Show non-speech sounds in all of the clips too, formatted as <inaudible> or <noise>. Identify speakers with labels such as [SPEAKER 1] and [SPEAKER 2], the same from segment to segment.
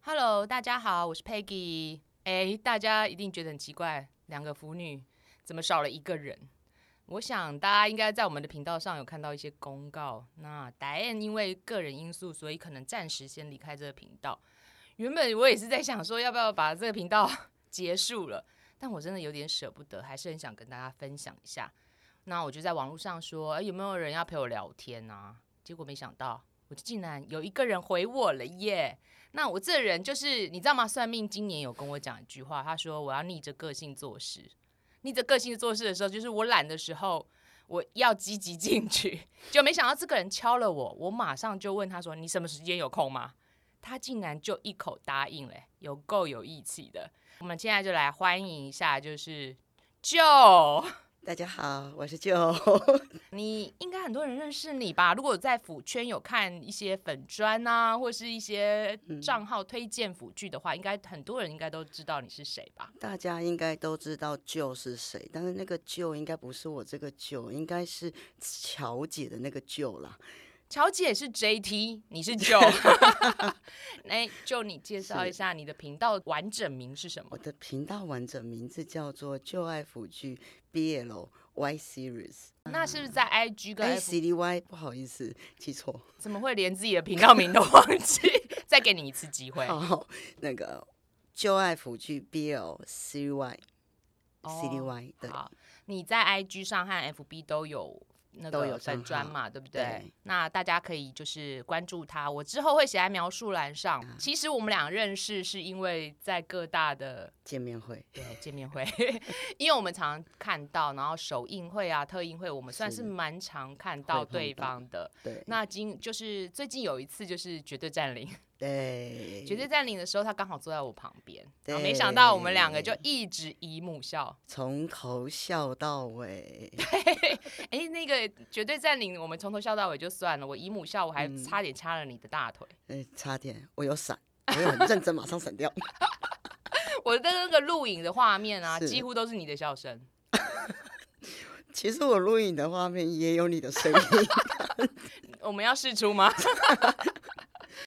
[SPEAKER 1] Hello，大家好，我是 Peggy。哎，大家一定觉得很奇怪，两个腐女怎么少了一个人？我想大家应该在我们的频道上有看到一些公告。那 Diane 因为个人因素，所以可能暂时先离开这个频道。原本我也是在想说，要不要把这个频道结束了，但我真的有点舍不得，还是很想跟大家分享一下。那我就在网络上说，哎，有没有人要陪我聊天啊？结果没想到，我竟然有一个人回我了耶！那我这人就是你知道吗？算命今年有跟我讲一句话，他说我要逆着个性做事。逆着个性做事的时候，就是我懒的时候，我要积极进取。就没想到这个人敲了我，我马上就问他说：“你什么时间有空吗？”他竟然就一口答应了，有够有义气的。我们现在就来欢迎一下，就是就
[SPEAKER 2] 大家好，我是舅。 <laughs>
[SPEAKER 1] 你应该很多人认识你吧？如果在腐圈有看一些粉砖啊，或是一些账号推荐腐剧的话，应该很多人应该都知道你是谁吧？
[SPEAKER 2] 大家应该都知道舅是谁，但是那个舅应该不是我这个舅，应该是乔姐的那个舅啦。
[SPEAKER 1] 乔姐是 JT，你是 Joe。哎，就你介绍一下你的频道完整名是什么
[SPEAKER 2] 我？的频道完整名字叫做“旧爱腐剧 BL Y Series”。
[SPEAKER 1] 那是不是在 IG 跟
[SPEAKER 2] I
[SPEAKER 1] F
[SPEAKER 2] C D Y，不好意思，记错。
[SPEAKER 1] 怎么会连自己的频道名都忘记？ <laughs> 再给你一次机会。
[SPEAKER 2] 好，那个旧爱腐剧 BL C Y
[SPEAKER 1] 哦
[SPEAKER 2] C D Y，对，
[SPEAKER 1] 好，你在 IG 上和 FB 都有那
[SPEAKER 2] 都
[SPEAKER 1] 个
[SPEAKER 2] 有账
[SPEAKER 1] 粉砖
[SPEAKER 2] 号
[SPEAKER 1] 嘛，对不对？
[SPEAKER 2] 对
[SPEAKER 1] 那大家可以就是关注他，我之后会写在描述栏上。
[SPEAKER 2] 嗯
[SPEAKER 1] 其实我们俩认识是因为在各大的
[SPEAKER 2] 见面会。
[SPEAKER 1] 对见面会， <laughs> 因为我们常看到，然后首映会啊、特映会，我们算是
[SPEAKER 2] 是
[SPEAKER 1] 蛮常看到
[SPEAKER 2] 会碰
[SPEAKER 1] 对
[SPEAKER 2] 到
[SPEAKER 1] 方的。
[SPEAKER 2] 对，
[SPEAKER 1] 那今就是最近有一次就是绝对占
[SPEAKER 2] <laughs>
[SPEAKER 1] 领，
[SPEAKER 2] 对，
[SPEAKER 1] 绝对占领的时候，他刚好坐在我旁边，然后
[SPEAKER 2] 对
[SPEAKER 1] 没想到我们两个就一直姨母笑，
[SPEAKER 2] 从头笑到尾。
[SPEAKER 1] 哎、那个绝对占领，我们从头笑到尾就算了，我姨母笑，我
[SPEAKER 2] 嗯
[SPEAKER 1] 还差点掐了你的大腿。
[SPEAKER 2] 哎，差点，我有闪，我有很认真，马上闪掉。 <laughs>
[SPEAKER 1] 我的那个录影的画面啊，
[SPEAKER 2] 是
[SPEAKER 1] 几乎都是你的笑声。
[SPEAKER 2] 其实我录影的画面也有你的声音，
[SPEAKER 1] 我们要试出吗？ <laughs>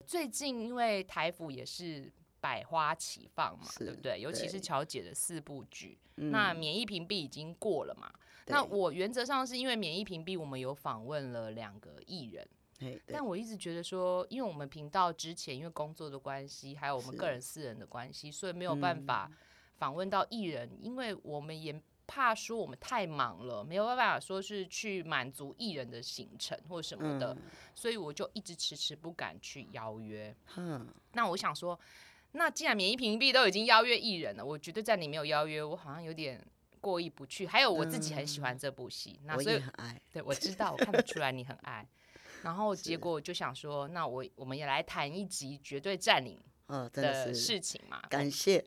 [SPEAKER 1] 最近因为台服也是百花齐放嘛，
[SPEAKER 2] 是
[SPEAKER 1] 对不对？尤其是
[SPEAKER 2] 对
[SPEAKER 1] 乔姐的四部剧，那免疫屏蔽已经过了嘛。
[SPEAKER 2] 嗯对
[SPEAKER 1] 那我原则上是因为免疫屏蔽，我们有访问了两个艺人，
[SPEAKER 2] 哎，对
[SPEAKER 1] 但我一直觉得说，因为我们频道之前因为工作的关系，还有我们
[SPEAKER 2] 是嗯
[SPEAKER 1] 个人私人的关系，所以没有办法访问到艺人，因为我们也怕说我们太忙了，没有办法说是去满足艺人的行程或什么
[SPEAKER 2] 嗯
[SPEAKER 1] 的，所以我就一直迟迟不敢去邀约。
[SPEAKER 2] 哼，
[SPEAKER 1] 那我想说，那既然免疫屏蔽都已经邀约艺人了，我觉得在你没有邀约，我好像有点过意不去。还有我自己很喜欢这部戏，那
[SPEAKER 2] 嗯我
[SPEAKER 1] 所以
[SPEAKER 2] 也很爱，
[SPEAKER 1] 对，我知道，我看得出来你很爱。然后结果我就想说，那我我们也来谈一集绝对占领
[SPEAKER 2] 哦，真
[SPEAKER 1] 的
[SPEAKER 2] 的是
[SPEAKER 1] 事情嘛，
[SPEAKER 2] 感谢，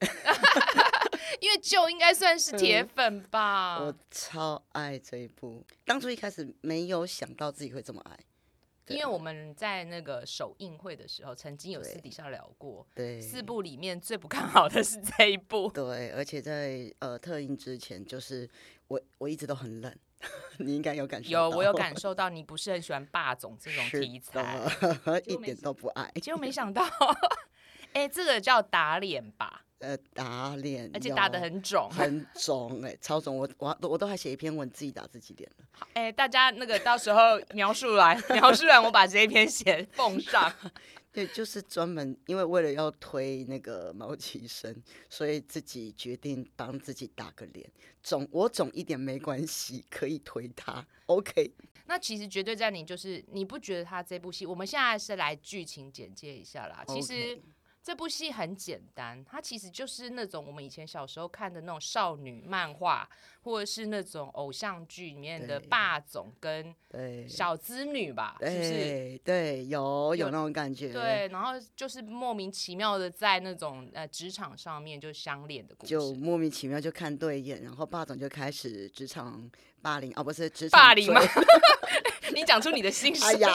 [SPEAKER 1] 因为就应该算是铁粉吧。
[SPEAKER 2] 嗯我超爱这一部。当初一开始没有想到自己会这么爱，
[SPEAKER 1] 因为我们在那个首映会的时候，曾经有
[SPEAKER 2] 对
[SPEAKER 1] 私底下聊过，
[SPEAKER 2] 对，
[SPEAKER 1] 四部里面最不看好的是这一部。
[SPEAKER 2] 对，而且在呃特映之前，就是我我一直都很冷， <laughs> 你应该有感受
[SPEAKER 1] 有，
[SPEAKER 2] 到，
[SPEAKER 1] 我有感受到你不是很喜欢霸总这种
[SPEAKER 2] 是
[SPEAKER 1] 题材，
[SPEAKER 2] 的
[SPEAKER 1] 结
[SPEAKER 2] <laughs> 一
[SPEAKER 1] 果没
[SPEAKER 2] 点都不爱，
[SPEAKER 1] 结果没想到， <laughs> 哎、这个叫打脸吧，
[SPEAKER 2] 呃，打脸，
[SPEAKER 1] 而且打得
[SPEAKER 2] 有
[SPEAKER 1] 很肿。
[SPEAKER 2] 很肿哎、 <laughs> 超肿！我我我都还写一篇文自己打自己脸了。
[SPEAKER 1] 哎、大家那个到时
[SPEAKER 2] <laughs>
[SPEAKER 1] 候描述栏，描述栏我把这一篇写奉上。
[SPEAKER 2] 对，就是专门因为为了要推那个毛奇生，所以自己决定帮自己打个脸。肿我肿一点没关系，可以推他。OK，
[SPEAKER 1] 那其实《绝对占领》就是你不觉得他这部戏，我们现在是来剧情简介一下啦。其
[SPEAKER 2] OK
[SPEAKER 1] 实这部戏很简单，它其实就是那种我们以前小时候看的那种少女漫画，或者是那种偶像剧里面的
[SPEAKER 2] 对
[SPEAKER 1] 霸总跟
[SPEAKER 2] 对，
[SPEAKER 1] 小资女吧，是不是？
[SPEAKER 2] 对对，有
[SPEAKER 1] 有
[SPEAKER 2] 有那种感觉，，
[SPEAKER 1] 对，然后就是莫名其妙的在那种呃职场上面就相恋的故
[SPEAKER 2] 就
[SPEAKER 1] 事，
[SPEAKER 2] 莫名其妙就看对眼，然后霸总就开始职场霸凌，哦，不是职场
[SPEAKER 1] 霸凌吗
[SPEAKER 2] 追？
[SPEAKER 1] <laughs> 你讲出你的心声。
[SPEAKER 2] 哎呀，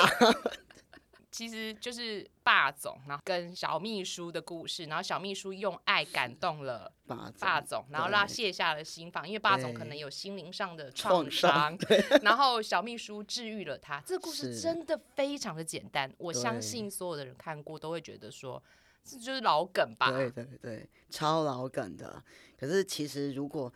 [SPEAKER 1] 其实就是霸总，然后跟小秘书的故事，然后小秘书用爱感动了
[SPEAKER 2] 霸
[SPEAKER 1] 霸
[SPEAKER 2] 总
[SPEAKER 1] 总，然后让他卸下了心防，因为霸总可能有心灵上的创伤
[SPEAKER 2] 创伤，
[SPEAKER 1] 然后小秘书治愈了他。这个故事
[SPEAKER 2] 是
[SPEAKER 1] 真的非常的简单，我
[SPEAKER 2] 对
[SPEAKER 1] 相信所有的人看过都会觉得说。这就是老梗吧？
[SPEAKER 2] 对对对，超老梗的。可是其实如果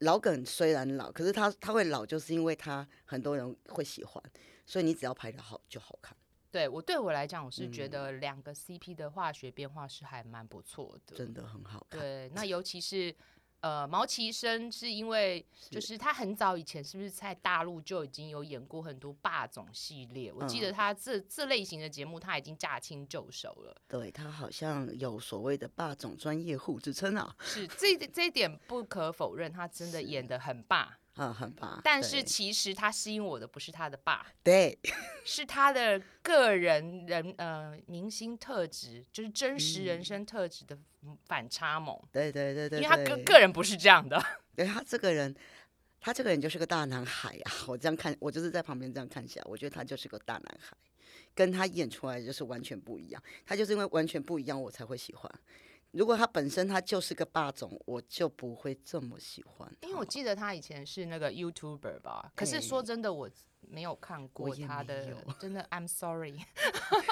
[SPEAKER 2] 老梗虽然老，可是它它会老，就是因为它很多人会喜欢，所以你只要拍的好就好看，
[SPEAKER 1] 对我对我来讲，我是觉
[SPEAKER 2] 嗯
[SPEAKER 1] 得两个 CP 的化学变化是还蛮不错的。
[SPEAKER 2] 真的很好看。
[SPEAKER 1] 对，那尤其是呃，毛奇生是因为就是他很早以前是不是在大陆就已经有演过很多霸总系列？我记得
[SPEAKER 2] 嗯
[SPEAKER 1] 他这这类型的节目他已经驾轻就熟了。
[SPEAKER 2] 对，它好像有所谓的霸总专业户之称啊，
[SPEAKER 1] 是这这一点不可否认，他真的演的很霸。
[SPEAKER 2] 啊，很棒。
[SPEAKER 1] 但是
[SPEAKER 2] 对
[SPEAKER 1] 其实他吸引我的不是他的霸，
[SPEAKER 2] 对，
[SPEAKER 1] 是他的个人人呃明星特质，就是真实人
[SPEAKER 2] 嗯
[SPEAKER 1] 生特质的反差萌。
[SPEAKER 2] 对对对对，
[SPEAKER 1] 因为他个
[SPEAKER 2] 对
[SPEAKER 1] 个人不是这样的，
[SPEAKER 2] 对他这个人，他这个人就是个大男孩啊！ <laughs> 我这样看，我就是在旁边这样看一下，我觉得他就是个大男孩，跟他演出来就是完全不一样。他就是因为完全不一样，我才会喜欢。如果他本身他就是个霸总，我就不会这么喜欢他。
[SPEAKER 1] 因为我记得他以前是那个 YouTuber 吧，可是说真的，我没有看过
[SPEAKER 2] 也
[SPEAKER 1] 他
[SPEAKER 2] 没
[SPEAKER 1] 的
[SPEAKER 2] 有，
[SPEAKER 1] 真
[SPEAKER 2] <laughs>
[SPEAKER 1] 的 I'm sorry。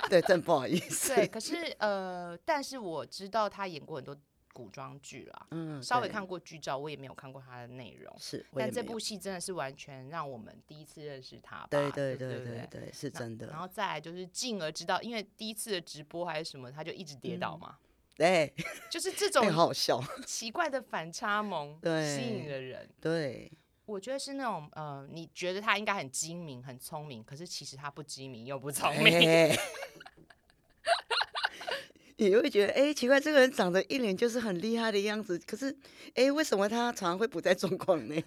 [SPEAKER 2] 对，真不好意思。
[SPEAKER 1] 对，可是呃，但是我知道他演过很多古装剧啦，
[SPEAKER 2] 嗯，
[SPEAKER 1] 稍微
[SPEAKER 2] 对
[SPEAKER 1] 看过剧照，我也没有看过他的内容。
[SPEAKER 2] 是，我
[SPEAKER 1] 但
[SPEAKER 2] 也
[SPEAKER 1] 这
[SPEAKER 2] 没有
[SPEAKER 1] 部戏真的是完全让我们第一次认识他吧，
[SPEAKER 2] 对
[SPEAKER 1] 对
[SPEAKER 2] 对
[SPEAKER 1] 不
[SPEAKER 2] 对
[SPEAKER 1] 对
[SPEAKER 2] 对对，是真的
[SPEAKER 1] 然。后再来就是进而知道，因为第一次的直播还是什么，他就一直跌倒嘛，
[SPEAKER 2] 对，
[SPEAKER 1] 就是这
[SPEAKER 2] 那
[SPEAKER 1] 种
[SPEAKER 2] 个嗯哎 <laughs> 好好笑。
[SPEAKER 1] 奇怪的反差萌吸引
[SPEAKER 2] 对
[SPEAKER 1] 了人。 <laughs>
[SPEAKER 2] 对，
[SPEAKER 1] 我觉得是那种呃，你觉得他应该很精明、很聪明，可是其实他不精明又不聪明。
[SPEAKER 2] 哎你会觉得，哎、奇怪，这个人长得一脸就是很厉害的样子，可是，哎、为什么他常常会不在状况内？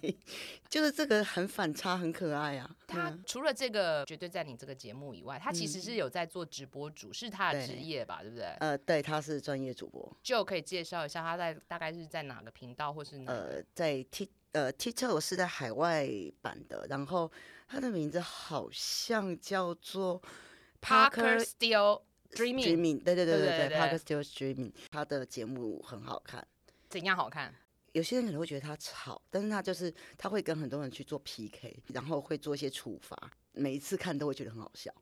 [SPEAKER 2] 就是这个很反差，很可爱啊。
[SPEAKER 1] <laughs> 他除了这个绝对在你这个节目以外，他其实是有在做直播主，是他的
[SPEAKER 2] 嗯对
[SPEAKER 1] 职业吧，对不对？
[SPEAKER 2] 呃，对，他是专业主播，
[SPEAKER 1] 就可以介绍一下他在大概是在哪个频道，或是哪个
[SPEAKER 2] 呃，在 T 呃 TikTok 是在海外版的，然后他的名字好像叫做
[SPEAKER 1] Parker Still Dreaming
[SPEAKER 2] Dreaming，对对对
[SPEAKER 1] 对对
[SPEAKER 2] 对
[SPEAKER 1] 对
[SPEAKER 2] ，Parker Still Dreaming，他的节目很好看。
[SPEAKER 1] 怎样好看？
[SPEAKER 2] 有些人可能会觉得他吵，但是他就是他会跟很多人去做 PK，然后会做一些处罚，每一次看都会觉得很好笑，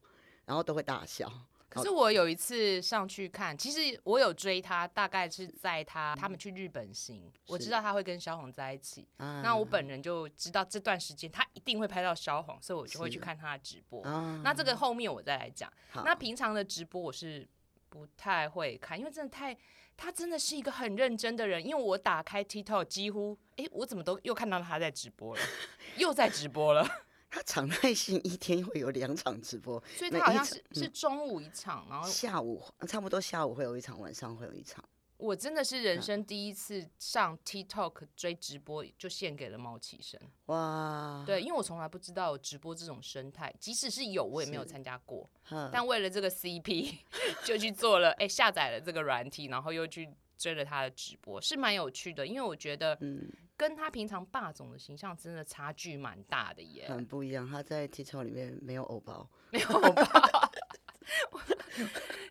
[SPEAKER 2] 然后都会大笑。
[SPEAKER 1] 可是
[SPEAKER 2] 哦
[SPEAKER 1] 我有一次上去看，其实我有追他，大概是在他他们去日本行，我知
[SPEAKER 2] 嗯是
[SPEAKER 1] 道他会跟萧红在一起，
[SPEAKER 2] 啊
[SPEAKER 1] 那我本人就知道这段时间他一定会拍到萧红，所以我就会去
[SPEAKER 2] 是
[SPEAKER 1] 看他的直播。
[SPEAKER 2] 啊
[SPEAKER 1] 那这个后面我再来讲。
[SPEAKER 2] 好
[SPEAKER 1] 那平常的直播我是不太会看，因为真的太他真的是一个很认真的人。因为我打开 TikTok 几乎，诶，我怎么都又看到他在直播了，
[SPEAKER 2] <laughs>
[SPEAKER 1] 又在直播了。
[SPEAKER 2] 他常态性一天会有两场直播，
[SPEAKER 1] 所以
[SPEAKER 2] 每
[SPEAKER 1] 他好
[SPEAKER 2] 一
[SPEAKER 1] 像
[SPEAKER 2] 场嗯
[SPEAKER 1] 是是中午一场，然后
[SPEAKER 2] 下午差不多下午会有一场，晚上会有一场。
[SPEAKER 1] 我真的是人
[SPEAKER 2] 嗯
[SPEAKER 1] 生第一次上 TikTok 追直播，就献给了猫起生。
[SPEAKER 2] 哇，
[SPEAKER 1] 对，因为我从来不知道有直播这种生态，即使是有我也没有
[SPEAKER 2] 是
[SPEAKER 1] 参加过。
[SPEAKER 2] 呵，
[SPEAKER 1] 但为了这个 CP，就 <laughs> 去做了，哎、下载了这个软体，然后又去追了他的直播，是蛮有趣的。因为我觉得
[SPEAKER 2] 嗯，
[SPEAKER 1] 跟他平常霸总的形象真的差距蛮大的耶。
[SPEAKER 2] 很不一样。他在 TikTok 里面没有偶包，
[SPEAKER 1] <laughs>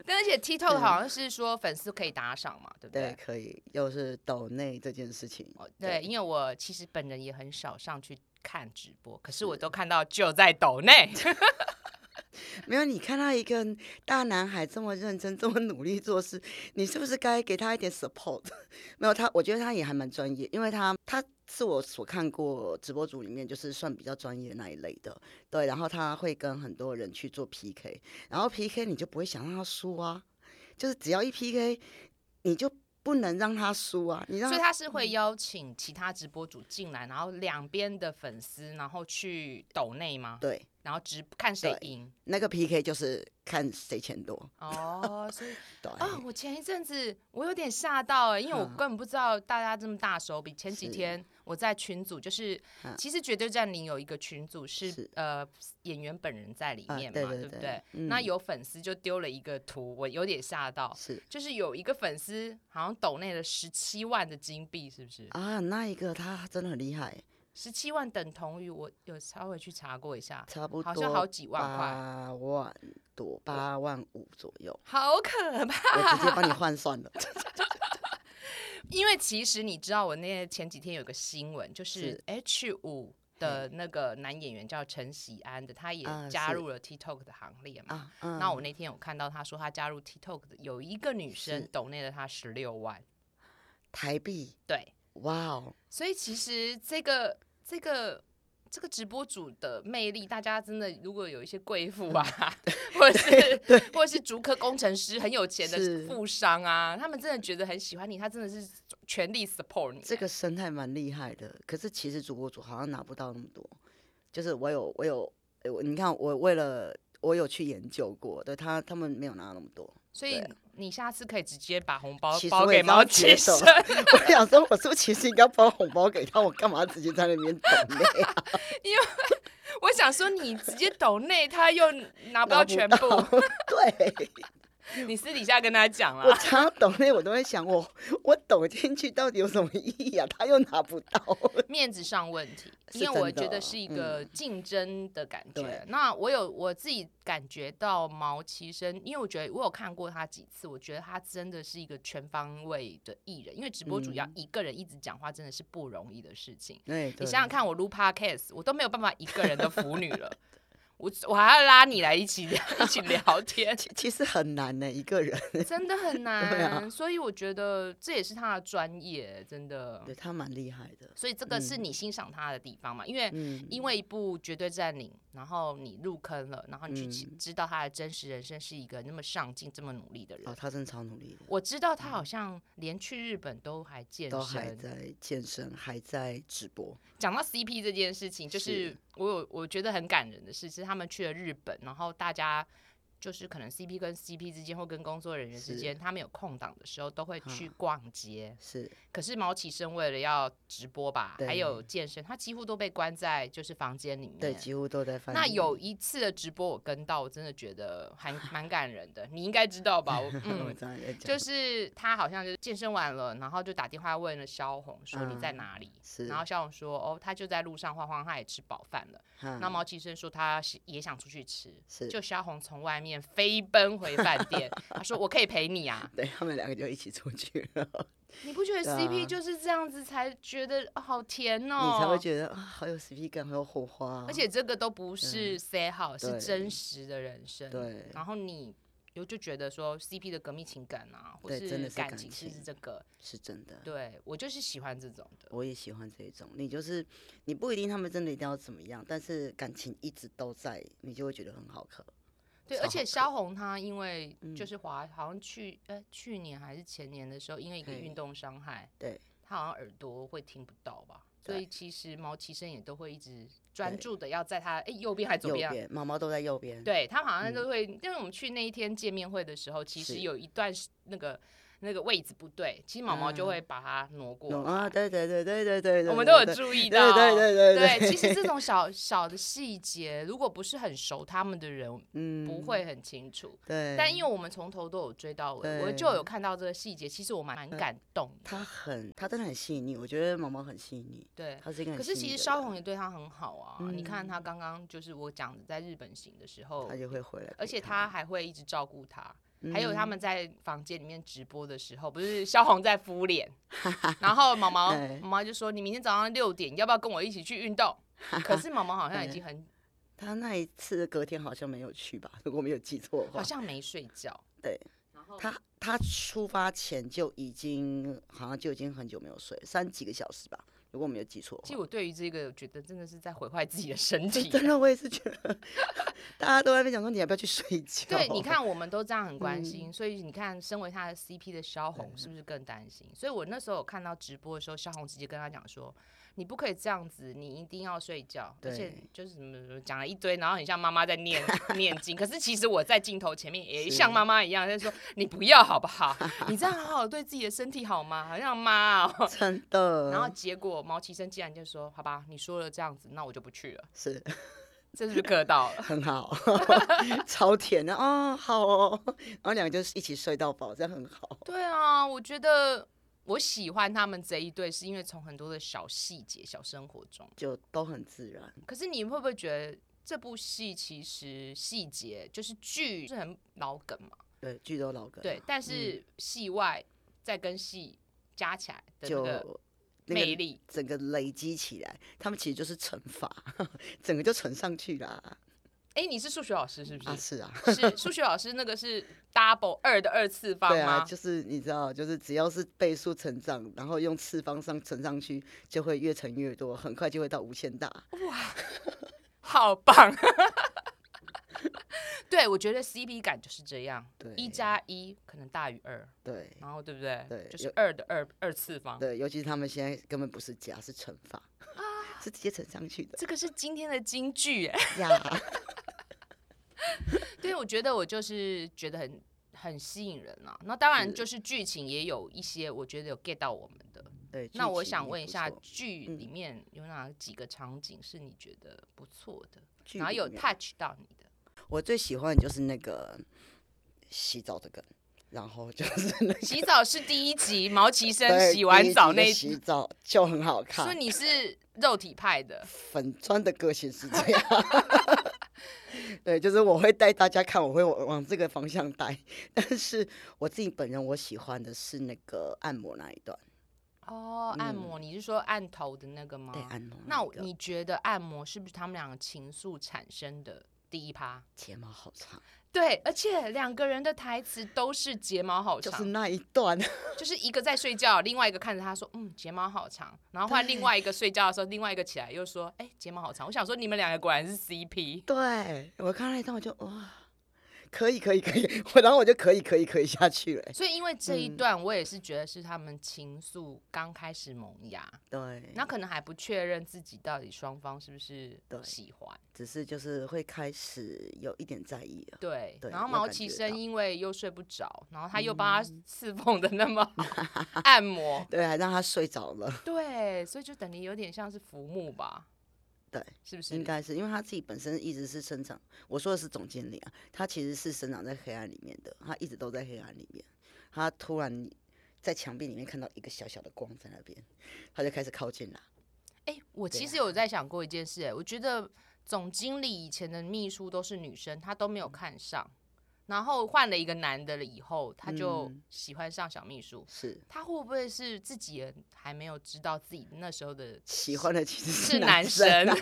[SPEAKER 1] 但而且 TikTok 好像是说粉丝可以打赏嘛，对不
[SPEAKER 2] 对，
[SPEAKER 1] 对？
[SPEAKER 2] 可以，又是抖内这件事情，
[SPEAKER 1] 哦对，因为我其实本人也很少上去看直播，可是我都看到就在抖内。 <laughs>
[SPEAKER 2] 没有，你看到一个大男孩这么认真、这么努力做事，你是不是该给他一点 support？没 <laughs> 有他，我觉得他也还蛮专业，因为他他是我所看过直播组里面就是算比较专业那一类的，对。然后他会跟很多人去做 PK，然后 PK 你就不会想让他输啊，就是只要一 PK 你就不能让他输啊，你让
[SPEAKER 1] 所以
[SPEAKER 2] 他
[SPEAKER 1] 他是会邀请其他直播主进来，然后两边的粉丝，然后去抖内吗？
[SPEAKER 2] 对
[SPEAKER 1] 然后直看谁
[SPEAKER 2] 对 <laughs>
[SPEAKER 1] 赢。
[SPEAKER 2] 那个 PK 就是看谁钱多，
[SPEAKER 1] 哦，所以
[SPEAKER 2] 对。
[SPEAKER 1] 啊、我前一阵子我有点吓到哎、因为我
[SPEAKER 2] 哎嗯
[SPEAKER 1] 根本不知道大家这么大手笔。前几
[SPEAKER 2] 是
[SPEAKER 1] 天我在群组，就是、
[SPEAKER 2] 嗯
[SPEAKER 1] 其实《绝对占领》有一个群组是
[SPEAKER 2] 是
[SPEAKER 1] 呃演员本人在里
[SPEAKER 2] 啊
[SPEAKER 1] 面嘛，
[SPEAKER 2] 对对
[SPEAKER 1] 不
[SPEAKER 2] 对
[SPEAKER 1] 对？
[SPEAKER 2] 嗯
[SPEAKER 1] 那有粉丝就丢了一个图，我有点吓到，
[SPEAKER 2] 是
[SPEAKER 1] <laughs> 就是有一个粉丝好像抖内了十七万的金币，是不是？
[SPEAKER 2] 啊，那一个他真的很厉害，
[SPEAKER 1] 十七万等同于我有稍微去查过一下，
[SPEAKER 2] 差不多
[SPEAKER 1] 好像好几万块，
[SPEAKER 2] 八万多，八万五左右，
[SPEAKER 1] 好可怕。
[SPEAKER 2] 我直接帮你换算
[SPEAKER 1] <laughs>
[SPEAKER 2] 了。
[SPEAKER 1] 因为其实你知道，我那前几天有个新闻，就是
[SPEAKER 2] 是
[SPEAKER 1] H 五的那个男演员叫陈喜安的，他也
[SPEAKER 2] 啊
[SPEAKER 1] 加
[SPEAKER 2] 是
[SPEAKER 1] 入了 TikTok 的行列嘛。
[SPEAKER 2] 啊，嗯
[SPEAKER 1] 那我那天有看到他说他加入 TikTok 的有一个女生
[SPEAKER 2] 是
[SPEAKER 1] 抖内了他十六万，
[SPEAKER 2] 台币，
[SPEAKER 1] 对，
[SPEAKER 2] 哇哦，
[SPEAKER 1] 所以其实这个这个这个直播主的魅力，大家真的如果有一些贵妇
[SPEAKER 2] <laughs>
[SPEAKER 1] 啊，或者是或者是竹科工程师很有钱的
[SPEAKER 2] 是
[SPEAKER 1] 富商啊，他们真的觉得很喜欢你，他真的是全力 support 你。
[SPEAKER 2] 这个生态蛮厉害的。可是其实主播组好像拿不到那么多，就是我有我有，诶我你看我为了我有去研究过，对他他们没有拿那么多。
[SPEAKER 1] 所以
[SPEAKER 2] 对啊
[SPEAKER 1] 你下次可以直接把红包
[SPEAKER 2] 其实
[SPEAKER 1] 哦包
[SPEAKER 2] 我
[SPEAKER 1] 给
[SPEAKER 2] 也
[SPEAKER 1] 毛
[SPEAKER 2] 要
[SPEAKER 1] 先
[SPEAKER 2] 接
[SPEAKER 1] 生
[SPEAKER 2] 受，。 <laughs> 我想说，我是不是其实应该包红包给他？我干嘛直接在那边等呢？
[SPEAKER 1] 我想说你直接抖内， <laughs> 他又拿不到
[SPEAKER 2] 拿不
[SPEAKER 1] 全部，
[SPEAKER 2] <laughs> 对，
[SPEAKER 1] 你私底下跟他讲
[SPEAKER 2] 我
[SPEAKER 1] 啦。
[SPEAKER 2] 常常抖那，我都会想，我我抖进去到底有什么意义啊？他又拿不
[SPEAKER 1] <laughs>
[SPEAKER 2] 到。
[SPEAKER 1] 面子上问题，
[SPEAKER 2] <laughs> 是
[SPEAKER 1] 因为我
[SPEAKER 2] 真
[SPEAKER 1] 觉
[SPEAKER 2] 的嗯
[SPEAKER 1] 得是一个竞争的感觉。
[SPEAKER 2] 对
[SPEAKER 1] 那我有我自己感觉到毛奇生，因为我觉得我有看过他几次，我觉得他真的是一个全方位的艺人，因为直播主要
[SPEAKER 2] 嗯
[SPEAKER 1] 一个人一直讲话，真的是不容易的事情。
[SPEAKER 2] 对，
[SPEAKER 1] 你想想看，我录 podcast，我都没有办法一个人的腐女
[SPEAKER 2] <laughs>
[SPEAKER 1] 了。我我还要拉你来一起 <laughs> 一起聊
[SPEAKER 2] <laughs>
[SPEAKER 1] 天，
[SPEAKER 2] 其其实很难呢、一个人。
[SPEAKER 1] 真的很
[SPEAKER 2] <laughs> 对
[SPEAKER 1] 难。
[SPEAKER 2] 啊
[SPEAKER 1] 所以我觉得这也是他的专业，真的。
[SPEAKER 2] <laughs> 对他蛮厉害的。
[SPEAKER 1] 所以这个是你欣赏他的地方嘛？因为
[SPEAKER 2] 嗯，
[SPEAKER 1] 因为一部《绝对占领》，然后你入坑了，然后你去知
[SPEAKER 2] 嗯
[SPEAKER 1] 知道他的真实人生是一个那么上进、这么努力的人。
[SPEAKER 2] 哦，他真的超努力的，
[SPEAKER 1] 我知道他好像连去日本都还健
[SPEAKER 2] 嗯都还
[SPEAKER 1] 身。
[SPEAKER 2] 在健身，还在直播。
[SPEAKER 1] 讲到 CP 这件事情，就是
[SPEAKER 2] 是
[SPEAKER 1] 我有我觉得很感人的事，是他们去了日本，然后大家就是可能 CP 跟 CP 之间，或跟工作人员之
[SPEAKER 2] 是
[SPEAKER 1] 间，他们有空档的时候都会去
[SPEAKER 2] 啊
[SPEAKER 1] 逛街。
[SPEAKER 2] 是，
[SPEAKER 1] 可是毛奇生为了要直播吧，还
[SPEAKER 2] 对
[SPEAKER 1] 有健身，他几乎都被关在就是房间里面。
[SPEAKER 2] 对，几乎都在翻译。
[SPEAKER 1] 那
[SPEAKER 2] <laughs>
[SPEAKER 1] 有一次的直播我跟到，我真的觉得还蛮感人的，你应该知道吧？我
[SPEAKER 2] <laughs> 我
[SPEAKER 1] 嗯，
[SPEAKER 2] 这样也讲，
[SPEAKER 1] 就是他好像就是健身完了，然后就打电话问了萧红说你在
[SPEAKER 2] 嗯
[SPEAKER 1] 哪里，
[SPEAKER 2] 是
[SPEAKER 1] 然后萧红说哦他就在路上晃晃，他也吃饱饭了。那
[SPEAKER 2] 那
[SPEAKER 1] 毛奇生说他是也想出去吃，
[SPEAKER 2] 嗯是
[SPEAKER 1] 就萧红从外面飞奔回饭店， <laughs> 他说我可以陪你
[SPEAKER 2] <laughs>
[SPEAKER 1] 啊，
[SPEAKER 2] 对他们两个就一起出去了，
[SPEAKER 1] 你不觉得
[SPEAKER 2] 对啊
[SPEAKER 1] CP 就是这样子才觉得、哦好甜哦？
[SPEAKER 2] 你才会觉得啊，好有 CP 感，好有火花。啊
[SPEAKER 1] 而且这个都不是 say 好，是
[SPEAKER 2] 对
[SPEAKER 1] 真实的人生。
[SPEAKER 2] 对
[SPEAKER 1] 然后你又就觉得说 CP 的革命情感啊，或
[SPEAKER 2] 对真的是
[SPEAKER 1] 感
[SPEAKER 2] 感
[SPEAKER 1] 情是
[SPEAKER 2] 情
[SPEAKER 1] 这个，
[SPEAKER 2] 是真的，
[SPEAKER 1] 对我就是喜欢这种的。
[SPEAKER 2] 我也喜欢这一种。你就是你不一定他们真的一定要怎么样，但是感情一直都在，你就会觉得很好磕。
[SPEAKER 1] 对，
[SPEAKER 2] 超
[SPEAKER 1] 而且
[SPEAKER 2] 好
[SPEAKER 1] 萧红她因为
[SPEAKER 2] 嗯
[SPEAKER 1] 就是华，好像去呃去年还是前年的时候，因为一个
[SPEAKER 2] 嘿
[SPEAKER 1] 运动伤害，
[SPEAKER 2] 对
[SPEAKER 1] 她好像耳朵会听不到吧，所
[SPEAKER 2] 对
[SPEAKER 1] 以其实毛奇生也都会一直专
[SPEAKER 2] 对
[SPEAKER 1] 注的要在她哎右边还是左
[SPEAKER 2] 右
[SPEAKER 1] 边啊？
[SPEAKER 2] 边毛毛都在右边，
[SPEAKER 1] 对他好像都会，因为我们去那一天见面会的时候，其实
[SPEAKER 2] 是
[SPEAKER 1] 有一段是那个那个位置不对，其实毛毛就
[SPEAKER 2] 啊
[SPEAKER 1] 会把它挪过
[SPEAKER 2] 懂
[SPEAKER 1] 来
[SPEAKER 2] 啊，对对对对对对，对
[SPEAKER 1] 我们都有
[SPEAKER 2] 对
[SPEAKER 1] 注意
[SPEAKER 2] 对
[SPEAKER 1] 到。
[SPEAKER 2] 对对对对
[SPEAKER 1] 其实这种小小的细节，如果不是很熟他们的人，
[SPEAKER 2] 嗯
[SPEAKER 1] 不会很清楚。
[SPEAKER 2] 对，
[SPEAKER 1] 但因为我们从头都有追到尾，我
[SPEAKER 2] 对嗯
[SPEAKER 1] 就有看到这个细节，其实我蛮蛮感动的。
[SPEAKER 2] 他很，他真的很细腻，我觉得毛毛很细腻，
[SPEAKER 1] 对，
[SPEAKER 2] 他是一个很
[SPEAKER 1] 可是
[SPEAKER 2] 细
[SPEAKER 1] 其
[SPEAKER 2] 腻
[SPEAKER 1] 实
[SPEAKER 2] 的
[SPEAKER 1] 萧
[SPEAKER 2] 人
[SPEAKER 1] 红也对他很好啊。你看
[SPEAKER 2] 嗯
[SPEAKER 1] 他刚刚就是我讲的，在日本行的时候
[SPEAKER 2] 他，就会回来陪，
[SPEAKER 1] 而且他还会一直照顾他。还有他
[SPEAKER 2] 嗯
[SPEAKER 1] 们在房间里面直播的时候，不是萧红在敷脸，
[SPEAKER 2] <laughs>
[SPEAKER 1] 然后毛毛
[SPEAKER 2] 对
[SPEAKER 1] 毛毛就说：“你明天早上六点要不要跟我一起去运动？”可是毛毛好像已经很
[SPEAKER 2] 他那一次隔天好像没有去吧，如果没有记错的
[SPEAKER 1] 好
[SPEAKER 2] 话，
[SPEAKER 1] 像没睡觉，
[SPEAKER 2] 对，
[SPEAKER 1] 然后
[SPEAKER 2] 他他出发前就已经好像就已经很久没有睡，三几个小时吧，如果我没有记错的
[SPEAKER 1] 其实
[SPEAKER 2] 话。
[SPEAKER 1] 我对于这个觉得真的是在毁坏自己的身
[SPEAKER 2] <laughs>
[SPEAKER 1] 体。
[SPEAKER 2] 真的，我也是觉得大家都在那边讲说你要不要去睡觉。
[SPEAKER 1] 对，你，看我们都这样很关心，
[SPEAKER 2] 嗯
[SPEAKER 1] 所以你看，身为他的 CP 的萧红是不是更担心？所以我那时候有看到直播的时候，萧红直接跟他讲说：“你不可以这样子，你一定要睡觉。”而且
[SPEAKER 2] 对
[SPEAKER 1] 就是什么什么讲了一堆，然后很像妈妈在
[SPEAKER 2] <laughs>
[SPEAKER 1] 念念经，可是其实我在镜头前面也
[SPEAKER 2] 是
[SPEAKER 1] 像妈妈一样在说：“你不要好不好？你这样好好对自己的身体好吗？好像妈哦。”
[SPEAKER 2] 真的，
[SPEAKER 1] 然后结果毛奇生竟然就说：“好吧，你说了这样子，那我就不去了。
[SPEAKER 2] 是”
[SPEAKER 1] 这是不是磕到了？
[SPEAKER 2] 很好， <laughs> 超甜的啊、哦，好哦。然后两个就是一起睡到饱，这样很好。
[SPEAKER 1] 对啊，我觉得我喜欢他们这一对，是因为从很多的小细节、小生活中。
[SPEAKER 2] 就都很自然。
[SPEAKER 1] 可是你会不会觉得这部戏其实细节就是剧是很老梗嘛？
[SPEAKER 2] 对，嗯剧都老梗，
[SPEAKER 1] 对，，但是戏外再跟戏加起来的那
[SPEAKER 2] 就
[SPEAKER 1] 个
[SPEAKER 2] 那个
[SPEAKER 1] 魅力。
[SPEAKER 2] 整个累积起来，他们其实就是乘法，整个就乘上去啦。
[SPEAKER 1] 哎、你是数学老师是不
[SPEAKER 2] 啊，
[SPEAKER 1] 是？
[SPEAKER 2] 是啊，
[SPEAKER 1] <laughs> 是数学老师那个是 double 二的二次方
[SPEAKER 2] 对
[SPEAKER 1] 吗？
[SPEAKER 2] 啊，就是你知道，就是只要是倍数成长，然后用次方上乘上去，就会越乘越多，很快就会到无限大。
[SPEAKER 1] 好棒！ <laughs> 对，我觉得 CP 感就是这样，
[SPEAKER 2] 对，
[SPEAKER 1] 一加一可能大于二，
[SPEAKER 2] 对
[SPEAKER 1] 然后对不对？
[SPEAKER 2] 对
[SPEAKER 1] 就是
[SPEAKER 2] 有
[SPEAKER 1] 二的二二次方。
[SPEAKER 2] 对，尤其是他们现在根本不是加，是乘法，
[SPEAKER 1] 啊
[SPEAKER 2] <laughs> 是直接乘上去
[SPEAKER 1] <laughs>
[SPEAKER 2] 的
[SPEAKER 1] 这个是今天的金句 <laughs> 哎，
[SPEAKER 2] 呀。
[SPEAKER 1] 对，我觉得我就是觉得很很吸引人啊。那当然
[SPEAKER 2] 是
[SPEAKER 1] 就是剧情也有一些，我觉得有 get 到我们的。
[SPEAKER 2] 对，
[SPEAKER 1] <laughs> 那
[SPEAKER 2] 剧
[SPEAKER 1] 我
[SPEAKER 2] 情
[SPEAKER 1] 想
[SPEAKER 2] 也
[SPEAKER 1] 问一
[SPEAKER 2] 不
[SPEAKER 1] 下，
[SPEAKER 2] 错
[SPEAKER 1] 剧
[SPEAKER 2] 嗯
[SPEAKER 1] 里面有哪几个场景是你觉得不错的，
[SPEAKER 2] 剧
[SPEAKER 1] 然后
[SPEAKER 2] 里
[SPEAKER 1] 有
[SPEAKER 2] 面
[SPEAKER 1] touch 到你
[SPEAKER 2] <laughs>
[SPEAKER 1] 的？
[SPEAKER 2] 我最喜欢的就是那个洗澡的梗，然后就是 <laughs> 那个
[SPEAKER 1] 洗澡是第一集，毛奇生
[SPEAKER 2] 对
[SPEAKER 1] 洗完
[SPEAKER 2] 第一
[SPEAKER 1] 澡
[SPEAKER 2] 集的
[SPEAKER 1] 那一
[SPEAKER 2] 洗澡就很好看
[SPEAKER 1] 所以。你是肉体派
[SPEAKER 2] <laughs>
[SPEAKER 1] 的，
[SPEAKER 2] 粉砖的个性是
[SPEAKER 1] <laughs>
[SPEAKER 2] 这样。 <laughs> 对，就是我会带大家看，我会往往这个方向带。但是我自己本人，我喜欢的是那个按摩那一段。
[SPEAKER 1] 哦，按摩，你是说按头的那个吗？
[SPEAKER 2] 嗯对，按摩一
[SPEAKER 1] 啊那我
[SPEAKER 2] 个
[SPEAKER 1] 你觉得按摩是不是他们两个情愫产生的第一趴？
[SPEAKER 2] 睫毛好长，
[SPEAKER 1] 对，而且两个人的台词都是睫毛好
[SPEAKER 2] 就
[SPEAKER 1] 长，
[SPEAKER 2] 是
[SPEAKER 1] <laughs>
[SPEAKER 2] 那一段。
[SPEAKER 1] 就是一个在睡觉，另外一个看着他说，嗯，睫毛好长。然后换另外一个睡觉的时候，另外一个起来又说，哎、睫毛好长。我想说你们两个果然是 CP。
[SPEAKER 2] 对我看那一段，我就哇，可以可以可以， <laughs> 我然后我就可以可以可以下去了
[SPEAKER 1] <laughs>
[SPEAKER 2] 欸。
[SPEAKER 1] 所以，因为这一
[SPEAKER 2] 嗯
[SPEAKER 1] 段，我也是觉得是他们情愫刚开始萌芽，
[SPEAKER 2] 对，
[SPEAKER 1] 那可能还不确认自己到底双方是不是
[SPEAKER 2] 对
[SPEAKER 1] 喜欢。
[SPEAKER 2] 只是就是会开始有一点在意了。
[SPEAKER 1] 对，
[SPEAKER 2] 对
[SPEAKER 1] 然后
[SPEAKER 2] 有
[SPEAKER 1] 毛
[SPEAKER 2] 感
[SPEAKER 1] 奇
[SPEAKER 2] 觉
[SPEAKER 1] 生
[SPEAKER 2] 到嗯
[SPEAKER 1] 因为又睡不着，然后他又帮他侍奉的那么好 <laughs> 按
[SPEAKER 2] <laughs>
[SPEAKER 1] 摩，
[SPEAKER 2] 对，还让他睡着了。
[SPEAKER 1] 对，所以就等于有点像是服务吧，
[SPEAKER 2] 对，
[SPEAKER 1] 是不是？
[SPEAKER 2] 应该是因为他自己本身一直是生长，我说的是总经理啊，他其实是生长在黑暗里面的，他一直都在黑暗里面。他突然在墙壁里面看到一个小小的光在那边，他就开始靠近了。
[SPEAKER 1] 哎、我
[SPEAKER 2] 对
[SPEAKER 1] 其
[SPEAKER 2] 啊
[SPEAKER 1] 实有在想过一件事、哎，我觉得总经理以前的秘书都是女生，她都没有
[SPEAKER 2] 嗯
[SPEAKER 1] 看上，然后换了一个男的了以后，她就
[SPEAKER 2] 嗯
[SPEAKER 1] 喜欢上小秘书。
[SPEAKER 2] 是
[SPEAKER 1] 她会不会是自己也还没有知道自己那时候的
[SPEAKER 2] 喜欢的其实
[SPEAKER 1] 是
[SPEAKER 2] 男
[SPEAKER 1] 男神
[SPEAKER 2] <laughs> 啊。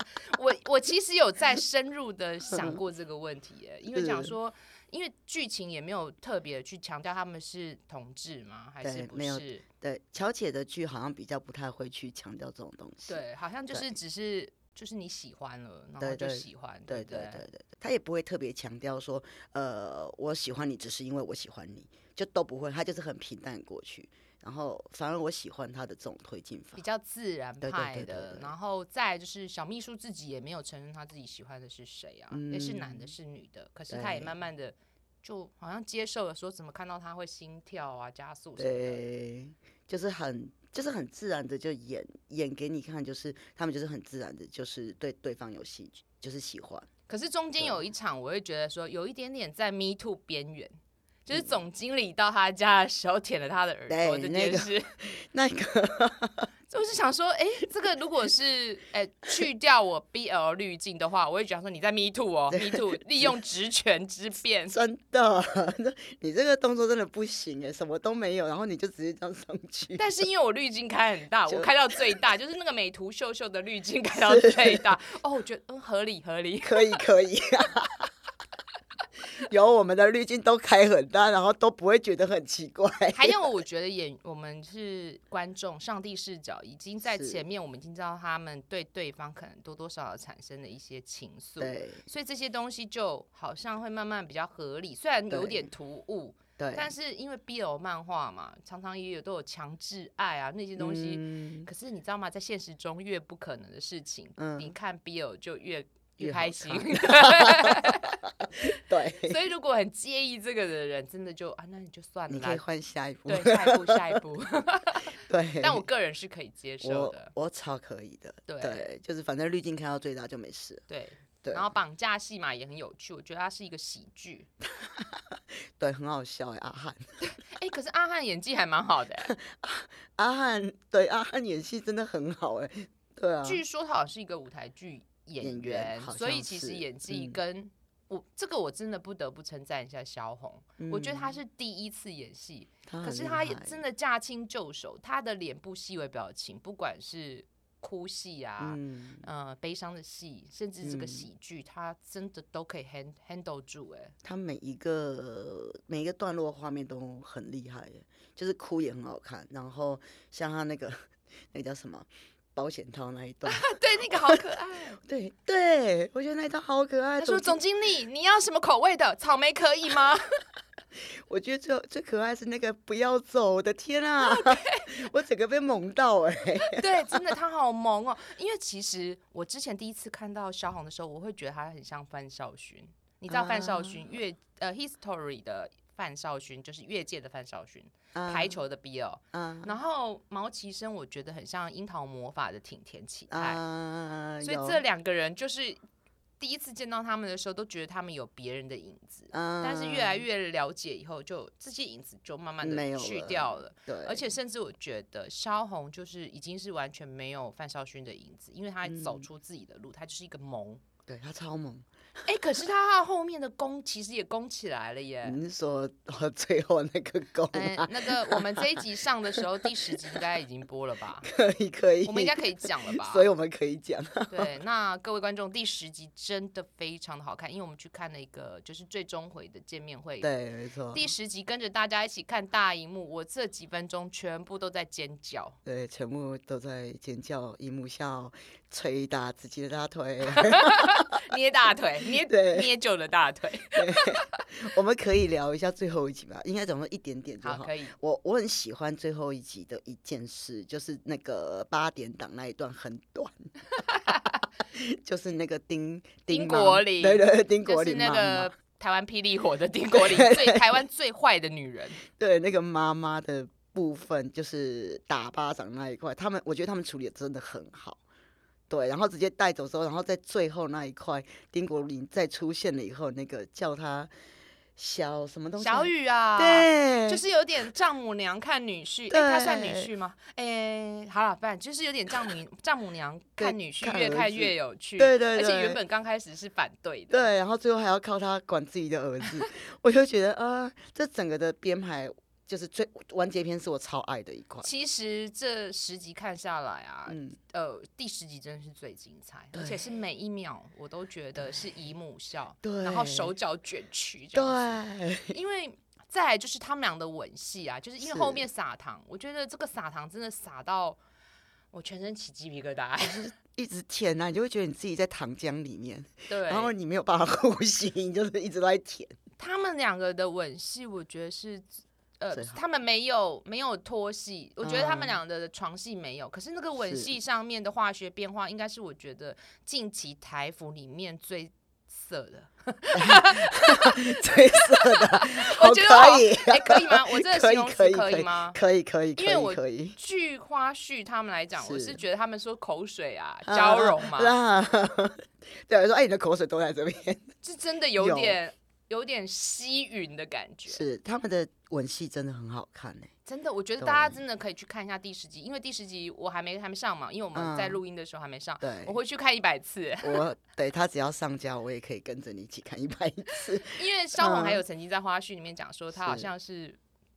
[SPEAKER 1] <laughs> 我我其实有在深入的想过这个问题耶，因为
[SPEAKER 2] 是
[SPEAKER 1] 想说，因为剧情也没有特别去强调他们是同志吗？还是
[SPEAKER 2] 对
[SPEAKER 1] 不
[SPEAKER 2] 没有
[SPEAKER 1] 是？
[SPEAKER 2] 对，乔姐的剧好像比较不太会去强调这种东西。
[SPEAKER 1] 对，好像就是只是就是你喜欢了，然后
[SPEAKER 2] 对
[SPEAKER 1] 就
[SPEAKER 2] 对
[SPEAKER 1] 喜欢，
[SPEAKER 2] 对
[SPEAKER 1] 不
[SPEAKER 2] 对对对对，他也不会特别强调说，呃，我喜欢你只是因为我喜欢你，就都不会，他就是很平淡地过去。然后反而我喜欢他的这种推进法
[SPEAKER 1] 比，较自然
[SPEAKER 2] 对对
[SPEAKER 1] 派
[SPEAKER 2] 对对
[SPEAKER 1] 的，
[SPEAKER 2] 对
[SPEAKER 1] 然后再来就是小秘书自己也没有承认他自己喜欢的是谁啊，也是男的，
[SPEAKER 2] 嗯
[SPEAKER 1] 是女的，可是他也
[SPEAKER 2] 对
[SPEAKER 1] 慢慢的就好像接受了，说怎么看到他会心跳啊、加速什么的，
[SPEAKER 2] 对，就是很就是很自然的就演演给你看，就是他们就是很自然的，就是对对方有兴趣，就是喜欢。
[SPEAKER 1] 可是中间
[SPEAKER 2] 对
[SPEAKER 1] 有一场，我会觉得说有一点点在 Me Too 边缘，
[SPEAKER 2] 嗯
[SPEAKER 1] 就是总经理到他家的时候舔了他的耳朵这
[SPEAKER 2] 对那
[SPEAKER 1] 件
[SPEAKER 2] 个
[SPEAKER 1] 事，
[SPEAKER 2] 那
[SPEAKER 1] 嗯
[SPEAKER 2] 个
[SPEAKER 1] <laughs> 所以我就想说，哎、这个如果是哎、去掉我 BL 滤镜的话，我会讲说你在 Me Too 哦，Me Too 利用职权之便。
[SPEAKER 2] <laughs> 真的， <laughs> 那你这个动作真的不行哎，什么都没有，然后你就直接这样上去。
[SPEAKER 1] 但是因为我滤镜开很大，
[SPEAKER 2] 就
[SPEAKER 1] 我开到最大，就是那个美图秀秀的滤镜开到最大。哦，我觉得嗯合理合理。
[SPEAKER 2] 可以可以， <laughs> 有我们的滤镜都开很大，然后都不会觉得很奇怪。
[SPEAKER 1] 还有，我觉得演我们是观众，上帝视角已经在
[SPEAKER 2] 是
[SPEAKER 1] 前面，我们已经知道他们对对方可能多多少少产生的一些情愫，
[SPEAKER 2] 对
[SPEAKER 1] 所以这些东西就好像会慢慢比较合理，虽然有
[SPEAKER 2] 对
[SPEAKER 1] 点突兀，
[SPEAKER 2] 对，
[SPEAKER 1] 但是因为 BL 漫画嘛，常常也有都有强制爱啊那些东西，
[SPEAKER 2] 嗯
[SPEAKER 1] 可是你知道吗？在现实中越不可能的事情，
[SPEAKER 2] 嗯
[SPEAKER 1] 你看 BL 就越。
[SPEAKER 2] 越好
[SPEAKER 1] 开心，
[SPEAKER 2] 看
[SPEAKER 1] <laughs> 对
[SPEAKER 2] <laughs>
[SPEAKER 1] <laughs>
[SPEAKER 2] 对，
[SPEAKER 1] 所以如果很介意这个的人，真的就啊，那你就算了
[SPEAKER 2] 你可以
[SPEAKER 1] 啦。
[SPEAKER 2] 换下一部。
[SPEAKER 1] 对，下一步，下一步。
[SPEAKER 2] <laughs> 对，
[SPEAKER 1] 但我个人是可以接受
[SPEAKER 2] 我
[SPEAKER 1] 的。
[SPEAKER 2] 我超可以的，
[SPEAKER 1] 对
[SPEAKER 2] 就是反正滤镜开到最大就没事。
[SPEAKER 1] 对，
[SPEAKER 2] 对
[SPEAKER 1] 然后绑架戏嘛也很有趣，我觉得它是一个喜剧。
[SPEAKER 2] 对，很好笑哎，阿汉，
[SPEAKER 1] 哎、可是阿汉演技还蛮好的、
[SPEAKER 2] <laughs> 阿汉对阿汉演戏真的很好哎，对啊，
[SPEAKER 1] 据说他好像是一个舞台剧演
[SPEAKER 2] 演员好
[SPEAKER 1] 所以
[SPEAKER 2] 像
[SPEAKER 1] 其实
[SPEAKER 2] 是
[SPEAKER 1] 演技
[SPEAKER 2] 嗯
[SPEAKER 1] 跟我这个我真的不得不称赞一下萧红，我觉得她是第一次演戏，
[SPEAKER 2] 嗯他
[SPEAKER 1] 可
[SPEAKER 2] 很
[SPEAKER 1] 是
[SPEAKER 2] 啊厉
[SPEAKER 1] 她也
[SPEAKER 2] 害
[SPEAKER 1] 真的驾轻就熟，她的脸部细微表情，不管是哭戏啊。
[SPEAKER 2] 嗯，
[SPEAKER 1] 呃，悲伤的戏，甚至这个
[SPEAKER 2] 嗯
[SPEAKER 1] 喜剧，她真的都可以 hand handle 住、哎，
[SPEAKER 2] 他每一个每一个段落画面都很厉害耶，就是哭也很好看，然后像他那个 <laughs> 那个叫什么保险套那一
[SPEAKER 1] <laughs>
[SPEAKER 2] 段，
[SPEAKER 1] 对，那个好可爱。
[SPEAKER 2] 对对，我觉得那一段好可
[SPEAKER 1] <laughs>
[SPEAKER 2] 爱。
[SPEAKER 1] 他说：“
[SPEAKER 2] 总
[SPEAKER 1] 总经理，你要什么口味 <laughs> 的？草莓可以吗
[SPEAKER 2] 我觉得最最可爱是那个不要走，我的
[SPEAKER 1] <laughs>
[SPEAKER 2] 天啊， <laughs> 我整个被萌到哎、？”
[SPEAKER 1] 对，真 <laughs> 的，他好萌哦。因为其实我之前第一次看到萧红的时候，我会觉得他很像范少勋。你知道范少勋越呃 History 的范少勋，就是越界的范少勋，
[SPEAKER 2] 啊
[SPEAKER 1] 排球的 BL。
[SPEAKER 2] 啊
[SPEAKER 1] 然后毛奇生，我觉得很像樱桃魔法的挺田启太。
[SPEAKER 2] 啊，
[SPEAKER 1] 所以
[SPEAKER 2] 有
[SPEAKER 1] 这两个人就是第一次见到他们的时候，都觉得他们有别人的影子。
[SPEAKER 2] 啊，
[SPEAKER 1] 但是越来越了解以后就，这些影子就慢慢
[SPEAKER 2] 没
[SPEAKER 1] 的
[SPEAKER 2] 有
[SPEAKER 1] 去
[SPEAKER 2] 了
[SPEAKER 1] 掉了。
[SPEAKER 2] 对，
[SPEAKER 1] 而且甚至我觉得萧红就是已经是完全没有范少勋的影子，因为他走
[SPEAKER 2] 嗯
[SPEAKER 1] 出自己的路，他就是一个萌。
[SPEAKER 2] 对他超萌。
[SPEAKER 1] 哎、可是他后面的攻其实也攻起来了耶。
[SPEAKER 2] 你是说到最后那个 <laughs> 狗
[SPEAKER 1] 嗯、
[SPEAKER 2] 吗？
[SPEAKER 1] 那个我们这一集上的时候，第十集应该已经播了吧？
[SPEAKER 2] 可以 <laughs> 可以，
[SPEAKER 1] 我们应该可以讲了吧？
[SPEAKER 2] 所以我们可以讲。
[SPEAKER 1] 对，那各位观众，第十集真的非常的好看，因为我们去看了一个就是最终回的见面会。
[SPEAKER 2] 对，没错。
[SPEAKER 1] 第十集跟着大家一起看大荧幕，我这几分钟全部都在尖叫。
[SPEAKER 2] 对，全部都在尖叫、一幕笑、捶打自己的大
[SPEAKER 1] <laughs>
[SPEAKER 2] 腿。
[SPEAKER 1] 捏大腿，捏
[SPEAKER 2] 对
[SPEAKER 1] 捏旧的大
[SPEAKER 2] <laughs>
[SPEAKER 1] 腿。
[SPEAKER 2] 我们可以聊一下最后一集吧，应该总共一点点就
[SPEAKER 1] 好，
[SPEAKER 2] 好。 <laughs>
[SPEAKER 1] 可以。
[SPEAKER 2] 我我很喜欢最后一集的一件事，就是那个八点档那一段很
[SPEAKER 1] <laughs>
[SPEAKER 2] 短，就是那个丁
[SPEAKER 1] 丁
[SPEAKER 2] 妈
[SPEAKER 1] 国林
[SPEAKER 2] 对对对，丁
[SPEAKER 1] 就
[SPEAKER 2] 国
[SPEAKER 1] 是
[SPEAKER 2] 林
[SPEAKER 1] 那
[SPEAKER 2] 妈妈
[SPEAKER 1] 个，台湾霹雳火的丁
[SPEAKER 2] <laughs>
[SPEAKER 1] 国林，最台湾最坏的女人。
[SPEAKER 2] 对那个妈妈的部分，就是打巴掌那一块，他们我觉得他们处理的真的很好。对，然后直接带走之后，然后在最后那一块，丁国林再出现了以后，那个叫他小什么东西啊，
[SPEAKER 1] 小雨啊，，
[SPEAKER 2] 对，
[SPEAKER 1] 就是有点丈母娘看女婿，哎，
[SPEAKER 2] 对
[SPEAKER 1] 她算女婿吗？哎，好了，反正就是有点丈母丈母
[SPEAKER 2] <laughs>
[SPEAKER 1] 娘看女婿，
[SPEAKER 2] 看
[SPEAKER 1] 越
[SPEAKER 2] 儿
[SPEAKER 1] 看
[SPEAKER 2] 子
[SPEAKER 1] 越有趣。
[SPEAKER 2] 对对
[SPEAKER 1] 而且原
[SPEAKER 2] 对
[SPEAKER 1] 本刚开始是反对的。
[SPEAKER 2] 对，然后最后还要靠他管自己的
[SPEAKER 1] <laughs>
[SPEAKER 2] 儿子，我就觉得啊、这整个的编排就是最完结篇是我超爱的一块。
[SPEAKER 1] 其实这十集看下来啊，
[SPEAKER 2] 嗯，
[SPEAKER 1] 呃，第十集真的是最精彩，而且
[SPEAKER 2] 对
[SPEAKER 1] 是每一秒我都觉得是姨母笑，
[SPEAKER 2] 对，
[SPEAKER 1] 然后手脚卷曲这样子。
[SPEAKER 2] 对，
[SPEAKER 1] 因为再来就是他们俩的吻戏啊，就是因为
[SPEAKER 2] 是
[SPEAKER 1] 后面撒糖，我觉得这个撒糖真的撒到我全身起鸡皮疙
[SPEAKER 2] <laughs>
[SPEAKER 1] 瘩。
[SPEAKER 2] <laughs> 一直舔啊，你就会觉得你自己在糖浆里面，
[SPEAKER 1] 对，
[SPEAKER 2] 然后你没有办法呼吸，你就是一直在舔。
[SPEAKER 1] 他们两个的吻戏，我觉得是。呃，
[SPEAKER 2] 最好
[SPEAKER 1] 他们没有没有脱戏，我觉得他们
[SPEAKER 2] 嗯
[SPEAKER 1] 俩的床戏没有，可是那个吻
[SPEAKER 2] 是
[SPEAKER 1] 戏上面的化学变化，应该是我觉得近期台服里面最色的。，
[SPEAKER 2] <laughs> 最色的
[SPEAKER 1] <laughs> 我
[SPEAKER 2] 好
[SPEAKER 1] 觉得好
[SPEAKER 2] 可以，
[SPEAKER 1] 哎、可以吗？我这个
[SPEAKER 2] 可
[SPEAKER 1] 形
[SPEAKER 2] 以
[SPEAKER 1] 容
[SPEAKER 2] <laughs> 可
[SPEAKER 1] 词
[SPEAKER 2] 以
[SPEAKER 1] 可
[SPEAKER 2] 可以
[SPEAKER 1] 吗？
[SPEAKER 2] 可以可以
[SPEAKER 1] 因为我
[SPEAKER 2] 可以可以。
[SPEAKER 1] 据花絮他们来讲，我是
[SPEAKER 2] 是
[SPEAKER 1] 觉得他们说口水啊、
[SPEAKER 2] 啊
[SPEAKER 1] 交融嘛，
[SPEAKER 2] 啊， <laughs> 对，说哎，你的口水都在这边。 <laughs>
[SPEAKER 1] 是真的有
[SPEAKER 2] 有
[SPEAKER 1] 点有点吸云的感觉。
[SPEAKER 2] 是他们的吻戏真的很好看欸呢、
[SPEAKER 1] 真的，我觉得大家真的可以去看一下第十集，因为第十集我还没还没上嘛，因为我们在
[SPEAKER 2] 嗯
[SPEAKER 1] 录音的时候还没上，
[SPEAKER 2] 对，
[SPEAKER 1] 我会去看一百次。
[SPEAKER 2] 我对他只要上架，我也可以跟着你一起看一百次。
[SPEAKER 1] 因为萧红还
[SPEAKER 2] 嗯
[SPEAKER 1] 有曾经在花絮里面讲说，她好
[SPEAKER 2] 是
[SPEAKER 1] 像是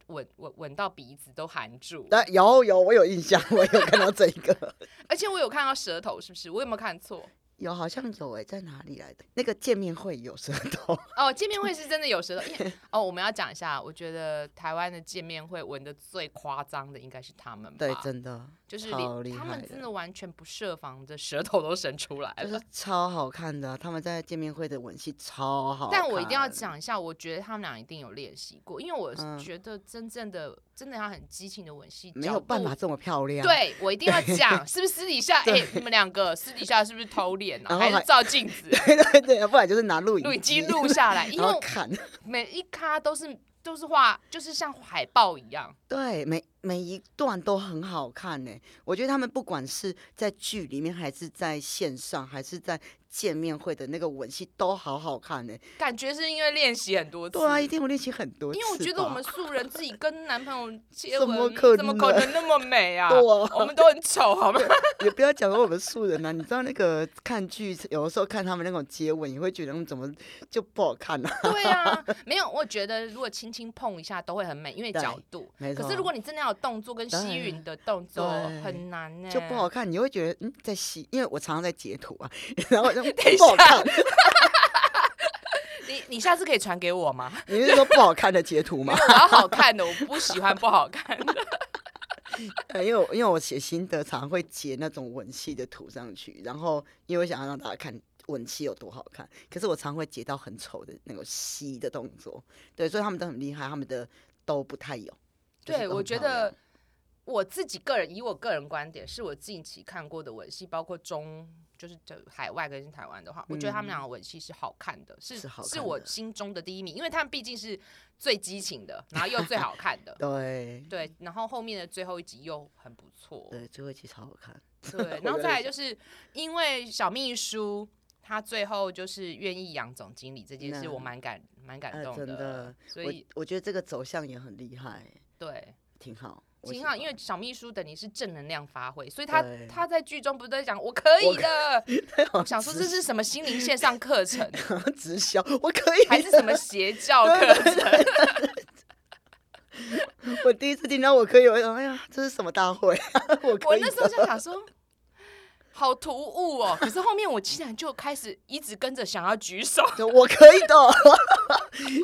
[SPEAKER 1] 吻吻吻到鼻子都含住，
[SPEAKER 2] 但 <laughs> 有有，我有印象，我有看到这一个，
[SPEAKER 1] 而且我有看到舌头，是不是？我有没有看错？
[SPEAKER 2] <laughs> 有好像有哎、在哪里来的？那个见面会有舌头，
[SPEAKER 1] 哦，见面会是真的有舌头。因为哦，我们要讲一下，我觉得台湾的见面会闻的最夸张的应该是他们吧，
[SPEAKER 2] <laughs> 对，真的
[SPEAKER 1] 就是
[SPEAKER 2] 超
[SPEAKER 1] 连
[SPEAKER 2] 厉
[SPEAKER 1] 他
[SPEAKER 2] 害
[SPEAKER 1] 们
[SPEAKER 2] 的
[SPEAKER 1] 真的完全不设防的舌头都伸出来了。
[SPEAKER 2] 就是超好看的啊、他们在见面会的吻戏超好看，
[SPEAKER 1] 但我一定要讲一下，我觉得他们俩一定有练习过，因为我
[SPEAKER 2] 嗯
[SPEAKER 1] 觉得真正的、真的要很激情的吻戏，
[SPEAKER 2] 没有办法。这么漂亮，，
[SPEAKER 1] 对，我一定要讲，是不是私底下？哎、你们两个私底下是不是偷脸啊？
[SPEAKER 2] 然后
[SPEAKER 1] 还是
[SPEAKER 2] 还
[SPEAKER 1] 照镜
[SPEAKER 2] <laughs>
[SPEAKER 1] 子、
[SPEAKER 2] <laughs> 对对对，不然就是拿录
[SPEAKER 1] 录影
[SPEAKER 2] 影
[SPEAKER 1] 机录下来？因
[SPEAKER 2] 然
[SPEAKER 1] <laughs>
[SPEAKER 2] 后
[SPEAKER 1] 为
[SPEAKER 2] 看，
[SPEAKER 1] 每一咖都是都是画，就是像海报一样。
[SPEAKER 2] 对，每每一段都很好看呢、我觉得他们不管是在剧里面，还是在线上，还是在见面会的那个吻戏都好好看呢、
[SPEAKER 1] 感觉是因为练习很多次。
[SPEAKER 2] 对啊，一定我练习很多次
[SPEAKER 1] 因
[SPEAKER 2] 吧，
[SPEAKER 1] 为我觉得我们素人自己跟男朋友接
[SPEAKER 2] 怎
[SPEAKER 1] 吻，
[SPEAKER 2] 么可
[SPEAKER 1] 怎么可
[SPEAKER 2] 能
[SPEAKER 1] 能那么美啊？
[SPEAKER 2] <laughs> 对啊
[SPEAKER 1] 我们都很丑，
[SPEAKER 2] <laughs>
[SPEAKER 1] 好吗？
[SPEAKER 2] 也不要讲说我们素人啊，你知道那个看剧，有的时候看他们那种接吻，你会觉得他们怎么就不好看啊？
[SPEAKER 1] 对啊，没有，我觉得如果轻轻碰一下都会很美，因为
[SPEAKER 2] 对
[SPEAKER 1] 角度。
[SPEAKER 2] 没错
[SPEAKER 1] 可是如果你真的要有动作跟吸吮的动作，
[SPEAKER 2] 对
[SPEAKER 1] 很难欸呢、
[SPEAKER 2] 就不好。看，你会觉得嗯，在吸，因为我常常在截图啊， <laughs> 然后就
[SPEAKER 1] 等一
[SPEAKER 2] 不好
[SPEAKER 1] 下
[SPEAKER 2] 看，
[SPEAKER 1] 你你下次可以传给我
[SPEAKER 2] <laughs>
[SPEAKER 1] 吗？
[SPEAKER 2] 你是说不好看的截图
[SPEAKER 1] 没
[SPEAKER 2] 吗
[SPEAKER 1] 有，？我要好看的，我不喜欢不好看的。
[SPEAKER 2] 呃因为我因为我写心得，常会截那种吻戏的图上去，然后因为我想要让大家看吻戏有多好看，可是我常会截到很丑的那种吸的动作，对，所以他们都很厉害，他们的都不太有。就是
[SPEAKER 1] 对，
[SPEAKER 2] 都
[SPEAKER 1] 我
[SPEAKER 2] 很
[SPEAKER 1] 觉
[SPEAKER 2] 漂亮
[SPEAKER 1] 得我自己个人以我个人观点，是我近期看过的吻戏，包括中就是就海外跟台湾的话，我觉得他们
[SPEAKER 2] 嗯
[SPEAKER 1] 两个吻戏是好看的，是
[SPEAKER 2] 是好看
[SPEAKER 1] 我
[SPEAKER 2] 的。
[SPEAKER 1] 心中的第一名，因为他们毕竟是最激情的，然后又最好看的
[SPEAKER 2] <laughs> 对
[SPEAKER 1] 对，然后后面的最后一集又很不错，
[SPEAKER 2] 对，最后一集超好看。 <laughs>
[SPEAKER 1] 对，然后再来就是因为小秘书他最后就是愿意养总经理这件事，
[SPEAKER 2] 那
[SPEAKER 1] 我蛮感蛮感
[SPEAKER 2] 哎
[SPEAKER 1] 动
[SPEAKER 2] 真的
[SPEAKER 1] 所
[SPEAKER 2] 我
[SPEAKER 1] 以
[SPEAKER 2] 我觉得这个走向也很厉害，
[SPEAKER 1] 对，
[SPEAKER 2] 挺好，我喜
[SPEAKER 1] 挺好，
[SPEAKER 2] 欢
[SPEAKER 1] 因为小秘书等于是正能量发挥，所以他
[SPEAKER 2] 对
[SPEAKER 1] 他在剧中不是在讲我可以
[SPEAKER 2] 我可
[SPEAKER 1] 的，
[SPEAKER 2] 太好
[SPEAKER 1] 我想说
[SPEAKER 2] 直
[SPEAKER 1] 这是什么心灵线上课
[SPEAKER 2] <laughs>
[SPEAKER 1] 程，
[SPEAKER 2] <laughs> 直销，我可以
[SPEAKER 1] 还是什么邪教课程？
[SPEAKER 2] 我第一次听到我可以，我想哎呀，这是什么大会？啊 <laughs> 我可
[SPEAKER 1] 我
[SPEAKER 2] 以
[SPEAKER 1] 那时
[SPEAKER 2] 的
[SPEAKER 1] 候就想说。好突兀哦！可是后面我竟然就开始一直跟着想要举手，
[SPEAKER 2] 就我可以的，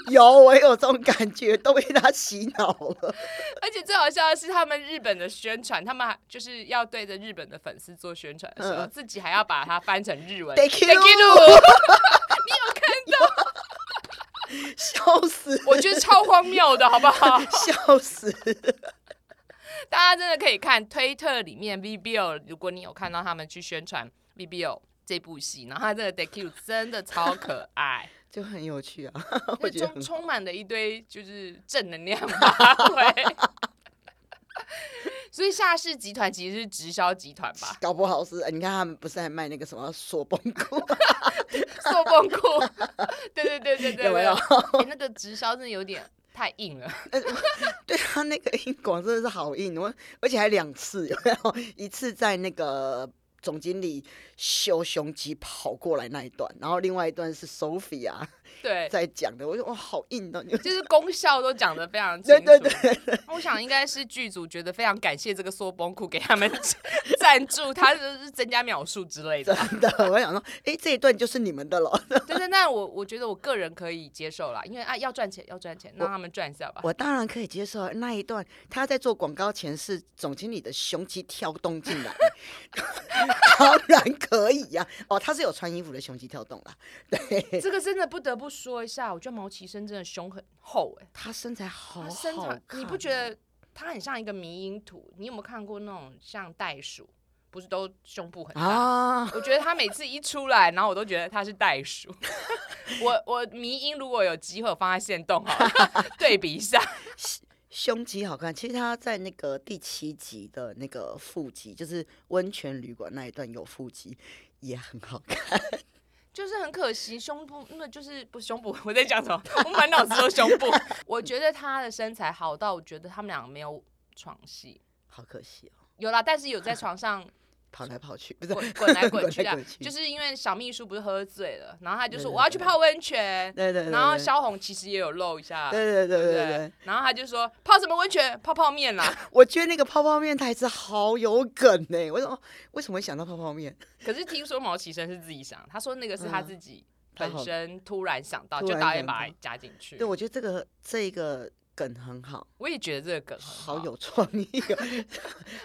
[SPEAKER 2] <laughs> 有我有这种感觉，都被他洗脑了。
[SPEAKER 1] 而且最好笑的是，他们日本的宣传，他们还就是要对着日本的粉丝做宣传的时候，
[SPEAKER 2] 嗯
[SPEAKER 1] 自己还要把它翻成日文。
[SPEAKER 2] Thank you
[SPEAKER 1] you，你
[SPEAKER 2] <laughs>
[SPEAKER 1] 有看？
[SPEAKER 2] 笑死，
[SPEAKER 1] 我觉得超荒谬的，好不好？
[SPEAKER 2] <laughs> 笑死，
[SPEAKER 1] 大家真的可以看推特里面 VBO，如果你有看到他们去宣传 VBO 这部戏，然后他这个 d e c u 真的超可爱，
[SPEAKER 2] 就很有
[SPEAKER 1] <laughs>
[SPEAKER 2] 趣啊！
[SPEAKER 1] 就
[SPEAKER 2] <laughs> 我觉得
[SPEAKER 1] 充
[SPEAKER 2] 很
[SPEAKER 1] 充满了一堆就是正能量发挥。 <laughs> 所以夏氏集团其实是直销集团吧，
[SPEAKER 2] <laughs> 搞不好是，哎你看他们不是还卖那个什么锁崩裤？
[SPEAKER 1] 做梦裤，对对对对对，
[SPEAKER 2] 有没有
[SPEAKER 1] 对哎那个直销真的有点太硬了，
[SPEAKER 2] <laughs> 对他那个硬广真的是好硬，我而且还两次，有没有？ <laughs> 一次在那个总经理秀胸肌跑过来那一段，然后另外一段是 Sophia
[SPEAKER 1] 对，
[SPEAKER 2] 在讲的，我就哇好硬哦，你们 <laughs>
[SPEAKER 1] 就是功效都讲得非常清
[SPEAKER 2] 对
[SPEAKER 1] 楚。
[SPEAKER 2] 对对，
[SPEAKER 1] 我想应该是剧组觉得非常感谢这个缩崩裤给他们 <laughs> 赞助，他就是增加秒数之
[SPEAKER 2] <laughs>
[SPEAKER 1] 类的。
[SPEAKER 2] 真的，我想说，哎、这一段就是你们的了。
[SPEAKER 1] 对对，那我我觉得我个人可以接受啦，因为啊要赚钱要赚钱，让他们赚一下吧。
[SPEAKER 2] 我当然可以接受啊那一段，他在做广告前是总经理的胸肌跳动进来，当然可以呀、哦，他是有穿衣服的胸肌跳动啦，对，
[SPEAKER 1] 这个真的不得不说一下，我觉得毛奇生真的胸很厚哎、
[SPEAKER 2] 他身材好
[SPEAKER 1] 他
[SPEAKER 2] 哦好
[SPEAKER 1] 身材你不
[SPEAKER 2] 看
[SPEAKER 1] 觉
[SPEAKER 2] 哦
[SPEAKER 1] 得他很像一个迷因图？你有没有看过那种像袋鼠，不是都胸部很大？
[SPEAKER 2] 啊？
[SPEAKER 1] 我觉得他每次一出来，然后我都觉得他是袋鼠。 <laughs> 我我迷音如果有机会，我放在线动好了，对比一下。
[SPEAKER 2] 胸肌好看，其实他在那个第七集的那个腹肌，就是温泉旅馆那一段有腹肌，也很好看。
[SPEAKER 1] <laughs> 就是很可惜，胸部那个就是不是胸部，我在讲什么？我满脑子都胸部。 <laughs> 我觉得他的身材好到，我觉得他们两个没有床戏，
[SPEAKER 2] 好可惜哦，
[SPEAKER 1] 有啦，但是有在床 <laughs> 上
[SPEAKER 2] 跑来跑去，不是
[SPEAKER 1] 滚滚来滚去
[SPEAKER 2] 滚来
[SPEAKER 1] 啊
[SPEAKER 2] 滚。去
[SPEAKER 1] 就是因为小秘书不是喝醉了，然后他就
[SPEAKER 2] 对
[SPEAKER 1] 说
[SPEAKER 2] 对
[SPEAKER 1] 我要去泡温泉，
[SPEAKER 2] 对对对，
[SPEAKER 1] 然后
[SPEAKER 2] 对
[SPEAKER 1] 萧红其实也有露一下，
[SPEAKER 2] 对对对
[SPEAKER 1] 不
[SPEAKER 2] 对对，
[SPEAKER 1] 然后他就说泡什么温泉？泡泡面啦。
[SPEAKER 2] 我觉得那个泡泡面台词好有梗呢、我怎么为什么会想到泡泡面？
[SPEAKER 1] <laughs> 可是听说毛奇生是自己想，他说那个是他自己本身嗯突然想到，
[SPEAKER 2] 突
[SPEAKER 1] 就
[SPEAKER 2] 然
[SPEAKER 1] 导演
[SPEAKER 2] 想
[SPEAKER 1] 把它
[SPEAKER 2] 到
[SPEAKER 1] 加进去
[SPEAKER 2] 对，。我觉得这个这个梗很好，
[SPEAKER 1] 我也觉得这个梗很
[SPEAKER 2] 好有创意、 <laughs> 哦，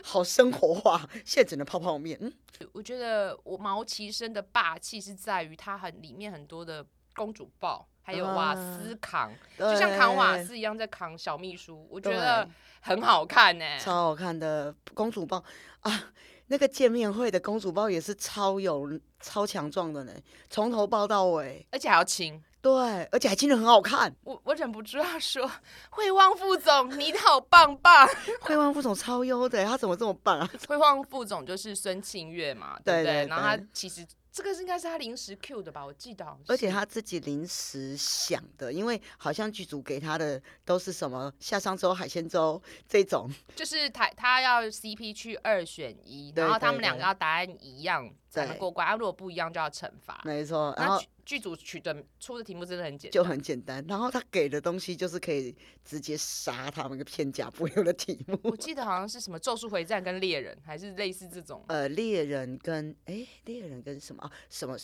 [SPEAKER 2] 好生活化。现在只能泡泡面，嗯，
[SPEAKER 1] 我觉得我毛奇生的霸气是在于他很里面很多的公主抱，还有瓦斯扛，就像扛瓦
[SPEAKER 2] 嗯对，
[SPEAKER 1] 斯一样在扛小秘书，我觉
[SPEAKER 2] 对
[SPEAKER 1] 得很好看欸呢、
[SPEAKER 2] 超好看的公主抱啊！那个见面会的公主抱也是超有超强壮的呢，从头抱到尾，
[SPEAKER 1] 而且还要亲。
[SPEAKER 2] 对，而且还亲的很
[SPEAKER 1] <laughs>
[SPEAKER 2] 好看。
[SPEAKER 1] 我我忍不住要说，慧望副总你好棒棒。
[SPEAKER 2] 惠万副
[SPEAKER 1] <laughs>
[SPEAKER 2] 总超优的，他怎么这么棒啊？
[SPEAKER 1] 慧望副总就是孙庆月嘛，对不
[SPEAKER 2] 对
[SPEAKER 1] 对？
[SPEAKER 2] 对
[SPEAKER 1] 然后他
[SPEAKER 2] 对
[SPEAKER 1] 其实这个是应该是他临时 Q 的吧？我记得好像是，
[SPEAKER 2] 而且他自己临时想的，因为好像剧组给他的都是什么下上周海鲜粥这种，
[SPEAKER 1] 就是他他要 CP 去二选一，
[SPEAKER 2] 对
[SPEAKER 1] 然后他
[SPEAKER 2] 对
[SPEAKER 1] 们两
[SPEAKER 2] 对
[SPEAKER 1] 个要答案一样才能
[SPEAKER 2] 对
[SPEAKER 1] 过关，啊如果不一样就要惩罚。
[SPEAKER 2] 没错。然
[SPEAKER 1] 那
[SPEAKER 2] 后
[SPEAKER 1] 剧剧组取的出的题目真的很简单，
[SPEAKER 2] 就很简单，然后他给的东西就是可以直接杀他们个片甲不留的题目。
[SPEAKER 1] 我记得好像是什么《咒术回战》跟《猎人》，还是类似这种。
[SPEAKER 2] 呃，猎人跟哎，猎人跟什么啊？什么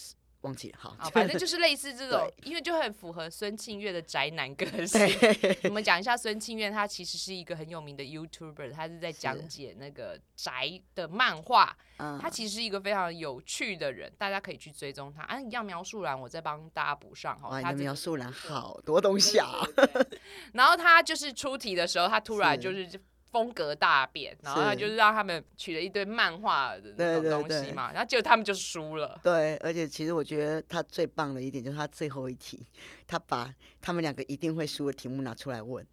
[SPEAKER 2] 忘记了？好，
[SPEAKER 1] 啊，反正就是类似这种，因为就很符合孙庆月的宅男个性。
[SPEAKER 2] <laughs>
[SPEAKER 1] 我们讲一下孙庆月，他其实是一个很有名的 YouTuber，他是在讲
[SPEAKER 2] 是
[SPEAKER 1] 解那个宅的漫画。
[SPEAKER 2] 嗯 <laughs>
[SPEAKER 1] 他，其实是一个非常有趣的人，大家可以去追踪他。啊，一样描述栏我再帮大家补上
[SPEAKER 2] 哇，
[SPEAKER 1] 哈。
[SPEAKER 2] 哦你
[SPEAKER 1] 他
[SPEAKER 2] 的
[SPEAKER 1] 这
[SPEAKER 2] 描述栏好多东西啊！
[SPEAKER 1] 对对对然后他就是出题的时候，他突然
[SPEAKER 2] 是
[SPEAKER 1] 就是风格大变，然后他就是让他们取了一堆漫画的那
[SPEAKER 2] 对
[SPEAKER 1] 种
[SPEAKER 2] 对
[SPEAKER 1] 东西
[SPEAKER 2] 对
[SPEAKER 1] 嘛，然后结果他们就输了。
[SPEAKER 2] 对， <laughs> 而且其实我觉得他最棒的一点就是他最后一题，他把他们两个一定会输的题目拿出来问，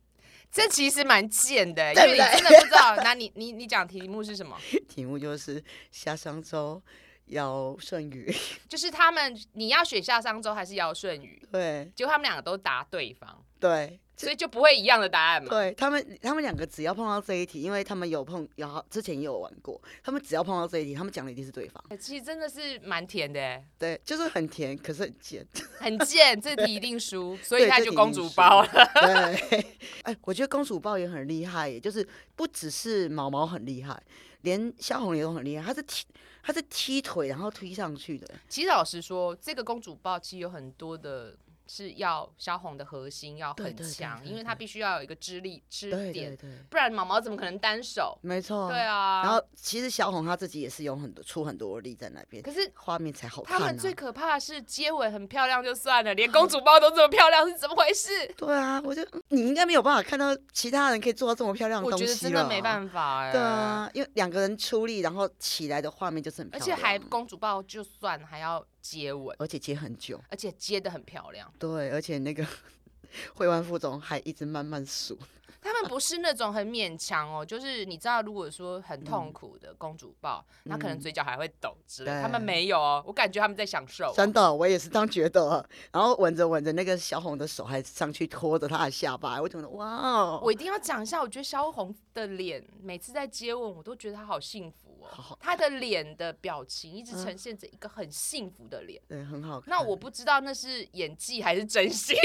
[SPEAKER 1] 这其实蛮贱的，欸因
[SPEAKER 2] 对
[SPEAKER 1] 为
[SPEAKER 2] 不
[SPEAKER 1] 你
[SPEAKER 2] 对
[SPEAKER 1] 真的不知道。那你你你讲题目是什么？
[SPEAKER 2] 题目就是夏商周、尧舜禹，
[SPEAKER 1] 就是他们你要选夏商周还是尧舜禹？
[SPEAKER 2] <laughs> 对
[SPEAKER 1] 结果他们两个都答对方，
[SPEAKER 2] 对。
[SPEAKER 1] 所以就不会一样的答案嘛。
[SPEAKER 2] 对他们，他们两个只要碰到这一题，因为他们有碰，然后之前也有玩过，他们只要碰到这一题，他们讲的一定是对方。
[SPEAKER 1] 其实真的是蛮甜的，
[SPEAKER 2] 对，就是很甜，可是很贱。 <laughs>
[SPEAKER 1] 很贱，这题一定输，所以
[SPEAKER 2] 对
[SPEAKER 1] 他
[SPEAKER 2] 这
[SPEAKER 1] 就
[SPEAKER 2] 题
[SPEAKER 1] 公
[SPEAKER 2] 一定
[SPEAKER 1] 主
[SPEAKER 2] 输
[SPEAKER 1] 包了。
[SPEAKER 2] 对，
[SPEAKER 1] <laughs>
[SPEAKER 2] 哎，我觉得公主抱也很厉害耶，就是不只是毛毛很厉害，连萧红也都很厉害。她是踢，她是踢腿然后推上去的。
[SPEAKER 1] 其实老实说，这个公主抱其实有很多的是要萧红的核心要
[SPEAKER 2] 对
[SPEAKER 1] 很
[SPEAKER 2] 对对
[SPEAKER 1] 强，
[SPEAKER 2] 对
[SPEAKER 1] 因为她必须要有一个支力支
[SPEAKER 2] 对
[SPEAKER 1] 点
[SPEAKER 2] 对，对，
[SPEAKER 1] 不然毛毛怎么可能单手？
[SPEAKER 2] 没错。
[SPEAKER 1] 对。啊，
[SPEAKER 2] 然后其实小红她自己也是有很多出很多力在那边，
[SPEAKER 1] 可是。
[SPEAKER 2] 画面才好
[SPEAKER 1] 他
[SPEAKER 2] 看、啊。
[SPEAKER 1] 们最可怕的是接吻很漂亮就算了，连公主抱都这么漂亮，是怎么回事？
[SPEAKER 2] 对啊，我就嗯你应该没有办法看到其他人可以做到这么漂亮
[SPEAKER 1] 我
[SPEAKER 2] 东西
[SPEAKER 1] 觉得真的没办法哎、
[SPEAKER 2] 对啊，因为两个人出力，然后起来的画面就是很漂
[SPEAKER 1] 而
[SPEAKER 2] 亮
[SPEAKER 1] 且
[SPEAKER 2] 啊，
[SPEAKER 1] 还公主抱就算还要接吻，
[SPEAKER 2] 而且接很久。
[SPEAKER 1] 而且接的很漂亮。
[SPEAKER 2] 对，而且那个 <laughs> 惠湾副总还一直慢慢数。
[SPEAKER 1] 他们不是那种很勉强哦，就是你知道，如果说很痛苦的公主抱，
[SPEAKER 2] 嗯
[SPEAKER 1] 她可能嘴角还会抖之类，
[SPEAKER 2] 对
[SPEAKER 1] 他们没有哦，我感觉他们在享受哦、
[SPEAKER 2] 真的，我也是这样觉得。然后吻着吻着，那个小红的手还上去拖着她的下巴，我觉得哇哦，
[SPEAKER 1] 我一定要讲一下，我觉得萧红的脸每次在接吻，我都觉得她好幸福
[SPEAKER 2] 好
[SPEAKER 1] 哦
[SPEAKER 2] 好，嗯
[SPEAKER 1] 她的脸的表情一直呈现着一个很幸福的脸。
[SPEAKER 2] 对，很好看。
[SPEAKER 1] 那我不知道那是演技还是真心，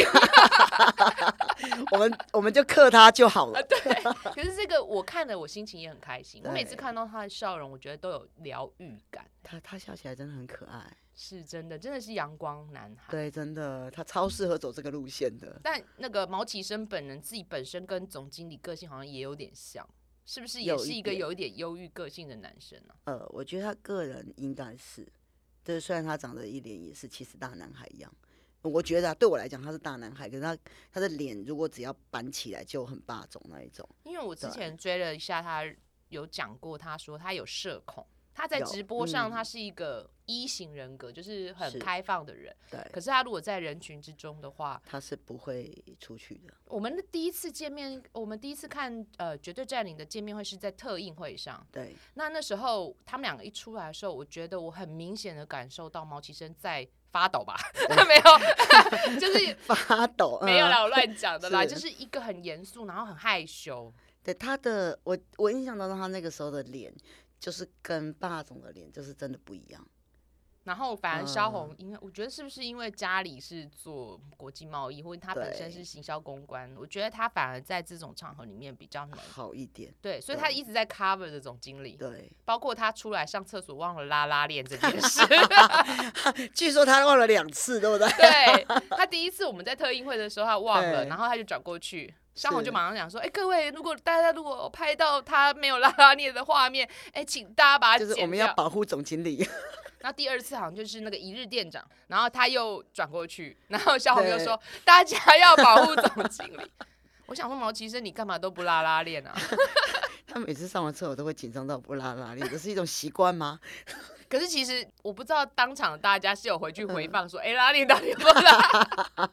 [SPEAKER 2] 我们我们就克她就好
[SPEAKER 1] 啊
[SPEAKER 2] 了。
[SPEAKER 1] 可是这个我看了，我心情也很开心。我
[SPEAKER 2] 对
[SPEAKER 1] 每次看到她的笑容，我觉得都有疗愈感，
[SPEAKER 2] 她她笑起来真的很可爱，
[SPEAKER 1] 是真的，真的是阳光男孩。
[SPEAKER 2] 对，真的，她超适合走这个路线的。
[SPEAKER 1] 但那个毛启生本人自己本身跟总经理个性好像也有点像，是不是也
[SPEAKER 2] 有
[SPEAKER 1] 是
[SPEAKER 2] 一
[SPEAKER 1] 一个
[SPEAKER 2] 点
[SPEAKER 1] 有一点忧郁个性的男生啊呢、
[SPEAKER 2] 呃，我觉得她个人应该是，就是虽然她长得一脸也是其实大男孩一样，我觉得、啊、对我来讲她是大男孩，可是她她的脸如果只要板起来就很霸总那一种。
[SPEAKER 1] 因为我之
[SPEAKER 2] 对
[SPEAKER 1] 前追了一下他，有讲过，他说他有社恐，他在
[SPEAKER 2] 有
[SPEAKER 1] 直播上
[SPEAKER 2] 嗯
[SPEAKER 1] 他是一个一型人格，就是很
[SPEAKER 2] 是
[SPEAKER 1] 开放的人。
[SPEAKER 2] 对，
[SPEAKER 1] 可是他如果在人群之中的话，
[SPEAKER 2] 她是不会出去的。
[SPEAKER 1] 我们的第一次见面，我们第一次看呃《绝对占领》的见面会是在特映会上。
[SPEAKER 2] 对，
[SPEAKER 1] 那那时候他们两个一出来的时候，我觉得我很明显的感受到毛奇生在发抖吧，没有， <laughs> 就是
[SPEAKER 2] 发抖。
[SPEAKER 1] 没有
[SPEAKER 2] 嗯
[SPEAKER 1] 啦，我乱讲的啦，
[SPEAKER 2] 是
[SPEAKER 1] 就是一个很严肃，然后很害羞，
[SPEAKER 2] 嗯对他的，我我印象当中，他那个时候的脸，就是跟霸总的脸，就是真的不一样。
[SPEAKER 1] 然后反而
[SPEAKER 2] 嗯
[SPEAKER 1] 萧红，因为我觉得是不是因为家里是做国际贸易，或者他本身
[SPEAKER 2] 对
[SPEAKER 1] 是行销公关，我觉得他反而在这种场合里面比较能
[SPEAKER 2] 好一点。
[SPEAKER 1] 对，所以
[SPEAKER 2] 对
[SPEAKER 1] 他一直在 cover 这种经历， <laughs>
[SPEAKER 2] 对，
[SPEAKER 1] 包括他出来上厕所忘了拉拉链这件
[SPEAKER 2] <laughs>
[SPEAKER 1] 事。
[SPEAKER 2] 据说他忘了两次，对不对？
[SPEAKER 1] 对他第一次我们在特映会的时候他忘了，
[SPEAKER 2] 对
[SPEAKER 1] 然后他就转过去。萧红
[SPEAKER 2] 是
[SPEAKER 1] 就马上讲说：“哎、各位，如果大家如果拍到他没有拉拉链的画面，哎、请大家把它
[SPEAKER 2] 就是我
[SPEAKER 1] 剪
[SPEAKER 2] 们
[SPEAKER 1] 掉
[SPEAKER 2] 要保护总经理。 <laughs>
[SPEAKER 1] 然后第二次好像就是那个一日店长，然后他又转过去，然后小红又说大家要保护总经理。我想说毛奇生，你干嘛都不拉拉链啊？
[SPEAKER 2] 他每次上完厕所都会紧张到不拉拉链，这是一种习惯吗？
[SPEAKER 1] 可是其实我不知道当场大家是有回去回放说，哎、拉链到底有没有拉？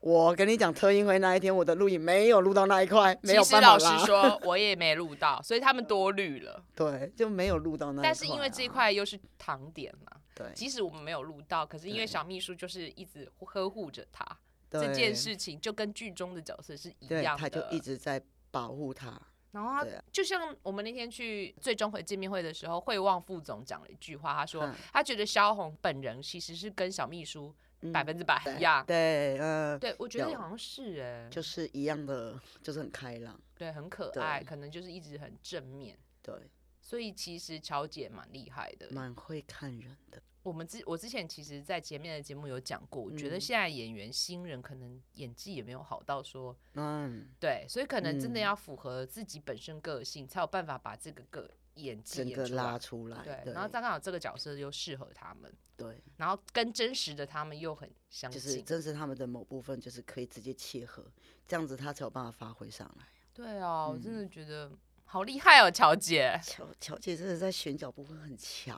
[SPEAKER 2] 我跟你讲，特映会那一天，我的录影没有录到那一块，没
[SPEAKER 1] 其
[SPEAKER 2] 有
[SPEAKER 1] 实
[SPEAKER 2] 办
[SPEAKER 1] 老
[SPEAKER 2] 法
[SPEAKER 1] 实
[SPEAKER 2] 拉。
[SPEAKER 1] 说，我也没录到，所以他们多虑了。
[SPEAKER 2] 对，就没有录到那一块啊、
[SPEAKER 1] 但是因为这一块又是糖点嘛，
[SPEAKER 2] 对
[SPEAKER 1] 即使我们没有录到，可是因为
[SPEAKER 2] 对
[SPEAKER 1] 小秘书就是一直呵护着他
[SPEAKER 2] 对
[SPEAKER 1] 这件事情，就跟剧中的角色是一
[SPEAKER 2] 对，
[SPEAKER 1] 样的。
[SPEAKER 2] 他就一直在保护他。
[SPEAKER 1] 然后他
[SPEAKER 2] 对啊
[SPEAKER 1] 就像我们那天去最终回见面会的时候，会望副总讲了一句话，他说
[SPEAKER 2] 嗯
[SPEAKER 1] 他觉得萧红本人其实是跟小秘书
[SPEAKER 2] 嗯
[SPEAKER 1] 百分之百一样。
[SPEAKER 2] 对，呃，
[SPEAKER 1] 对，我觉得
[SPEAKER 2] 有
[SPEAKER 1] 好像是哎，
[SPEAKER 2] 就是一样的，就是很开朗。
[SPEAKER 1] 对，很可
[SPEAKER 2] 对
[SPEAKER 1] 爱，可能就是一直很正面。
[SPEAKER 2] 对，
[SPEAKER 1] 所以其实乔姐蛮厉害的。
[SPEAKER 2] 蛮会看人的。
[SPEAKER 1] 我们之我之前其实，在前面的节目有讲过，我觉得
[SPEAKER 2] 嗯
[SPEAKER 1] 现在演员新人可能演技也没有好到说
[SPEAKER 2] 嗯，
[SPEAKER 1] 对，所以可能真的
[SPEAKER 2] 嗯
[SPEAKER 1] 要符合自己本身个性，才有办法把这个个演技
[SPEAKER 2] 整
[SPEAKER 1] 演
[SPEAKER 2] 个
[SPEAKER 1] 出来
[SPEAKER 2] 拉出来。
[SPEAKER 1] 对，
[SPEAKER 2] 对，
[SPEAKER 1] 然后刚好这个角色又适合他们，
[SPEAKER 2] 对，
[SPEAKER 1] 然后跟真实的他们又很相近。
[SPEAKER 2] 就是正是他们的某部分，就是可以直接切合，这样子他才有办法发挥上来。
[SPEAKER 1] 对啊，我真
[SPEAKER 2] 嗯
[SPEAKER 1] 的觉得好厉害哦，乔姐。
[SPEAKER 2] 乔乔姐真的在选角部分很强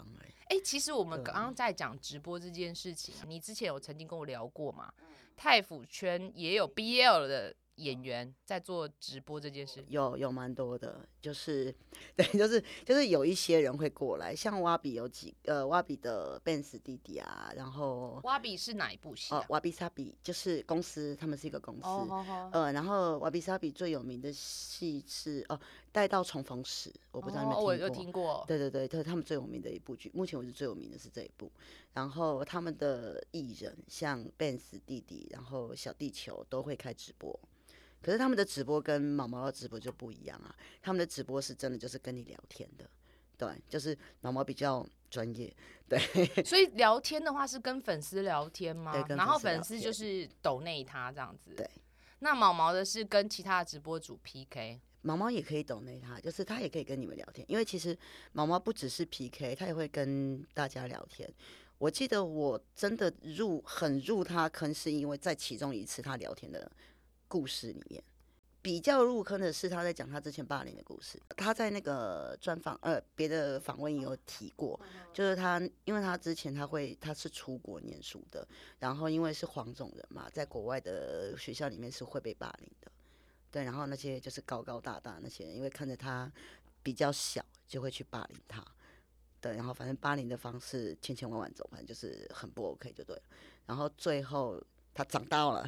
[SPEAKER 1] 哎、
[SPEAKER 2] 哎、
[SPEAKER 1] 其实我们刚
[SPEAKER 2] 对
[SPEAKER 1] 刚在讲直播这件事情，你之前有曾经跟我聊过嘛？泰腐圈也有 BL 的演员在做直播这件事。
[SPEAKER 2] 有有蛮多的，就是对，就是就是有一些人会过来，像挖比有几呃挖比的 Benz 弟弟啊，然后
[SPEAKER 1] 挖比是哪一部戏
[SPEAKER 2] 呃
[SPEAKER 1] 啊？
[SPEAKER 2] 挖比萨比就是公司，他们是一个公司，
[SPEAKER 1] 哦，好好。
[SPEAKER 2] 呃，然后瓦比萨比最有名的戏是哦，带到重逢时，
[SPEAKER 1] 我
[SPEAKER 2] 我不知道你们
[SPEAKER 1] 哦、我
[SPEAKER 2] 过。
[SPEAKER 1] 有听过。
[SPEAKER 2] 对对对，这是他们最有名的一部剧，目前为止最有名的是这一部。然后他们的艺人像 Benz 弟弟，然后小地球都会开直播，可是他们的直播跟毛毛的直播就不一样啊，他们的直播是真的就是跟你聊天的，对，就是毛毛比较专业，
[SPEAKER 1] 所以聊天的话是跟粉丝聊天吗
[SPEAKER 2] 对？跟
[SPEAKER 1] 然后
[SPEAKER 2] 粉丝
[SPEAKER 1] 粉丝
[SPEAKER 2] 聊天
[SPEAKER 1] 就是抖内他这样子。
[SPEAKER 2] 对。
[SPEAKER 1] 那毛毛的是跟其他的直播主 PK，
[SPEAKER 2] 毛毛也可以懂内他，就是他也可以跟你们聊天，因为其实毛毛不只是 PK，他也会跟大家聊天。我记得我真的入很入他坑，是因为在其中一次他聊天的故事里面，比较入坑的是他在讲他之前霸凌的故事。他在那个专访呃别的访问也有提过，就是他因为他之前他会他是出国念书的，然后因为是黄种人嘛，在国外的学校里面是会被霸凌的。对，然后那些就是高高大大那些人，因为看着他比较小，就会去霸凌他。对，然后反正霸凌的方式千千万万种，反正就是很不 OK 就对了。然后最后他长大了，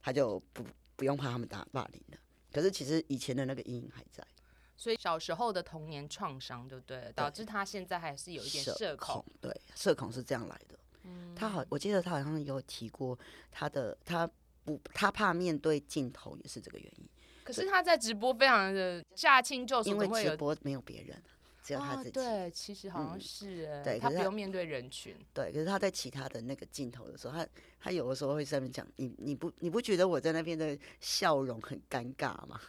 [SPEAKER 2] 他就不不用怕他们打霸凌了。可是其实以前的那个阴影还在，
[SPEAKER 1] 所以小时候的童年创伤，对不对？导致他现在还是有一点社恐
[SPEAKER 2] 恐。，对，社恐是这样来的。
[SPEAKER 1] 嗯
[SPEAKER 2] 他好，我记得他好像有提过他的他不他怕面对镜头也是这个原因，
[SPEAKER 1] 可是他在直播非常的驾轻就熟，
[SPEAKER 2] 因
[SPEAKER 1] 怎
[SPEAKER 2] 为
[SPEAKER 1] 么会
[SPEAKER 2] 直
[SPEAKER 1] 有？
[SPEAKER 2] 播没有别人，只有他
[SPEAKER 1] 哦
[SPEAKER 2] 自，己。
[SPEAKER 1] 对，其实好像
[SPEAKER 2] 嗯
[SPEAKER 1] 是哎，
[SPEAKER 2] 对
[SPEAKER 1] 他
[SPEAKER 2] 可
[SPEAKER 1] 不
[SPEAKER 2] 是他
[SPEAKER 1] 用面对人群。
[SPEAKER 2] 对，可是他在其他的那个镜头的时候，他他有的时候会在那边讲，你你不你不觉得我在那边的笑容很尴尬吗？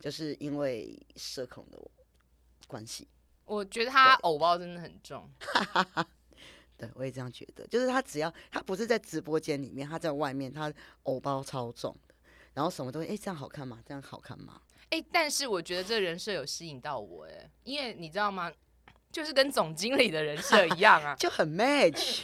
[SPEAKER 2] 就是因为社恐的关系，
[SPEAKER 1] 我觉得他偶包真的很重，
[SPEAKER 2] 对我也这样觉得。就是他只要他不是在直播间里面，他在外面，他偶包超重的，然后什么都会，哎、这样好看吗？这样好看吗？
[SPEAKER 1] 哎、但是我觉得这人设有吸引到我，哎，因为你知道吗？就是跟总经理的人设一样
[SPEAKER 2] <laughs>，
[SPEAKER 1] 啊
[SPEAKER 2] 就很 match，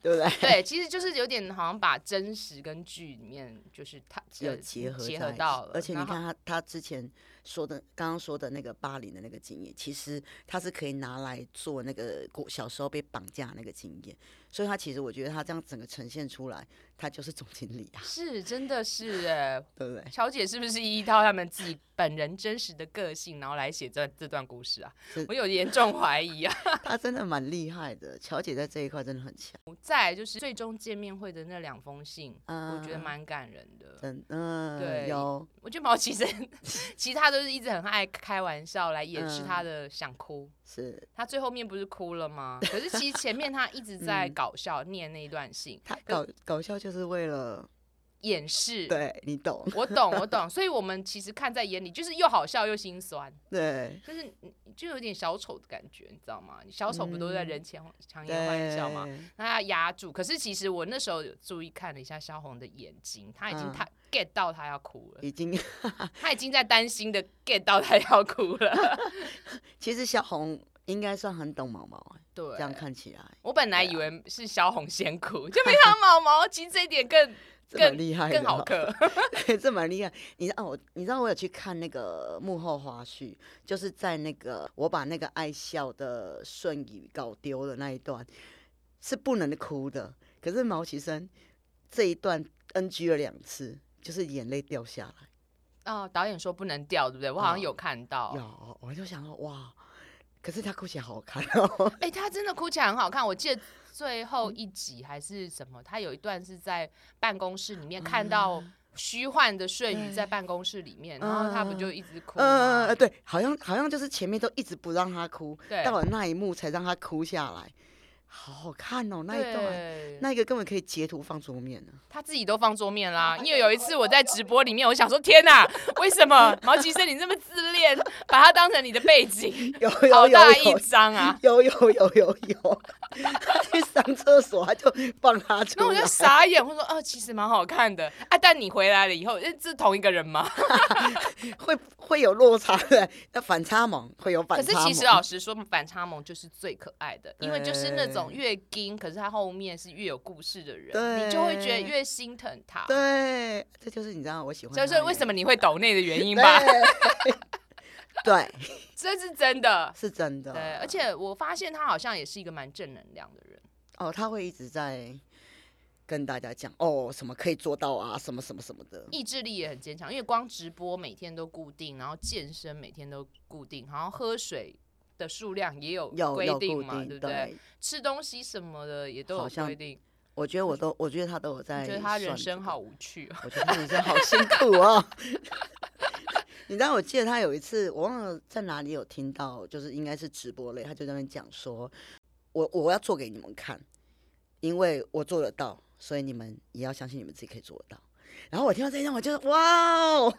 [SPEAKER 2] 对 <laughs> 不对？
[SPEAKER 1] 对，其实就是有点好像把真实跟剧里面就是他呃
[SPEAKER 2] 有结合
[SPEAKER 1] 结
[SPEAKER 2] 在
[SPEAKER 1] 合
[SPEAKER 2] 一起
[SPEAKER 1] 到了，
[SPEAKER 2] 而且你
[SPEAKER 1] 然后
[SPEAKER 2] 看他他之前说的，刚刚说的那个巴黎的那个经验，其实他是可以拿来做那个国小时候被绑架那个经验，所以他其实我觉得他这样整个呈现出来，他就是总经理啊，
[SPEAKER 1] 是真的是哎，
[SPEAKER 2] 对 <laughs> 不对？
[SPEAKER 1] 乔姐是不是依照他们自己本人真实的个性，然后来写这这段故事啊
[SPEAKER 2] 是？
[SPEAKER 1] 我有严重怀疑啊。
[SPEAKER 2] 他真的蛮厉害的，乔姐在这一块真的很强，
[SPEAKER 1] 再来就是最终见面会的那两封信，
[SPEAKER 2] 啊
[SPEAKER 1] 我觉得蛮感人的。
[SPEAKER 2] 真嗯、
[SPEAKER 1] 对
[SPEAKER 2] 有
[SPEAKER 1] 我觉得毛奇生 <laughs> 其他都是一直很爱开玩笑来掩饰
[SPEAKER 2] 嗯
[SPEAKER 1] 他的想哭。
[SPEAKER 2] 是
[SPEAKER 1] 他最后面不是哭了吗？可是其实前面他一直在
[SPEAKER 2] 嗯
[SPEAKER 1] 搞笑，念那一段信，
[SPEAKER 2] 他搞搞笑就是为了
[SPEAKER 1] 掩饰。
[SPEAKER 2] 对你懂，
[SPEAKER 1] 我懂，我懂，所以我们其实看在眼里，就是又好笑又心酸，
[SPEAKER 2] 对
[SPEAKER 1] 就是你就有点小丑的感觉，你知道吗？你小丑不都在
[SPEAKER 2] 嗯
[SPEAKER 1] 人前强颜欢
[SPEAKER 2] 对
[SPEAKER 1] 笑吗？那他压住，可是其实我那时候有注意看了一下萧红的眼睛，他已经
[SPEAKER 2] 嗯
[SPEAKER 1] 他 get 到他要哭了，
[SPEAKER 2] 已经 <laughs>
[SPEAKER 1] 他已经在担心的 get 到他要哭
[SPEAKER 2] <laughs>
[SPEAKER 1] 了。
[SPEAKER 2] 其实小红应该算很懂毛毛、欸，
[SPEAKER 1] 对啊
[SPEAKER 2] 这，样看起来。
[SPEAKER 1] 我本来以为是萧红先
[SPEAKER 2] <laughs>
[SPEAKER 1] 哭，就没想到毛毛其实这一点更
[SPEAKER 2] 这
[SPEAKER 1] 更
[SPEAKER 2] 蛮厉害的
[SPEAKER 1] 更好
[SPEAKER 2] 哦
[SPEAKER 1] 磕。
[SPEAKER 2] <laughs> 这蛮厉害。你知道我，你知道我有去看那个幕后花絮，就是在那个我把那个爱笑的顺语搞丢的那一段，是不能哭的。可是毛奇生这一段 NG 了两次，就是眼泪掉下来。
[SPEAKER 1] <laughs> 哦，导演说不能掉，对不对？我好像
[SPEAKER 2] 嗯
[SPEAKER 1] 有看到。
[SPEAKER 2] 有，我就想说哇，可是他哭起来好好看哦。
[SPEAKER 1] 哎、他真的 <laughs> 哭起来很好看。我记得最后一集还是什么，他有一段是在办公室里面看到
[SPEAKER 2] 嗯
[SPEAKER 1] 虚幻的睡雨
[SPEAKER 2] 对
[SPEAKER 1] 在办公室里面，然后他不
[SPEAKER 2] 嗯
[SPEAKER 1] 就一直哭
[SPEAKER 2] 嗯、
[SPEAKER 1] 吗？
[SPEAKER 2] 对，好像好像就是前面都一直不让他哭，
[SPEAKER 1] 对，
[SPEAKER 2] 到了那一幕才让他哭下来，好好看哦那一段，
[SPEAKER 1] 对
[SPEAKER 2] 那一个根本可以截图放桌面
[SPEAKER 1] <laughs>
[SPEAKER 2] 呢、
[SPEAKER 1] 他自己都放桌面啦。因为有一次我在直播里面，我想说天哪，为什么 <laughs> 毛奇生你这么自恋，把它当成你的背景，
[SPEAKER 2] 有
[SPEAKER 1] 好
[SPEAKER 2] <laughs> 有
[SPEAKER 1] 大
[SPEAKER 2] 有
[SPEAKER 1] 一
[SPEAKER 2] 有
[SPEAKER 1] 张啊！
[SPEAKER 2] <laughs> 有有有有有， <laughs> 他去上厕所他就放他出
[SPEAKER 1] 那我
[SPEAKER 2] 来
[SPEAKER 1] 就，傻眼，我说哦，其实蛮好看的啊。但你回来了以后，这是同一个人吗？
[SPEAKER 2] 会会有落差的， <laughs> 那反差萌会
[SPEAKER 1] <laughs>
[SPEAKER 2] 有
[SPEAKER 1] 可
[SPEAKER 2] 反
[SPEAKER 1] 是
[SPEAKER 2] 差萌。
[SPEAKER 1] 其实老实说，反差萌就是最可爱的，因为就是那种
[SPEAKER 2] 对
[SPEAKER 1] 越精，可是他后面是越有故事的人，
[SPEAKER 2] 对
[SPEAKER 1] 你就会觉得越心疼他。
[SPEAKER 2] 对，这就是你知道我喜欢
[SPEAKER 1] 所
[SPEAKER 2] 他
[SPEAKER 1] 以
[SPEAKER 2] 耶，
[SPEAKER 1] 啊说，为什么你会抖内的原因
[SPEAKER 2] 对 <laughs>
[SPEAKER 1] 吧？
[SPEAKER 2] 对，
[SPEAKER 1] <laughs> 这是真的。
[SPEAKER 2] 是真的。
[SPEAKER 1] 对，而且我发现他好像也是一个蛮正能量的人。
[SPEAKER 2] 哦，他会一直在跟大家讲哦，什么可以做到啊，什么什么什么的。
[SPEAKER 1] 意志力也很坚强，因为光直播每天都固定，然后健身每天都固定，然后喝水的数量也有
[SPEAKER 2] 有
[SPEAKER 1] 规
[SPEAKER 2] 有固
[SPEAKER 1] 定
[SPEAKER 2] 定
[SPEAKER 1] 嘛，对不对？？吃东西什么的也都有
[SPEAKER 2] 好像
[SPEAKER 1] 规定。
[SPEAKER 2] 我觉得我都，我觉得他都有在。
[SPEAKER 1] 你觉得他人生好，无趣
[SPEAKER 2] <laughs>
[SPEAKER 1] 哦。
[SPEAKER 2] 我觉得他人生好辛苦哦。 <laughs> 你知道，我记得他有一次，我忘了在哪里有听到，就是应该是直播类，他就在那边讲说，我我要做给你们看，因为我做得到，所以你们也要相信你们自己可以做得到。然后我听到这一段，我就哇哦，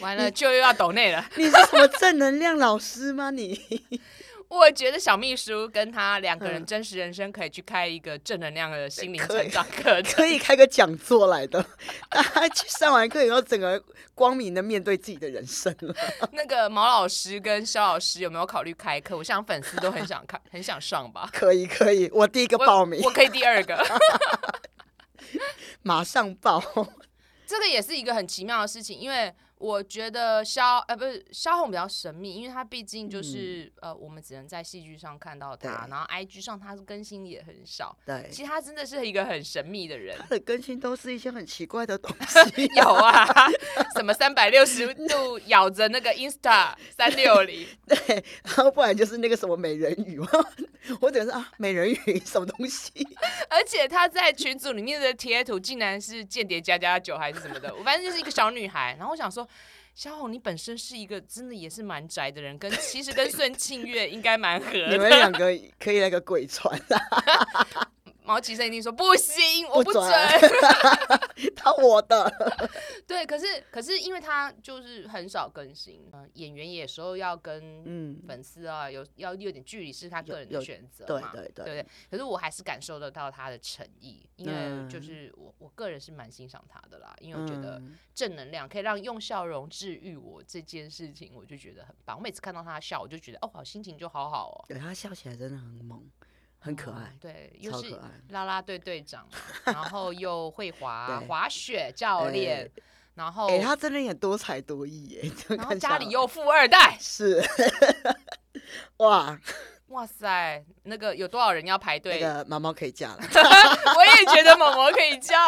[SPEAKER 1] 完了就又要抖内了。
[SPEAKER 2] 你是什么正能量老师吗？你？ <laughs>
[SPEAKER 1] 我觉得小秘书跟他两个人
[SPEAKER 2] 嗯
[SPEAKER 1] 真实人生可以去开一个正能量的心灵
[SPEAKER 2] 可以
[SPEAKER 1] 成长课程。
[SPEAKER 2] 可以开个讲座来的，大家去上完课以后，整个光明的面对自己的人生了。 <laughs>
[SPEAKER 1] 那个毛老师跟肖老师有没有考虑开课？我想粉丝都很想看，很想上
[SPEAKER 2] <laughs>
[SPEAKER 1] 吧。
[SPEAKER 2] 可以，可以，我第一个
[SPEAKER 1] 我
[SPEAKER 2] 报名
[SPEAKER 1] 我，可以第二个。
[SPEAKER 2] 马上报。
[SPEAKER 1] 这个也是一个很奇妙的事情，因为我觉得萧呃不是萧红比较神秘，因为他毕竟就是、呃我们只能在戏剧上看到他，
[SPEAKER 2] 嗯对
[SPEAKER 1] 然后 IG 上他更新也很少。
[SPEAKER 2] <laughs> 对，
[SPEAKER 1] 其实他真的是一个很神秘的人。
[SPEAKER 2] 他。的更新都是一些很奇怪的东西 <laughs>
[SPEAKER 1] 有啊，什么三百六十度咬着那个 Insta 三六
[SPEAKER 2] <laughs>
[SPEAKER 1] 零，
[SPEAKER 2] 对，然后不然就是那个什么美人鱼，我只是啊，美人鱼什么东
[SPEAKER 1] <laughs>
[SPEAKER 2] 西？
[SPEAKER 1] 而且她在群组里面的贴图竟然是间谍加加九还是什么的，我反正就是一个小女孩。然后我想说，萧红你本身是一个真的也是蛮宅的人，跟其实跟孙庆月应该蛮合的。
[SPEAKER 2] 你们两个可以那个鬼船啊，
[SPEAKER 1] 毛奇生一定说不行，我不准
[SPEAKER 2] 准。 <laughs> 他我的。
[SPEAKER 1] <laughs> 对，可是可是因为他就是很少更新，呃、演员也有时候要跟
[SPEAKER 2] 嗯，
[SPEAKER 1] 粉丝啊有要有点距离，是他个人的
[SPEAKER 2] 有
[SPEAKER 1] 选择
[SPEAKER 2] 对
[SPEAKER 1] 嘛。
[SPEAKER 2] 对
[SPEAKER 1] 对
[SPEAKER 2] 对，
[SPEAKER 1] 不对，可是我还是感受得到他的诚意，因为
[SPEAKER 2] 嗯
[SPEAKER 1] 就是我我个人是蛮欣赏他的啦，因为我觉得
[SPEAKER 2] 嗯
[SPEAKER 1] 正能量可以让用笑容治愈我这件事情，我就觉得很棒。我每次看到他笑，我就觉得哦，好心情就好好哦，
[SPEAKER 2] 对他笑起来真的很萌，很可
[SPEAKER 1] 哦
[SPEAKER 2] 爱。
[SPEAKER 1] 对，又
[SPEAKER 2] 超
[SPEAKER 1] 是
[SPEAKER 2] 可爱
[SPEAKER 1] 啦啦队队长嘛，然后又会滑
[SPEAKER 2] <laughs> 对
[SPEAKER 1] 滑雪教练，然后、
[SPEAKER 2] 哎、他真的也多才多艺耶，这
[SPEAKER 1] 哦
[SPEAKER 2] 样
[SPEAKER 1] 然后
[SPEAKER 2] 看下
[SPEAKER 1] 家里
[SPEAKER 2] 来
[SPEAKER 1] 又富二代，
[SPEAKER 2] <laughs> 是，哇，
[SPEAKER 1] 哇塞，那个有多少人要排
[SPEAKER 2] 那
[SPEAKER 1] 队？
[SPEAKER 2] 个毛毛可
[SPEAKER 1] <laughs>
[SPEAKER 2] 以嫁了，
[SPEAKER 1] 我也觉得某某可以嫁，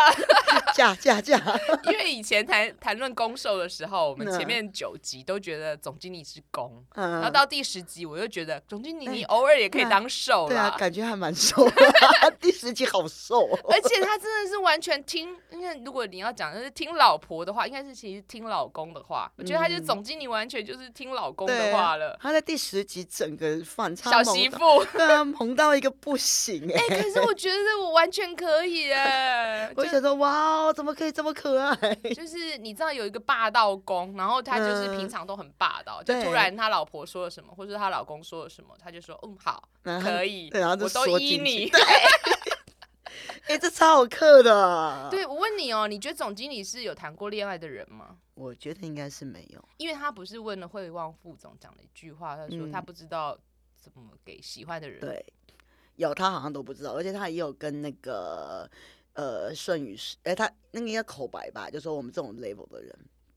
[SPEAKER 2] 嫁嫁嫁，
[SPEAKER 1] <laughs> 因为以前谈谈论攻受的时候，我们
[SPEAKER 2] 嗯
[SPEAKER 1] 前面九集都觉得总经理是攻。然后
[SPEAKER 2] 嗯，哎
[SPEAKER 1] 到第十集，我就觉得总经理你偶尔也可以
[SPEAKER 2] 那
[SPEAKER 1] 当受
[SPEAKER 2] 对
[SPEAKER 1] 啦
[SPEAKER 2] 啊，，感觉还蛮瘦的， <laughs> 第十集好瘦、哦，
[SPEAKER 1] <laughs> 而且他真的是完全听，因为如果你要讲就是听老婆的话，应该是其实听老公的话。我觉得他就是
[SPEAKER 2] 嗯
[SPEAKER 1] 总经理，完全就是听老公的
[SPEAKER 2] 对啊
[SPEAKER 1] 话了。
[SPEAKER 2] 他在第十集整个反差
[SPEAKER 1] 小
[SPEAKER 2] 萌
[SPEAKER 1] 媳
[SPEAKER 2] 到 <laughs>
[SPEAKER 1] 妇，，
[SPEAKER 2] 对啊，萌到一个不行哎、
[SPEAKER 1] 哎、可是我觉得我完全可以哎、
[SPEAKER 2] <laughs> 我
[SPEAKER 1] 就
[SPEAKER 2] 想说，哇哦，怎么可以这么可爱？ <laughs>
[SPEAKER 1] 就是你知道有一个霸道公，然后他就是平
[SPEAKER 2] 嗯
[SPEAKER 1] 常都很霸道，就突
[SPEAKER 2] 对
[SPEAKER 1] 然他老婆说了什么，或者他老公说了什么，他就说嗯好，
[SPEAKER 2] 然后他
[SPEAKER 1] 可以，
[SPEAKER 2] 对然后就
[SPEAKER 1] 我都
[SPEAKER 2] 缩
[SPEAKER 1] 依
[SPEAKER 2] 进去啊
[SPEAKER 1] 你。
[SPEAKER 2] 哎、这超好嗑的。，
[SPEAKER 1] 对，我问你哦，你觉得总经理是有谈过恋爱的人吗？
[SPEAKER 2] 我觉得应该是没有。
[SPEAKER 1] 因为他不是问了会望副总讲了一句话，他说
[SPEAKER 2] 嗯
[SPEAKER 1] 他不知道怎么给喜欢的人。
[SPEAKER 2] 对，有他好像都不知道，而且他也有跟那个呃顺宇是，哎、他那个应该口白吧，就说我们这种 level 的人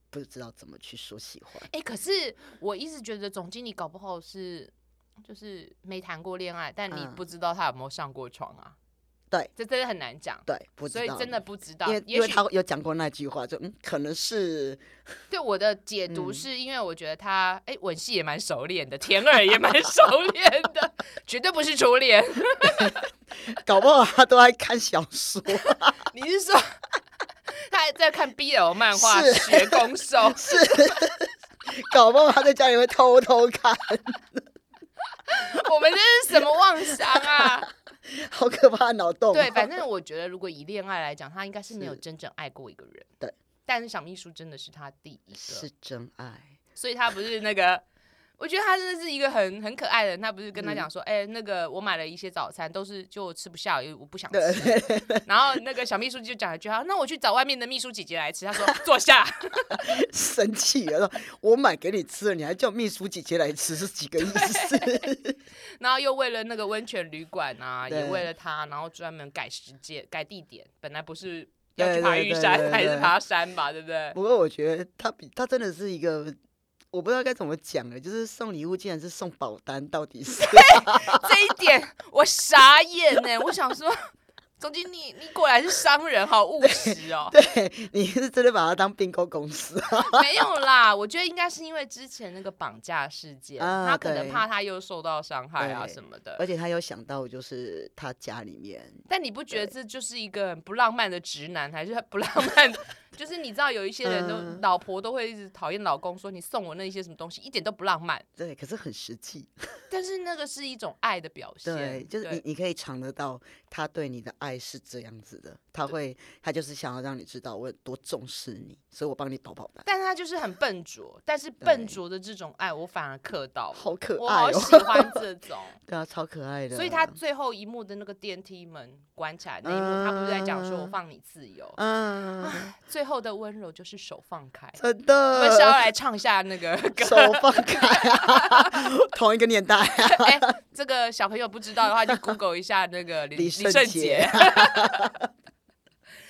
[SPEAKER 2] 不知道怎么去说喜欢。
[SPEAKER 1] 哎、可是我一直觉得总经理搞不好是就是没谈过恋爱，但你
[SPEAKER 2] 嗯
[SPEAKER 1] 不知道他有没有上过床啊？
[SPEAKER 2] 对，
[SPEAKER 1] 这真的很难讲，
[SPEAKER 2] 对，不知
[SPEAKER 1] 所以
[SPEAKER 2] 道
[SPEAKER 1] 真的不知道
[SPEAKER 2] 因为。因
[SPEAKER 1] 也
[SPEAKER 2] 为
[SPEAKER 1] 许
[SPEAKER 2] 他有讲过那句话，就嗯，可能是
[SPEAKER 1] 对我的解读
[SPEAKER 2] 嗯
[SPEAKER 1] 是因为我觉得他哎、吻戏也蛮熟练的，甜耳也蛮熟练的，绝对不是初恋。
[SPEAKER 2] 搞不好他都爱看小说，
[SPEAKER 1] 你是说他还在看 BL 漫画
[SPEAKER 2] 是
[SPEAKER 1] 学攻守？
[SPEAKER 2] <laughs> 是，搞不好他在家里会偷偷看，
[SPEAKER 1] 我们这是什么妄想啊？
[SPEAKER 2] 好可怕的脑洞哦。
[SPEAKER 1] 对，反正我觉得，如果以恋爱来讲，他应该是没有
[SPEAKER 2] 是
[SPEAKER 1] 真正爱过一个人。
[SPEAKER 2] 对，
[SPEAKER 1] 但是小秘书真的是他第一
[SPEAKER 2] 是
[SPEAKER 1] 个，
[SPEAKER 2] 真爱，
[SPEAKER 1] 所以他不是那个。我觉得他真的是一个很很可爱的人，他不是跟他讲
[SPEAKER 2] 嗯
[SPEAKER 1] 说，哎、那个我买了一些早餐，都是就吃不下，因为我不想
[SPEAKER 2] 对
[SPEAKER 1] 吃。
[SPEAKER 2] <laughs>
[SPEAKER 1] 然后那个小秘书就讲了一句话，那我去找外面的秘书姐姐来吃。他说坐下，
[SPEAKER 2] 生气了，我买给你吃了，你还叫秘书姐姐来吃，是几个意思？
[SPEAKER 1] 然后又为了那个温泉旅馆啊，也
[SPEAKER 2] 对
[SPEAKER 1] 为了他，然后专门改时间、改地点。本来不是
[SPEAKER 2] 对
[SPEAKER 1] 要去爬
[SPEAKER 2] 对
[SPEAKER 1] 玉
[SPEAKER 2] 对
[SPEAKER 1] 山
[SPEAKER 2] 对
[SPEAKER 1] 还是
[SPEAKER 2] 对
[SPEAKER 1] 爬山吧，对不对？
[SPEAKER 2] <laughs> 不过我觉得他比他真的是一个，我不知道该怎么讲了，就是送礼物竟然是送保单，到
[SPEAKER 1] <laughs>
[SPEAKER 2] 底是 <laughs>
[SPEAKER 1] 这一点我傻眼呢、我想说，总经理你果然是商人，好务实哦。
[SPEAKER 2] <laughs> 对，你是真的把它当并购公司啊？
[SPEAKER 1] 没有啦，我觉得应该是因为之前那个绑架事件，
[SPEAKER 2] 啊
[SPEAKER 1] 他可能
[SPEAKER 2] 对
[SPEAKER 1] 怕他又受到伤害啊
[SPEAKER 2] 对
[SPEAKER 1] 什么的
[SPEAKER 2] 而。且他有想到，就是他家里面，
[SPEAKER 1] 但你不觉得这就是一个很不浪漫的直男，还是很不浪
[SPEAKER 2] <laughs>
[SPEAKER 1] 漫？就是你知道有一些人都、
[SPEAKER 2] 嗯
[SPEAKER 1] 老婆都会一直讨厌老公，说你送我那些什么东西一点都不浪漫，
[SPEAKER 2] 对，可是很实际，
[SPEAKER 1] 但是那个是一种爱的表现，
[SPEAKER 2] 对，就是你你可以尝得到他对你的爱是这样子的，他会他就是想要让你知道我有多重视你，所以我帮你保保单，
[SPEAKER 1] 但他就是很笨拙，但是笨拙的这种爱，我反而克到了，
[SPEAKER 2] 好可
[SPEAKER 1] 我
[SPEAKER 2] 爱
[SPEAKER 1] 好
[SPEAKER 2] 哦，
[SPEAKER 1] 喜欢这
[SPEAKER 2] <laughs>
[SPEAKER 1] 种。
[SPEAKER 2] 对啊，超可爱的，
[SPEAKER 1] 所以他最后一幕的那个电梯门关起来那一幕，他不是在讲说我
[SPEAKER 2] 嗯
[SPEAKER 1] 放你自由，
[SPEAKER 2] 嗯，
[SPEAKER 1] 最后的温柔就是手放开。
[SPEAKER 2] 真
[SPEAKER 1] 我们是要
[SPEAKER 2] 的。
[SPEAKER 1] 来唱一下那
[SPEAKER 2] <laughs>
[SPEAKER 1] 个
[SPEAKER 2] 手
[SPEAKER 1] 歌，
[SPEAKER 2] 放开、啊， <laughs> 同一个年
[SPEAKER 1] <laughs>
[SPEAKER 2] 代、啊，
[SPEAKER 1] 哎，这个小朋友不知道的话，就 Google 一下那个李
[SPEAKER 2] 李圣
[SPEAKER 1] 圣
[SPEAKER 2] 杰 <laughs>
[SPEAKER 1] 杰。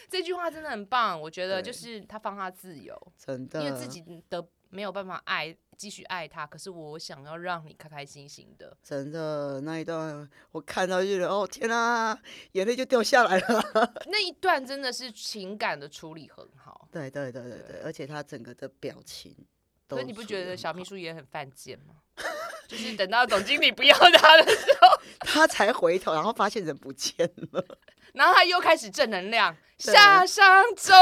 [SPEAKER 1] 这句话真的很棒，我觉得就
[SPEAKER 2] 对
[SPEAKER 1] 是他放他自由，
[SPEAKER 2] 真的，
[SPEAKER 1] 因为自己的没有办法爱，继续爱他，可是我想要让你开开心心的，
[SPEAKER 2] 真的那一段，我看到就觉得哦天啊，眼泪就掉下来了。
[SPEAKER 1] <laughs> 那一段真的是情感的处理很好，
[SPEAKER 2] 对对对对
[SPEAKER 1] 对
[SPEAKER 2] 对，而且他整个的表情都，
[SPEAKER 1] 所以你不觉得小秘？书也很犯贱吗？ <laughs> 就是等到总经理不要他的时候，
[SPEAKER 2] 他才回头，然后发现人不见了。
[SPEAKER 1] 然后他又开始正能量，
[SPEAKER 2] 对
[SPEAKER 1] 下商周，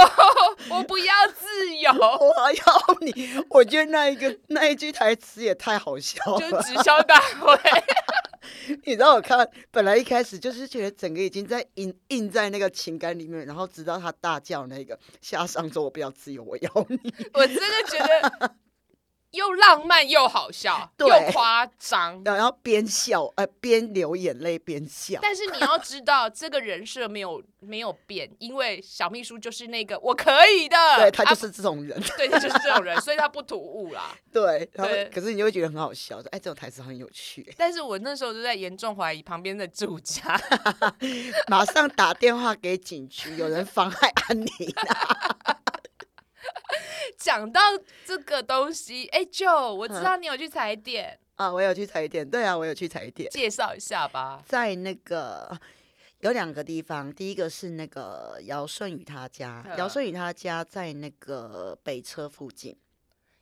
[SPEAKER 1] 我不要自由，
[SPEAKER 2] 我啊要你，我觉得那一个 <laughs> 那一句台词也太好笑了。
[SPEAKER 1] 就直销大会。 <laughs>
[SPEAKER 2] <laughs> 你知道我看，本来一开始就是觉得整个已经在印印在那个情感里面，然后直到他大叫那个下上周我不要自由，我要你。
[SPEAKER 1] 我真的觉得又浪漫又好笑，
[SPEAKER 2] 对
[SPEAKER 1] 又夸张。
[SPEAKER 2] 然后边笑，呃，边流眼泪边笑。
[SPEAKER 1] 但是你要知道，这个人设没有没有变，因为小秘书就是那个我可以的，
[SPEAKER 2] 对他就
[SPEAKER 1] 啊
[SPEAKER 2] 是这种人， <laughs>
[SPEAKER 1] 对，他就是这种人，所以他不突兀啦。 <laughs>
[SPEAKER 2] 对。然
[SPEAKER 1] 对
[SPEAKER 2] 后可是你就会觉得很好笑，说哎，这种台词很有趣，
[SPEAKER 1] 但是我那时候就在严重怀疑旁边的住家，
[SPEAKER 2] 马上打电话给警局，有人妨害安妮。
[SPEAKER 1] 讲到这个东西，哎、舅，我知道你有去踩点，
[SPEAKER 2] <laughs> 啊，我有去踩点，对啊，我有去踩点，
[SPEAKER 1] 介绍一下吧。
[SPEAKER 2] 在那个有两个地方，第一个是那个尧舜禹他家，
[SPEAKER 1] 嗯
[SPEAKER 2] 尧舜禹他家在那个北车附近，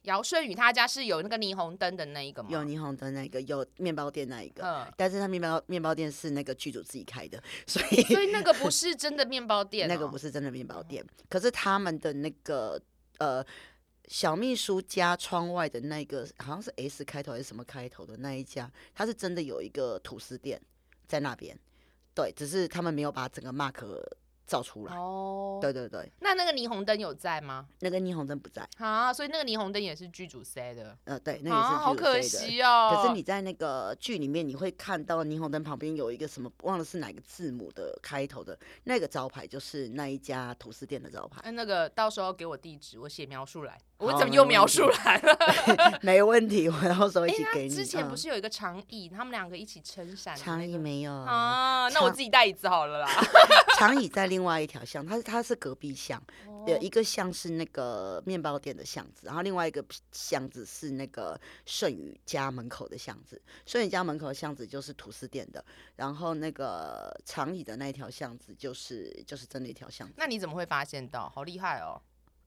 [SPEAKER 1] 尧舜禹他家是有那个霓虹灯的那一个吗？
[SPEAKER 2] 有霓虹灯那个，有面包店那一个，
[SPEAKER 1] 嗯，
[SPEAKER 2] 但是他面包面包店是那个剧组自己开的，所以
[SPEAKER 1] <laughs> 所以那个不是真的面包店、啊
[SPEAKER 2] <laughs> 那个不
[SPEAKER 1] 是。
[SPEAKER 2] 是真的面包店，可是他们的那个呃小秘书家窗外的那个好像是 S 开头还是什么开头的那一家，它是真的有一个吐司店在那边，对，只是他们没有把整个 mark 照出来。
[SPEAKER 1] 哦，
[SPEAKER 2] 对对对，
[SPEAKER 1] 那那个霓虹灯有在吗？
[SPEAKER 2] 那个霓虹灯不在，
[SPEAKER 1] 啊，所以那个霓虹灯也是剧组塞的，
[SPEAKER 2] 呃，对，那
[SPEAKER 1] 啊，好
[SPEAKER 2] 个
[SPEAKER 1] 可
[SPEAKER 2] 也是剧组 C 的。
[SPEAKER 1] 惜哦。
[SPEAKER 2] 可是你在那个剧里面，你会看到霓虹灯旁边有一个什么，忘了是哪个字母的开头的那个招牌，就是那一家吐司店的招牌。
[SPEAKER 1] <laughs> 哎，那个到时候给我地址，我写描述来。我
[SPEAKER 2] 好
[SPEAKER 1] 怎么
[SPEAKER 2] 没
[SPEAKER 1] 又
[SPEAKER 2] 问
[SPEAKER 1] 描
[SPEAKER 2] 题
[SPEAKER 1] 述来了？
[SPEAKER 2] 没问题，我到时候一起给你。
[SPEAKER 1] 哎之前不
[SPEAKER 2] 嗯
[SPEAKER 1] 是有一个长椅，他们两个一起撑伞的那
[SPEAKER 2] 长
[SPEAKER 1] 个、
[SPEAKER 2] 椅没有，
[SPEAKER 1] 啊？那我
[SPEAKER 2] 长
[SPEAKER 1] 自己带椅子好了啦。
[SPEAKER 2] <laughs> 长椅在另外一条巷，它它是隔壁巷，
[SPEAKER 1] 哦
[SPEAKER 2] 有一个巷是那个面包店的巷子，然后另外一个巷子是那个盛宇家门口的巷子。盛宇家门口的巷子就是吐司店的，然后那个长椅的那一条巷子就是就是真的一条巷子。
[SPEAKER 1] 那你怎么会发现到？好厉害哦！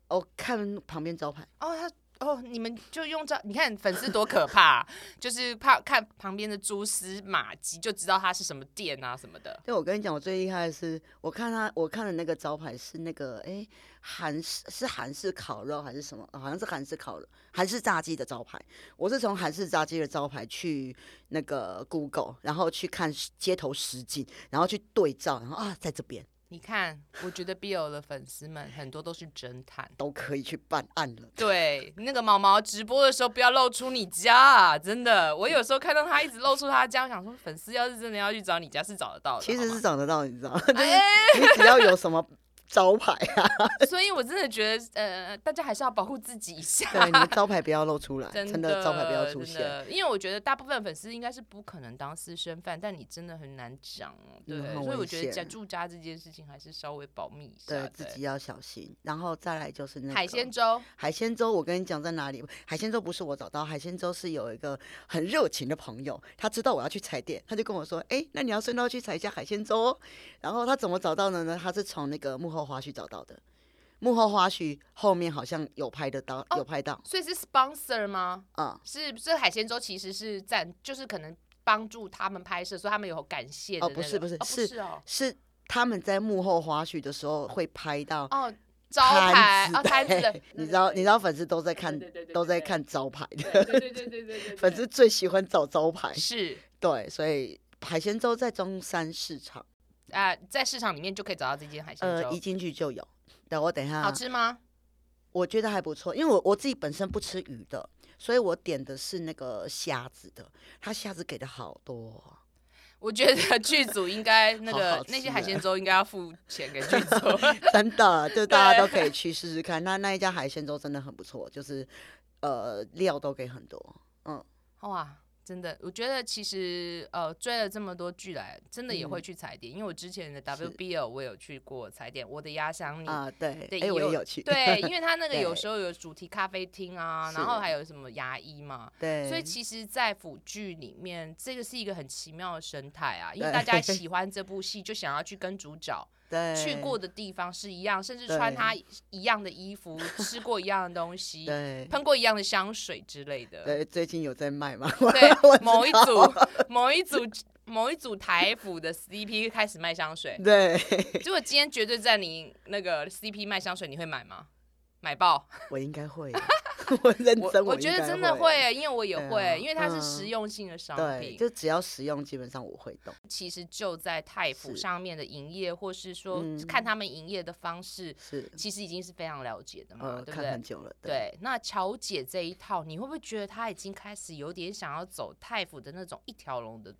[SPEAKER 2] 哦，看旁边招牌，
[SPEAKER 1] 哦，他哦，你们就用这，你看粉丝多可怕啊， <laughs> 就是怕看旁边的蛛丝马迹就知道它是什么店啊什么的。
[SPEAKER 2] 对我跟你讲，我最厉害的是，我看他我看的那个招牌是那个诶，韩式是韩式烤肉还是什么？哦好像是韩式烤肉，韩式炸鸡的招牌。我是从韩式炸鸡的招牌去那个 Google，然后去看实街头实景，然后去对照，然后啊，在这边
[SPEAKER 1] 你看，我觉得 Bill 的粉丝们很多都是侦探。
[SPEAKER 2] 都可以去办案了。
[SPEAKER 1] 对，那个毛毛直播的时候不要露出你家、啊，真的。我有时候看到他一直露出他家，我想说粉丝要是真的要去找你家是找得到的。
[SPEAKER 2] 其
[SPEAKER 1] 好
[SPEAKER 2] 实
[SPEAKER 1] 吗
[SPEAKER 2] 是找得到，你知道，吗？就是
[SPEAKER 1] 哎
[SPEAKER 2] 你只要有什么招
[SPEAKER 1] <laughs>
[SPEAKER 2] 牌啊，
[SPEAKER 1] 所以我真的觉得，呃，大家还是要保护自己一 <laughs> 下。
[SPEAKER 2] 对，你的招牌不要露出来，
[SPEAKER 1] 真
[SPEAKER 2] 真的招牌不要出
[SPEAKER 1] 真
[SPEAKER 2] 现。
[SPEAKER 1] 的因为我觉得大部分粉丝应该是不可能当私生饭，但你真的很难讲哦。对，
[SPEAKER 2] 嗯很
[SPEAKER 1] 所以我
[SPEAKER 2] 危
[SPEAKER 1] 觉得
[SPEAKER 2] 险
[SPEAKER 1] 在住家这件事情还是稍微保密一下
[SPEAKER 2] 对
[SPEAKER 1] 的。
[SPEAKER 2] 自己要小心，然后再来就是那个
[SPEAKER 1] 海鲜粥，
[SPEAKER 2] 海鲜粥，我跟你讲在哪里？海鲜粥不是我找到，海鲜粥是有一个很热情的朋友，他知道我要去踩点，他就跟我说：“哎、那你要顺道去踩一下海鲜粥哦。”然后他怎么找到的呢？他是从那个幕后花絮找到的，幕后花絮后面好像有拍得到，
[SPEAKER 1] 哦
[SPEAKER 2] 有拍到，
[SPEAKER 1] 所以是 sponsor 吗？
[SPEAKER 2] 嗯，
[SPEAKER 1] 是这海鲜粥其实是赞，就是可能帮助他们拍摄，所以他们有感谢的、
[SPEAKER 2] 哦
[SPEAKER 1] 那个。
[SPEAKER 2] 不是不是
[SPEAKER 1] 哦、不
[SPEAKER 2] 是
[SPEAKER 1] 是哦
[SPEAKER 2] 是他们在幕后花絮的时候会拍到
[SPEAKER 1] 哦，招牌哦
[SPEAKER 2] 摊
[SPEAKER 1] 摊
[SPEAKER 2] 子
[SPEAKER 1] 子的
[SPEAKER 2] 对，你知道你知道粉丝都在看
[SPEAKER 1] 对对对对
[SPEAKER 2] 都在
[SPEAKER 1] 对
[SPEAKER 2] 看招牌的，
[SPEAKER 1] 对对对对对对对，
[SPEAKER 2] 粉丝最喜欢找招牌，
[SPEAKER 1] 是
[SPEAKER 2] 对，所以海鲜粥在中山市场。
[SPEAKER 1] 啊、在市场里面就可以找到这间海鲜
[SPEAKER 2] 呃，
[SPEAKER 1] 粥
[SPEAKER 2] 一，进去就有。对，我等一下，
[SPEAKER 1] 好吃吗？
[SPEAKER 2] 我觉得还不错，因为我我自己本身不吃鱼的，所以我点的是那个虾子的，它虾子给的好多哦、
[SPEAKER 1] 我觉得剧组应该那个
[SPEAKER 2] 好好吃
[SPEAKER 1] 那些
[SPEAKER 2] 啊
[SPEAKER 1] 海鲜粥应该要付钱给剧
[SPEAKER 2] <laughs>
[SPEAKER 1] 组。
[SPEAKER 2] 真的，就大家都可以去试试看。那那一家海鲜粥真的很不错，就是呃料都给很多，
[SPEAKER 1] 哇，真的，我觉得其实呃追了这么多剧来，真的也
[SPEAKER 2] 嗯
[SPEAKER 1] 会去踩点，因为我之前的
[SPEAKER 2] 是
[SPEAKER 1] WBL 我有去过踩点，我的压箱你。
[SPEAKER 2] 啊、对，
[SPEAKER 1] 嗯对
[SPEAKER 2] 哎、我
[SPEAKER 1] 也有
[SPEAKER 2] 也有去，
[SPEAKER 1] 对，因为他那个
[SPEAKER 2] <laughs> 对
[SPEAKER 1] 有时候有主题咖啡厅啊，然
[SPEAKER 2] 是嗯
[SPEAKER 1] 后还有什么牙医嘛，
[SPEAKER 2] 对，
[SPEAKER 1] 所以其实，在腐剧里面，这个是一个很奇妙的生态啊，因为
[SPEAKER 2] 对
[SPEAKER 1] 大家喜欢这部戏，就想要去跟主角
[SPEAKER 2] 对
[SPEAKER 1] 去过的地方是一样，甚至
[SPEAKER 2] 对
[SPEAKER 1] 穿他一样的衣服，吃过一样的东西，
[SPEAKER 2] 对
[SPEAKER 1] 喷过一样的香水之类的。
[SPEAKER 2] 对，最近有在卖吗？ <laughs>
[SPEAKER 1] 对
[SPEAKER 2] 我，
[SPEAKER 1] 某一
[SPEAKER 2] 知道
[SPEAKER 1] 组某一组某一组台服的 CP 开始卖香水，
[SPEAKER 2] 对， <laughs>
[SPEAKER 1] 结果今天绝对占领那个 CP 卖香水，你会买吗？买
[SPEAKER 2] <laughs>
[SPEAKER 1] 爆！
[SPEAKER 2] 我应该会，啊我认
[SPEAKER 1] 我
[SPEAKER 2] 真，
[SPEAKER 1] 我
[SPEAKER 2] 应
[SPEAKER 1] 觉得
[SPEAKER 2] 该
[SPEAKER 1] 真的
[SPEAKER 2] 会。
[SPEAKER 1] 会，因为我也
[SPEAKER 2] 对啊
[SPEAKER 1] 会，因为它是
[SPEAKER 2] 嗯
[SPEAKER 1] 实用性的商
[SPEAKER 2] 对，
[SPEAKER 1] 品。
[SPEAKER 2] 就只要实用，基本上我会动。
[SPEAKER 1] 其实就在泰服
[SPEAKER 2] 是
[SPEAKER 1] 上面的营业，或是说
[SPEAKER 2] 嗯
[SPEAKER 1] 看他们营业的方式，
[SPEAKER 2] 是，
[SPEAKER 1] 其实已经是非常了解的嘛，
[SPEAKER 2] 呃，
[SPEAKER 1] 嗯对不
[SPEAKER 2] 看
[SPEAKER 1] 对
[SPEAKER 2] 很？久了，
[SPEAKER 1] 对，那乔姐这一套，你会不会觉得她已经开始有点想要走泰服的那种一条龙的？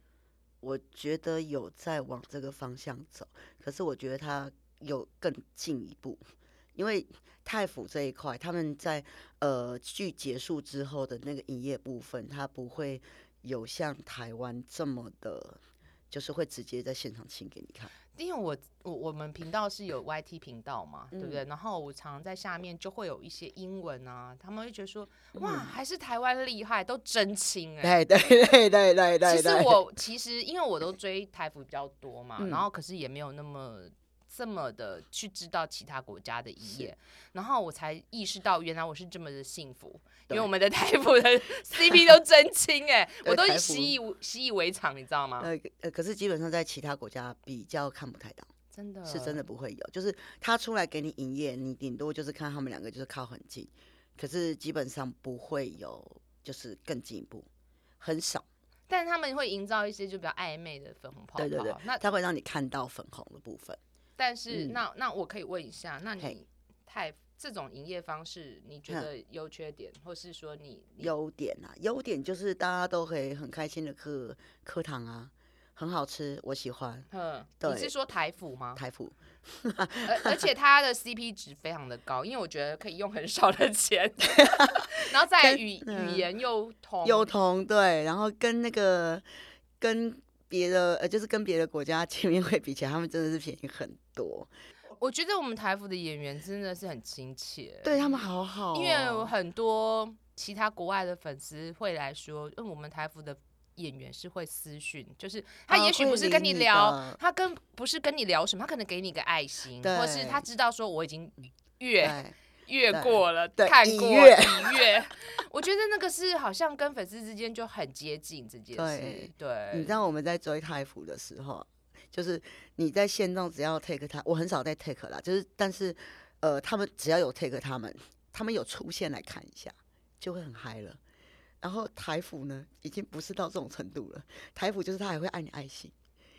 [SPEAKER 2] 我觉得有在往这个方向走，可是我觉得他有更进一步，因为泰府这一块，他们在呃剧结束之后的那个营业部分，它不会有像台湾这么的，就是会直接在现场清给你看。
[SPEAKER 1] 因为我我我们频道是有 YT 频道嘛，对不
[SPEAKER 2] 嗯
[SPEAKER 1] 对？然后我常常在下面就会有一些英文啊，他们会觉得说，哇，还是台湾厉害，都真亲哎、
[SPEAKER 2] 对对对对对对，
[SPEAKER 1] 其实
[SPEAKER 2] 对
[SPEAKER 1] 我其实因为我都追台服比较多嘛，
[SPEAKER 2] 嗯
[SPEAKER 1] 然后可是也没有那么这么的去知道其他国家的营业，然后我才意识到原来我是这么的幸福，因
[SPEAKER 2] 对
[SPEAKER 1] 为我们的台服的 <laughs> CP 都真亲哎、
[SPEAKER 2] 对
[SPEAKER 1] 我都
[SPEAKER 2] 台服
[SPEAKER 1] 习以为习以为常，你知道吗？
[SPEAKER 2] 呃呃，可是基本上在其他国家比较看不太到。
[SPEAKER 1] 真的
[SPEAKER 2] 是真的不会有，就是他出来给你营业，你顶多就是看他们两个就是靠很近，可是基本上不会有就是更进一步，很少。
[SPEAKER 1] 但是他们会营造一些就比较暧昧的粉红泡泡。
[SPEAKER 2] 对对对，
[SPEAKER 1] 那
[SPEAKER 2] 他会让你看到粉红的部分。
[SPEAKER 1] 但是、
[SPEAKER 2] 嗯
[SPEAKER 1] 那那我可以问一下，那
[SPEAKER 2] 嘿
[SPEAKER 1] 你泰这种营业方式，你觉
[SPEAKER 2] 嗯
[SPEAKER 1] 得优缺点，或是说你你
[SPEAKER 2] 优点啊，优点就是大家都可以很开心的喝喝糖啊，很好吃，我喜欢
[SPEAKER 1] 嗯，你
[SPEAKER 2] 对
[SPEAKER 1] 是说台服吗？
[SPEAKER 2] 台服。
[SPEAKER 1] 而而且它的 CP 值非常的高，因为我觉得可以用很少的
[SPEAKER 2] <laughs>
[SPEAKER 1] 钱，然后再来语语
[SPEAKER 2] 嗯
[SPEAKER 1] 言又通，
[SPEAKER 2] 幼童对，然后跟那个跟别的呃，就是跟别的国家见面会比起来，他们真的是便宜很多。
[SPEAKER 1] 我觉得我们台服的演员真的是很亲切，
[SPEAKER 2] 对他们好好哦、
[SPEAKER 1] 因为有很多其他国外的粉丝会来说，嗯，我们台服的演员是会私讯，就是他
[SPEAKER 2] 哦
[SPEAKER 1] 也许
[SPEAKER 2] 会
[SPEAKER 1] 不是跟
[SPEAKER 2] 理
[SPEAKER 1] 你
[SPEAKER 2] 你
[SPEAKER 1] 聊，
[SPEAKER 2] 的
[SPEAKER 1] 他跟不是跟你聊什么，他可能给你个爱心，或是
[SPEAKER 2] 对
[SPEAKER 1] 他知道说我已经越
[SPEAKER 2] 对
[SPEAKER 1] 越
[SPEAKER 2] 对
[SPEAKER 1] 过了，
[SPEAKER 2] 对
[SPEAKER 1] 看
[SPEAKER 2] 已
[SPEAKER 1] 过
[SPEAKER 2] 阅
[SPEAKER 1] 已阅，我觉得那个是好像跟粉丝之间就很接近这件事
[SPEAKER 2] 对，
[SPEAKER 1] 对，
[SPEAKER 2] 你知道我们在追泰服的时候，就是你在线动只要 take 他，我很少在 take 啦，就是但是呃，他们只要有 take 他们，他们有出现来看一下，就会很嗨了。然后台服呢，已经不是到这种程度了，台服就是他还会按你爱心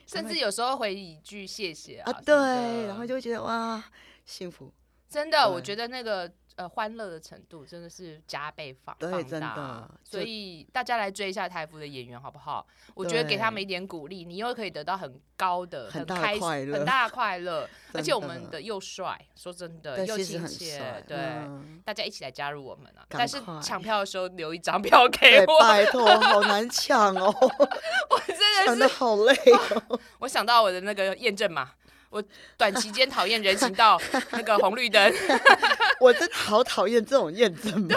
[SPEAKER 1] 甚至有时候回一句谢谢
[SPEAKER 2] 啊
[SPEAKER 1] 啊，什么
[SPEAKER 2] 对
[SPEAKER 1] 的，
[SPEAKER 2] 然后就会觉得哇，幸福，
[SPEAKER 1] 真的，我
[SPEAKER 2] 对
[SPEAKER 1] 觉得那个呃欢乐的程度真的是加倍放
[SPEAKER 2] 对
[SPEAKER 1] 放
[SPEAKER 2] 真
[SPEAKER 1] 大
[SPEAKER 2] 的
[SPEAKER 1] 所
[SPEAKER 2] 就
[SPEAKER 1] 以大家来追一下台服的演员好不好？我觉得给他们一点鼓励，你又可以得到很高的、
[SPEAKER 2] 很大的
[SPEAKER 1] 开心、
[SPEAKER 2] 快乐
[SPEAKER 1] 很大的快
[SPEAKER 2] <laughs>
[SPEAKER 1] 乐，而
[SPEAKER 2] 真
[SPEAKER 1] 且我
[SPEAKER 2] 的
[SPEAKER 1] 们的又帅，说真的呃
[SPEAKER 2] 对，
[SPEAKER 1] 又
[SPEAKER 2] 其实
[SPEAKER 1] 亲
[SPEAKER 2] 很
[SPEAKER 1] 切
[SPEAKER 2] 帅，，
[SPEAKER 1] 对。
[SPEAKER 2] 嗯
[SPEAKER 1] 大家一起来加入我们啊！
[SPEAKER 2] 赶
[SPEAKER 1] 但是
[SPEAKER 2] 快
[SPEAKER 1] 抢票的时候留一张票 <laughs> 给
[SPEAKER 2] 对，
[SPEAKER 1] 哎我，
[SPEAKER 2] 拜托，好难抢
[SPEAKER 1] <laughs>
[SPEAKER 2] 哦，
[SPEAKER 1] 我真的
[SPEAKER 2] 抢
[SPEAKER 1] 是
[SPEAKER 2] 的好
[SPEAKER 1] <laughs>
[SPEAKER 2] 累哦。
[SPEAKER 1] 我想到我的那个验证码，我短期间讨厌人行道那个红绿
[SPEAKER 2] <laughs>
[SPEAKER 1] 灯，
[SPEAKER 2] 我真的好讨厌这种验证码，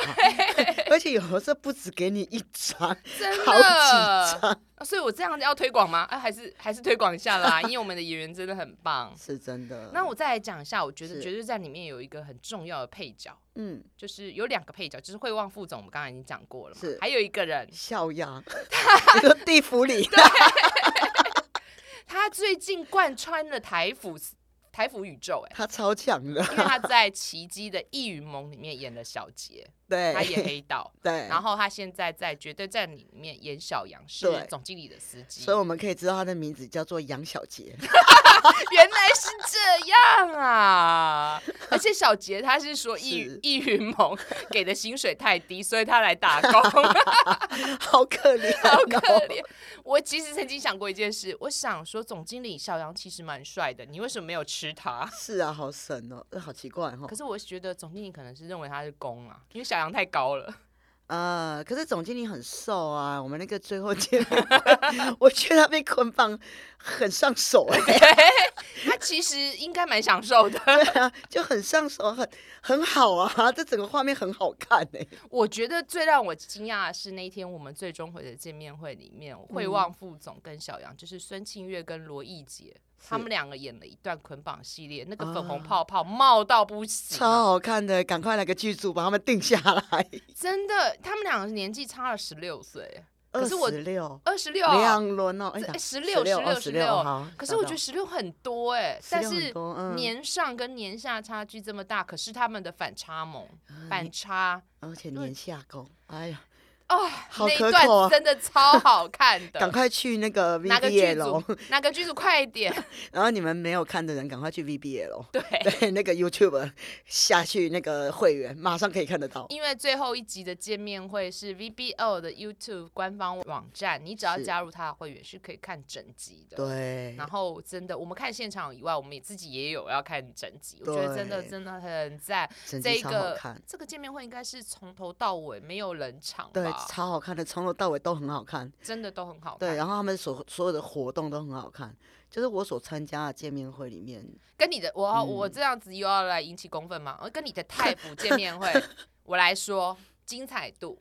[SPEAKER 2] 而且有的时候不止给你一张，
[SPEAKER 1] 真的
[SPEAKER 2] 好几张，
[SPEAKER 1] 啊所以我这样要推广吗？啊，还是还是推广一下
[SPEAKER 2] <laughs>
[SPEAKER 1] 啦，因为我们的演员真的很棒。
[SPEAKER 2] 是真的。
[SPEAKER 1] 那我再来讲一下，我觉得《
[SPEAKER 2] 嗯是
[SPEAKER 1] 绝对战》里面有一个很重要的配角，
[SPEAKER 2] 嗯，
[SPEAKER 1] 就是有两个配角，就是会望副总，我们刚才已经讲过了嘛
[SPEAKER 2] 是，
[SPEAKER 1] 还有一个人，<laughs>
[SPEAKER 2] 笑呀，你说地府里，
[SPEAKER 1] 他最近贯穿了台服台服宇宙、哎，
[SPEAKER 2] 他超强的，
[SPEAKER 1] 因为他在《奇迹的异云盟》里面演了小杰，他演
[SPEAKER 2] 对，
[SPEAKER 1] 黑道。
[SPEAKER 2] 对，
[SPEAKER 1] 然后他现在在《绝对战》里面演小杨，是
[SPEAKER 2] 对
[SPEAKER 1] 总经理的司机
[SPEAKER 2] 所。以我们可以知道他的名字叫做杨小
[SPEAKER 1] <laughs>
[SPEAKER 2] 杰，
[SPEAKER 1] 原来是这样啊！ <laughs> 而且小杰他是说易
[SPEAKER 2] 是
[SPEAKER 1] 易云盟给的薪水太低，所以他来打
[SPEAKER 2] <laughs>
[SPEAKER 1] 工，好
[SPEAKER 2] 好可怜，哦
[SPEAKER 1] 可。怜。我其实曾经想过一件事，我想说总经理小杨其实蛮帅的，你为什么没有吃他？
[SPEAKER 2] 是啊，好神哦，呃好奇怪哦
[SPEAKER 1] 可。是我觉得总经理可能是认为他是公啊，因为小杨太高了。
[SPEAKER 2] 呃，可是总经理很瘦啊，我们那个最后见面会， <laughs> 我觉得他被捆绑很上手哎、
[SPEAKER 1] 他其实应该蛮享受的。
[SPEAKER 2] 对啊， <laughs> 就很上手，很很好啊，这整个画面很好看哎、
[SPEAKER 1] 我觉得最让我惊讶的是那一天我们最终回的见面会里面，
[SPEAKER 2] 嗯
[SPEAKER 1] 会望副总跟小杨，就是孙庆月跟罗艺杰，他们两个演了一段捆绑系列，那个粉红
[SPEAKER 2] 啊
[SPEAKER 1] 泡泡冒到不行
[SPEAKER 2] 超
[SPEAKER 1] 啊、
[SPEAKER 2] 好看的，赶快来个剧组把他们定下来。
[SPEAKER 1] 真的，他们两个年纪差了十六岁， <laughs> 可
[SPEAKER 2] 二
[SPEAKER 1] 是我啊
[SPEAKER 2] 十六，
[SPEAKER 1] 二十六。
[SPEAKER 2] 两轮哦，哎呀，
[SPEAKER 1] 十六
[SPEAKER 2] 16
[SPEAKER 1] 六
[SPEAKER 2] 哦
[SPEAKER 1] 十
[SPEAKER 2] 16好
[SPEAKER 1] 可是我觉得
[SPEAKER 2] 找
[SPEAKER 1] 十六很多哎、但
[SPEAKER 2] 16很
[SPEAKER 1] 是
[SPEAKER 2] 多嗯
[SPEAKER 1] 年上跟年下差距这么大，可是他们的反差萌、
[SPEAKER 2] 啊
[SPEAKER 1] 反差
[SPEAKER 2] 到而且年下攻，哎呀，
[SPEAKER 1] 哦，
[SPEAKER 2] 好
[SPEAKER 1] 那一
[SPEAKER 2] 可口啊
[SPEAKER 1] 段真的超好看
[SPEAKER 2] <laughs>
[SPEAKER 1] 的，
[SPEAKER 2] 赶快去那个
[SPEAKER 1] 哪个剧
[SPEAKER 2] VBL， <laughs>
[SPEAKER 1] 组？哪个剧组？快一点！ <laughs>
[SPEAKER 2] 然后你们没有看的人赶快去 VBL，
[SPEAKER 1] 对，
[SPEAKER 2] 对， <laughs> 那个 YouTube 下去那个会员马上可以看得到。
[SPEAKER 1] 因为最后一集的见面会是 VBO 的 YouTube 官方网站，你只要
[SPEAKER 2] 是
[SPEAKER 1] 加入他的会员是可以看整集的。。
[SPEAKER 2] 对，
[SPEAKER 1] 然后真的，我们看现场以外，我们也自己也有要看整集，我觉得真的
[SPEAKER 2] 对
[SPEAKER 1] 真的很赞。
[SPEAKER 2] 整
[SPEAKER 1] 这
[SPEAKER 2] 集超好
[SPEAKER 1] 个
[SPEAKER 2] 看，
[SPEAKER 1] 这个见面会应该是从头到尾没有冷场
[SPEAKER 2] 对，
[SPEAKER 1] 吧，
[SPEAKER 2] 超好看的，从头到尾都很好看。
[SPEAKER 1] 真的都很好
[SPEAKER 2] 对，
[SPEAKER 1] 看。
[SPEAKER 2] 然后他们所所有的活动都很好看，就是我所参加的见面会里面，
[SPEAKER 1] 跟你的我、
[SPEAKER 2] 嗯
[SPEAKER 1] 我这样子又要来引起公愤吗？呃跟你
[SPEAKER 2] <laughs>
[SPEAKER 1] 的太傅见面会，我来说精彩度，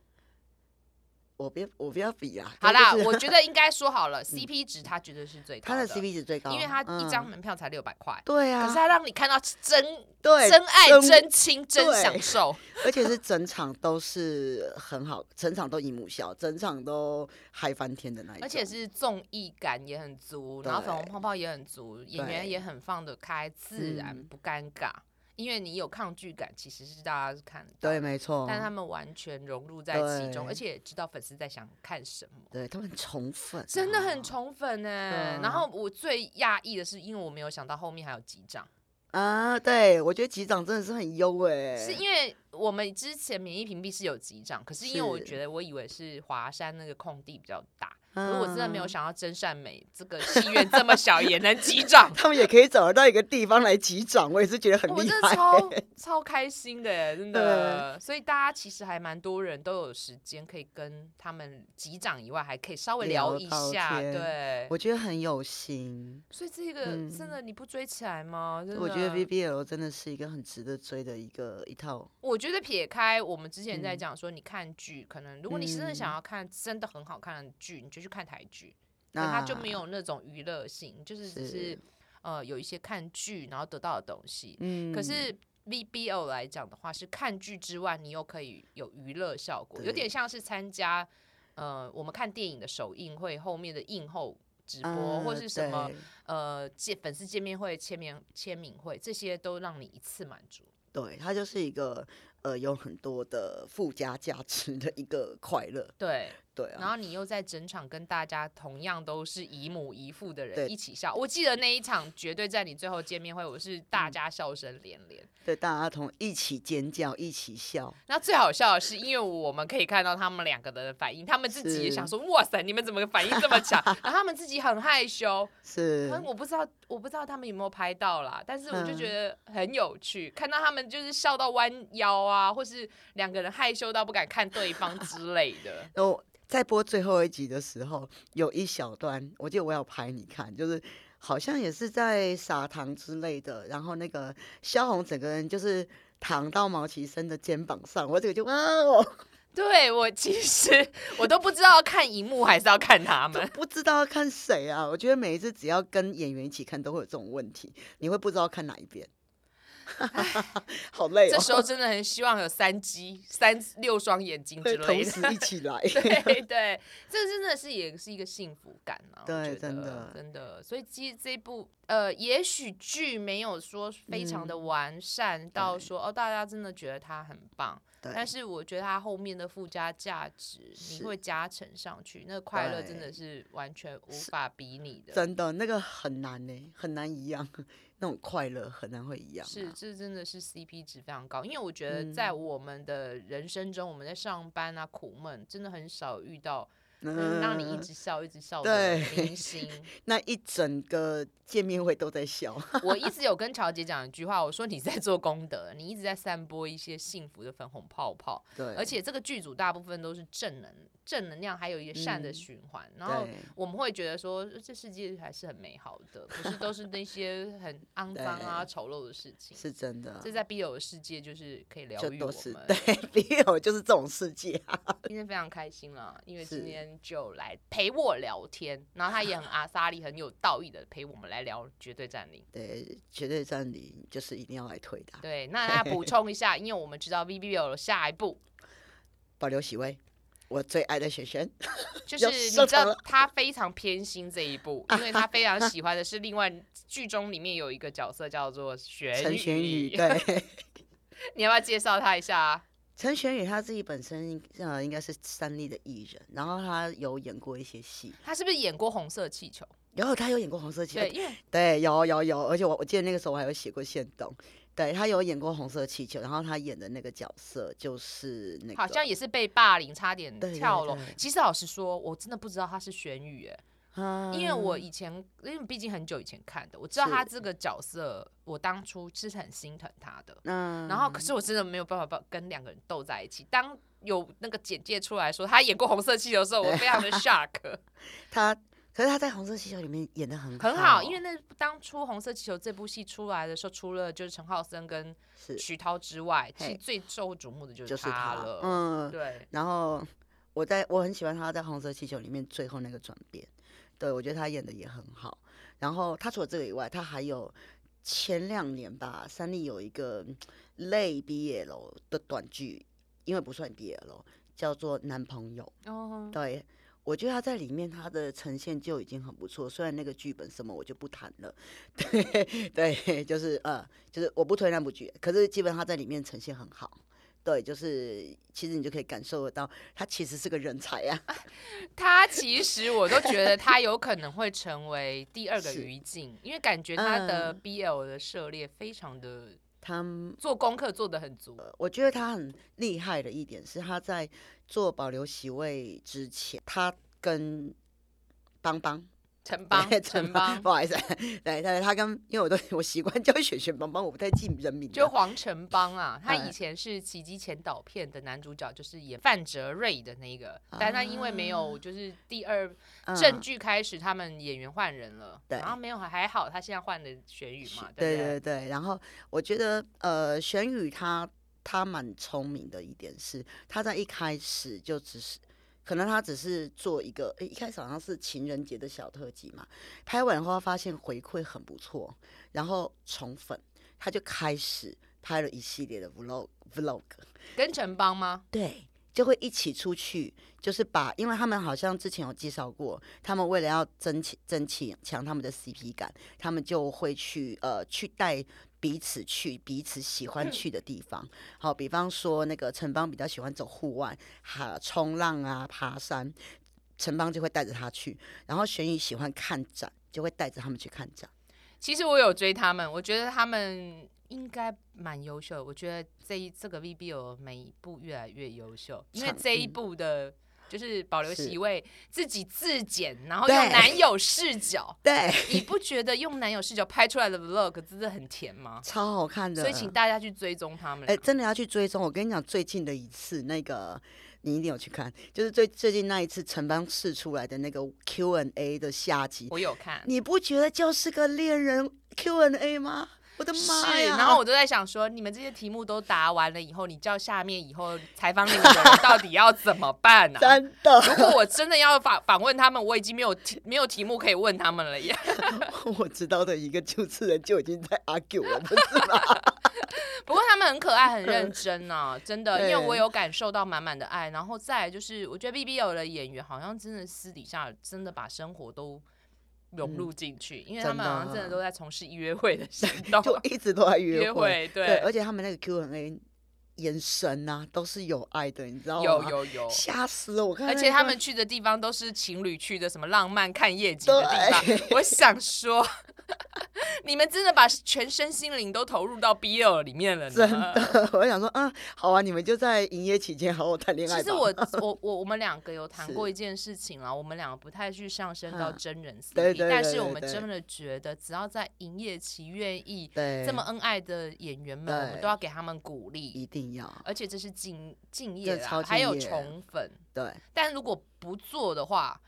[SPEAKER 2] 我别我不要比啦。
[SPEAKER 1] 好啦，
[SPEAKER 2] 但就是嗯
[SPEAKER 1] 我觉得应该说好
[SPEAKER 2] <laughs>
[SPEAKER 1] 了，CP 值它绝对是最高
[SPEAKER 2] 他的 CP 值最高，
[SPEAKER 1] 因为它一张
[SPEAKER 2] 嗯、
[SPEAKER 1] 门票才六百块，可
[SPEAKER 2] 对啊，
[SPEAKER 1] 是它让你看到真
[SPEAKER 2] <laughs> 对
[SPEAKER 1] 真爱、
[SPEAKER 2] 真
[SPEAKER 1] 真亲、真
[SPEAKER 2] 对
[SPEAKER 1] 享受，
[SPEAKER 2] 而且是整场都是很好，整场都一母笑，整场都嗨翻天的那一种。
[SPEAKER 1] 而且是综艺感也很足，然后粉红泡泡也很足，演员
[SPEAKER 2] 对
[SPEAKER 1] 也很放得开，自然
[SPEAKER 2] 嗯
[SPEAKER 1] 不尴尬。因为你有抗拒感，其实是大家是看得到
[SPEAKER 2] 对，
[SPEAKER 1] 的，
[SPEAKER 2] 没错，
[SPEAKER 1] 但他们完全融入在其中，
[SPEAKER 2] 对
[SPEAKER 1] 而且也知道粉丝在想看什么。
[SPEAKER 2] 对他们很宠粉、
[SPEAKER 1] 真的很。宠粉呢、欸
[SPEAKER 2] 啊
[SPEAKER 1] 然后我最讶异的是，因为我没有想到后面还有几掌。
[SPEAKER 2] 啊！对，我觉得局长真的是很优哎、
[SPEAKER 1] 是因为我们之前免疫屏蔽是有几掌，可是因为我
[SPEAKER 2] 是
[SPEAKER 1] 觉得我以为是华山那个空地比较大，可是我真的没有
[SPEAKER 2] 啊，
[SPEAKER 1] 想到真善美这个戏院这么小也能击掌
[SPEAKER 2] 他们也可以找得到一个地方来击掌，我也是觉 <laughs> 得很
[SPEAKER 1] 我
[SPEAKER 2] 厉
[SPEAKER 1] 真的
[SPEAKER 2] 害。 <laughs>
[SPEAKER 1] 超超开心的耶，真的。所以大家其实还蛮多人都有时间可以跟他们击掌以外，还可以稍微
[SPEAKER 2] 聊
[SPEAKER 1] 聊一
[SPEAKER 2] 到
[SPEAKER 1] 下，
[SPEAKER 2] 天
[SPEAKER 1] 对。
[SPEAKER 2] 我觉得很有心，
[SPEAKER 1] 所以这个
[SPEAKER 2] 嗯
[SPEAKER 1] 真的你不追起来吗？真
[SPEAKER 2] 我觉得
[SPEAKER 1] 的
[SPEAKER 2] VBL 真的是一个很值得追的一个一套。
[SPEAKER 1] 我觉得撇开我们之前在
[SPEAKER 2] 嗯
[SPEAKER 1] 讲说，你看剧、可能如果你真的
[SPEAKER 2] 嗯
[SPEAKER 1] 想要看真的很好看的剧，你就去看台剧，那
[SPEAKER 2] 那
[SPEAKER 1] 它就没有那种娱乐性，就是只是
[SPEAKER 2] 是
[SPEAKER 1] 呃有一些看剧然后得到的东西。
[SPEAKER 2] 嗯
[SPEAKER 1] 可是 VBO 来讲的话，是看剧之外，你又可以有娱乐效果，有
[SPEAKER 2] 对
[SPEAKER 1] 点像是参加呃我们看电影的首映会后面的映后直播、或
[SPEAKER 2] 啊
[SPEAKER 1] 是什么
[SPEAKER 2] 对
[SPEAKER 1] 呃见粉丝见面会、签名签名会，这些都让你一次满足。
[SPEAKER 2] 对，它就是一个呃有很多的附加价值的一个快乐。
[SPEAKER 1] 对，
[SPEAKER 2] 对
[SPEAKER 1] 然
[SPEAKER 2] 啊，
[SPEAKER 1] 后你又在整场跟大家同样都是姨母姨父的人
[SPEAKER 2] 对
[SPEAKER 1] 一起笑，我记得那一场绝对在你最后见面会，我是
[SPEAKER 2] 嗯
[SPEAKER 1] 大家笑声连连。
[SPEAKER 2] 对大家同一起尖叫，一起笑。
[SPEAKER 1] 然后最好笑的是，因为我们可以看到他们两个的反应，他们自己也想说：“哇塞，你们怎么反应这么强？”然后他们自己很害羞，
[SPEAKER 2] 是
[SPEAKER 1] 可能我不知道，我不知道他们有没有拍到啦，但是我就
[SPEAKER 2] 嗯。
[SPEAKER 1] 觉得很有趣，看到他们就是笑到弯腰啊，或是两个人害羞到不敢看对方之类的
[SPEAKER 2] 然后在播最后一集的时候，有一小段，我记得我有拍你看，就是好像也是在撒糖之类的，然后那个萧红整个人就是躺到毛奇生的肩膀上，我这个就哇哦，
[SPEAKER 1] 对我其实我都不知道看荧幕还是要看他们。
[SPEAKER 2] 不知道要看谁啊！我觉得每一次只要跟演员一起看，都会有这种问题，你会不知道看哪一边，好累哦
[SPEAKER 1] 这。时候真的很希望有三只、三六双眼睛之
[SPEAKER 2] 会
[SPEAKER 1] 类
[SPEAKER 2] 同
[SPEAKER 1] 的。
[SPEAKER 2] 时一起来，
[SPEAKER 1] 对对，这真的是也是一个幸福感啊！我
[SPEAKER 2] 对
[SPEAKER 1] 觉
[SPEAKER 2] 真
[SPEAKER 1] 得
[SPEAKER 2] 的
[SPEAKER 1] 真的，所以其实这一部呃，也许剧没有说非常的完善、到
[SPEAKER 2] 嗯对
[SPEAKER 1] 说哦，大家真的觉得它很棒，但
[SPEAKER 2] 对，
[SPEAKER 1] 是我觉得它后面的附加价值你
[SPEAKER 2] 是
[SPEAKER 1] 会加成上去，那个快乐真的
[SPEAKER 2] 对
[SPEAKER 1] 是完全无法比拟的。
[SPEAKER 2] 真的那个很难呢、很难一样，那种快乐很难会一样、啊。嗯
[SPEAKER 1] 是，这真的是 CP 值非常高，因为我觉得在我们的人生中，我们在上班啊、苦闷，真的很少遇到能让你一
[SPEAKER 2] 嗯
[SPEAKER 1] 直笑、一直笑的
[SPEAKER 2] 对
[SPEAKER 1] 明星。
[SPEAKER 2] 那一整个见面会都
[SPEAKER 1] <laughs>
[SPEAKER 2] 在笑，
[SPEAKER 1] 我一直有跟乔姐讲一句话，我说你在做功德，你一直在散播一些幸福的粉红泡泡，
[SPEAKER 2] 对，
[SPEAKER 1] 而且这个剧组大部分都是正能正能量，还有一些善的
[SPEAKER 2] 嗯
[SPEAKER 1] 循环，然后。
[SPEAKER 2] 对
[SPEAKER 1] 我们会觉得说，呃这世界还是很美好的，不是都是那些很肮脏啊、
[SPEAKER 2] 对
[SPEAKER 1] 丑陋的事情。
[SPEAKER 2] 是真的，
[SPEAKER 1] 这在 B 友的世界就是可以疗
[SPEAKER 2] 就
[SPEAKER 1] 愈我
[SPEAKER 2] 都是
[SPEAKER 1] 们。
[SPEAKER 2] 对，比友就是这种世界啊，
[SPEAKER 1] 今天非常开心了，因为
[SPEAKER 2] 是
[SPEAKER 1] 今天就来陪我聊天，然后他也很 <laughs> 阿莎莉，很有道义的陪我们来聊《绝对占领》。
[SPEAKER 2] 对，绝对占领就是一定要来推的啊，
[SPEAKER 1] 对，那大家补充一下，因为我们知道 V B B 有下一步，
[SPEAKER 2] 保留席位，我最爱的璇璇，
[SPEAKER 1] 就是
[SPEAKER 2] 要
[SPEAKER 1] 你知
[SPEAKER 2] 收场
[SPEAKER 1] 道
[SPEAKER 2] 了
[SPEAKER 1] 他非常偏心这一步，因为他非常喜欢的是另外剧中里面有一个角色叫做玄
[SPEAKER 2] 陈
[SPEAKER 1] 宇， <laughs>
[SPEAKER 2] 璇宇， <laughs> 对，
[SPEAKER 1] 你要不要介绍他一下啊？
[SPEAKER 2] 陈璇宇他自己本身呃应该是三立的艺人，然后他有演过一些戏，
[SPEAKER 1] 他是不是演过《红色气球》？
[SPEAKER 2] 然后他有演过《红色气球
[SPEAKER 1] 对，》，因为
[SPEAKER 2] 对，有有有，而且我我记得那个时候我还有写过线动。对他有演过《红色气球》，然后他演的那个角色就是那个，
[SPEAKER 1] 好像也是被霸凌，差点
[SPEAKER 2] 对对
[SPEAKER 1] 跳楼
[SPEAKER 2] 对。
[SPEAKER 1] 其实老实说，我真的不知道他是玄宇，哎，
[SPEAKER 2] 啊
[SPEAKER 1] 因为我以前，因为毕竟很久以前看的，我知道他
[SPEAKER 2] 是
[SPEAKER 1] 这个角色，我当初是很心疼他的。
[SPEAKER 2] 那
[SPEAKER 1] 然后，可是我真的没有办法跟两个人斗在一起。当有那个简介出来说他演过《红色气球》的时候，我非
[SPEAKER 2] <laughs>
[SPEAKER 1] 常的 shock。
[SPEAKER 2] 他，可是他在《红色气球》里面演的很
[SPEAKER 1] 很
[SPEAKER 2] 好，
[SPEAKER 1] 好，因为那当初《红色气球》这部戏出来的时候，除了就是陈浩森跟
[SPEAKER 2] 是
[SPEAKER 1] 徐涛之外，其实
[SPEAKER 2] 嘿
[SPEAKER 1] 最受瞩目的就
[SPEAKER 2] 就是是他
[SPEAKER 1] 了。
[SPEAKER 2] 嗯，
[SPEAKER 1] 对，
[SPEAKER 2] 然后我在我很喜欢他在《红色气球》里面最后那个转变，对我觉得他演的也很好。然后他除了这个以外，他还有前两年吧，三立有一个嗯类 BL 的短剧，因为不算 BL，叫做《男朋友》。
[SPEAKER 1] 哦，
[SPEAKER 2] 对，我觉得他在里面他的呈现就已经很不错，虽然那个剧本什么我就不谈了， <laughs> 对对，就是呃，就是我不推那部剧，可是基本上他在里面呈现很好。对，就是其实你就可以感受得到，他其实是个人才呀、啊。 <laughs>
[SPEAKER 1] 他其实我都觉得他有可能会成为第二个
[SPEAKER 2] 是
[SPEAKER 1] 于静，因为感觉他的
[SPEAKER 2] 嗯
[SPEAKER 1] BL 的涉猎非常的
[SPEAKER 2] 他
[SPEAKER 1] 做功课做的很足。
[SPEAKER 2] 我觉得他很厉害的一点是，他在做保留席位之前，他跟邦邦，
[SPEAKER 1] 城邦城邦
[SPEAKER 2] 不好意思， <laughs> 对，但是他跟因为我都 <laughs> 我习惯叫雪雪邦邦，我不太记人名了，
[SPEAKER 1] 就黄城邦啊，他
[SPEAKER 2] 嗯
[SPEAKER 1] 以前是《奇迹前导片》的男主角，就是演范哲瑞的那一个，但他因为没有就是第二
[SPEAKER 2] 啊嗯
[SPEAKER 1] 正剧开始，他们演员换人了，
[SPEAKER 2] 对
[SPEAKER 1] 然后没有还好，他现在换了玄宇嘛，
[SPEAKER 2] 对
[SPEAKER 1] 不对？
[SPEAKER 2] 对对，然后我觉得呃，玄宇他他蛮聪明的一点是，他在一开始就只是。可能他只是做一个，诶一开始好像是情人节的小特辑嘛，拍完后发现回馈很不错，然后宠粉，他就开始拍了一系列的 vlog vlog，
[SPEAKER 1] 跟城邦吗？
[SPEAKER 2] 对，就会一起出去，就是把，因为他们好像之前有介绍过，他们为了要争气、争气强他们的 CP 感，他们就会去呃去带。彼此去彼此喜欢
[SPEAKER 1] 嗯
[SPEAKER 2] 去的地方，好，比方说那个陈邦比较喜欢走户外，哈、冲浪啊、爬山，陈邦就会带着他去。然后玄宇喜欢看展，就会带着他们去看展。
[SPEAKER 1] 其实我有追他们，我觉得他们应该蛮优秀的。我觉得这一这个 VBO 每一部越来越优秀，因为
[SPEAKER 2] 唱
[SPEAKER 1] 这一
[SPEAKER 2] 嗯
[SPEAKER 1] 部的就是保留
[SPEAKER 2] 是
[SPEAKER 1] 席位，自己自检，然后
[SPEAKER 2] 对
[SPEAKER 1] 用男友
[SPEAKER 2] <laughs>
[SPEAKER 1] 视角。
[SPEAKER 2] 对，
[SPEAKER 1] 你不觉得用男友视角拍出来的 vlog 真的很甜吗？
[SPEAKER 2] 超好看的。
[SPEAKER 1] 所以请大家去追踪他们。
[SPEAKER 2] 哎、真的要去追踪。我跟你讲，最近的一次那个，你一定有去看，就是最最近那一次城邦试出来的那个 Q&A 的下集，
[SPEAKER 1] 我有看，
[SPEAKER 2] 你不觉得就是个恋人 Q&A 吗？我的妈
[SPEAKER 1] 是，
[SPEAKER 2] 呀！
[SPEAKER 1] 然后我都在想说，你们这些题目都答完了以后，你叫下面以后采访你们的人到底要怎么办啊呢、
[SPEAKER 2] <laughs> 真的，
[SPEAKER 1] 如果我真的要访 <laughs> 访问他们，我已经没有题没有题目可以问他们了耶。 <laughs>
[SPEAKER 2] 我知道的一个主持人就已经在 argue 了，不是吗？
[SPEAKER 1] 不过他们很可爱，很认真啊，真的，
[SPEAKER 2] 嗯对
[SPEAKER 1] 因为我有感受到满满的爱。然后再来就是，我觉得 B B O 的演员好像真的私底下真的把生活都融入进去，因为他们
[SPEAKER 2] 嗯真的
[SPEAKER 1] 好像真的都在从事约会的行动，啊
[SPEAKER 2] 就一直都在约
[SPEAKER 1] 约会对
[SPEAKER 2] 对，而且他们那个 Q&A 眼神啊，都是有爱的，你知道吗？
[SPEAKER 1] 有有有。
[SPEAKER 2] 吓死了！我看那
[SPEAKER 1] 而
[SPEAKER 2] 一段，
[SPEAKER 1] 且他们去的地方都是情侣去的，什么浪漫看夜景的地方。我想说， <laughs> 你们真的把全身心灵都投入到 BL 里面了呢。
[SPEAKER 2] 真的，我想说，嗯，好啊，你们就在营业期间好好谈恋爱吧。
[SPEAKER 1] 其实
[SPEAKER 2] <laughs>
[SPEAKER 1] 我我我我们两个有谈
[SPEAKER 2] 是
[SPEAKER 1] 过一件事情啦，我们两个不太去上升到
[SPEAKER 2] 嗯
[SPEAKER 1] 真人 CP，、
[SPEAKER 2] 对对对
[SPEAKER 1] 但
[SPEAKER 2] 对
[SPEAKER 1] 是我们
[SPEAKER 2] 对
[SPEAKER 1] 真的觉得，只要在营业期愿意
[SPEAKER 2] 对
[SPEAKER 1] 这么恩爱的演员们，我们
[SPEAKER 2] 对
[SPEAKER 1] 都要给他们鼓励，
[SPEAKER 2] 一定要
[SPEAKER 1] 而且这是敬敬业
[SPEAKER 2] 这
[SPEAKER 1] 啦，
[SPEAKER 2] 超敬
[SPEAKER 1] 还有
[SPEAKER 2] 业
[SPEAKER 1] 宠粉，
[SPEAKER 2] 对
[SPEAKER 1] 但如果不做的话，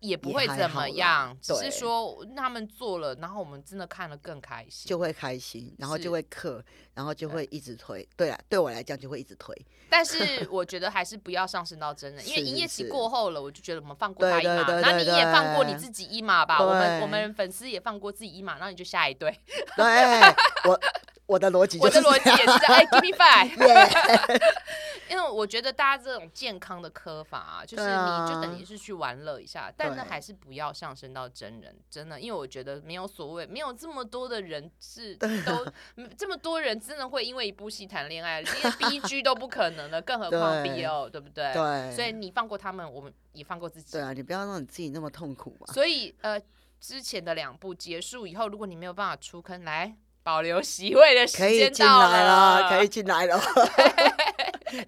[SPEAKER 1] 也不
[SPEAKER 2] 也
[SPEAKER 1] 会
[SPEAKER 2] 还
[SPEAKER 1] 怎
[SPEAKER 2] 好
[SPEAKER 1] 么
[SPEAKER 2] 啦
[SPEAKER 1] 样，只是
[SPEAKER 2] 对
[SPEAKER 1] 说他们做了，然后我们真的看了更开心。
[SPEAKER 2] 就会开心，然后
[SPEAKER 1] 是
[SPEAKER 2] 就会克，然后就会一直推。对啊，对我来讲就会一直
[SPEAKER 1] <laughs>
[SPEAKER 2] 推。
[SPEAKER 1] 但是我觉得还是不要上升到真人，因为
[SPEAKER 2] <laughs> 是
[SPEAKER 1] 营
[SPEAKER 2] 是
[SPEAKER 1] 业期
[SPEAKER 2] 是
[SPEAKER 1] 过后了，我就觉得我们放过他
[SPEAKER 2] 对
[SPEAKER 1] 一马，
[SPEAKER 2] 对对
[SPEAKER 1] 那你
[SPEAKER 2] 对
[SPEAKER 1] 也放过你
[SPEAKER 2] 对
[SPEAKER 1] 自己一马吧。我们我
[SPEAKER 2] 对
[SPEAKER 1] 们粉丝也放过自己一马，然后你就下一对。
[SPEAKER 2] 对，我我的逻辑
[SPEAKER 1] 我
[SPEAKER 2] 就
[SPEAKER 1] 的
[SPEAKER 2] 是
[SPEAKER 1] 逻辑也是这样，哎，give me
[SPEAKER 2] <laughs>
[SPEAKER 1] five。
[SPEAKER 2] 这样
[SPEAKER 1] <laughs> 因为我觉得大家这种健康的磕法啊，就是
[SPEAKER 2] 对啊
[SPEAKER 1] 你就等于是去玩乐一下，但
[SPEAKER 2] 对
[SPEAKER 1] 那还是不要上升到真人，真的，因为我觉得没有所谓，没有这么多的人是
[SPEAKER 2] <laughs>
[SPEAKER 1] 都嗯这么多人真的会因为一部戏谈恋爱，
[SPEAKER 2] <laughs>
[SPEAKER 1] 连 B G 都不可能的，更何况
[SPEAKER 2] 对
[SPEAKER 1] B L，对不对？
[SPEAKER 2] 对，
[SPEAKER 1] 所以你放过他们，我们也放过自己
[SPEAKER 2] 对。啊，你不要让你自己那么痛苦嘛。
[SPEAKER 1] 所以呃，之前的两部结束以后，如果你没有办法出坑，来保留席位的时
[SPEAKER 2] 可以
[SPEAKER 1] 间
[SPEAKER 2] 进
[SPEAKER 1] 到
[SPEAKER 2] 来了，
[SPEAKER 1] 了，
[SPEAKER 2] 可以。进来
[SPEAKER 1] <laughs>
[SPEAKER 2] 了，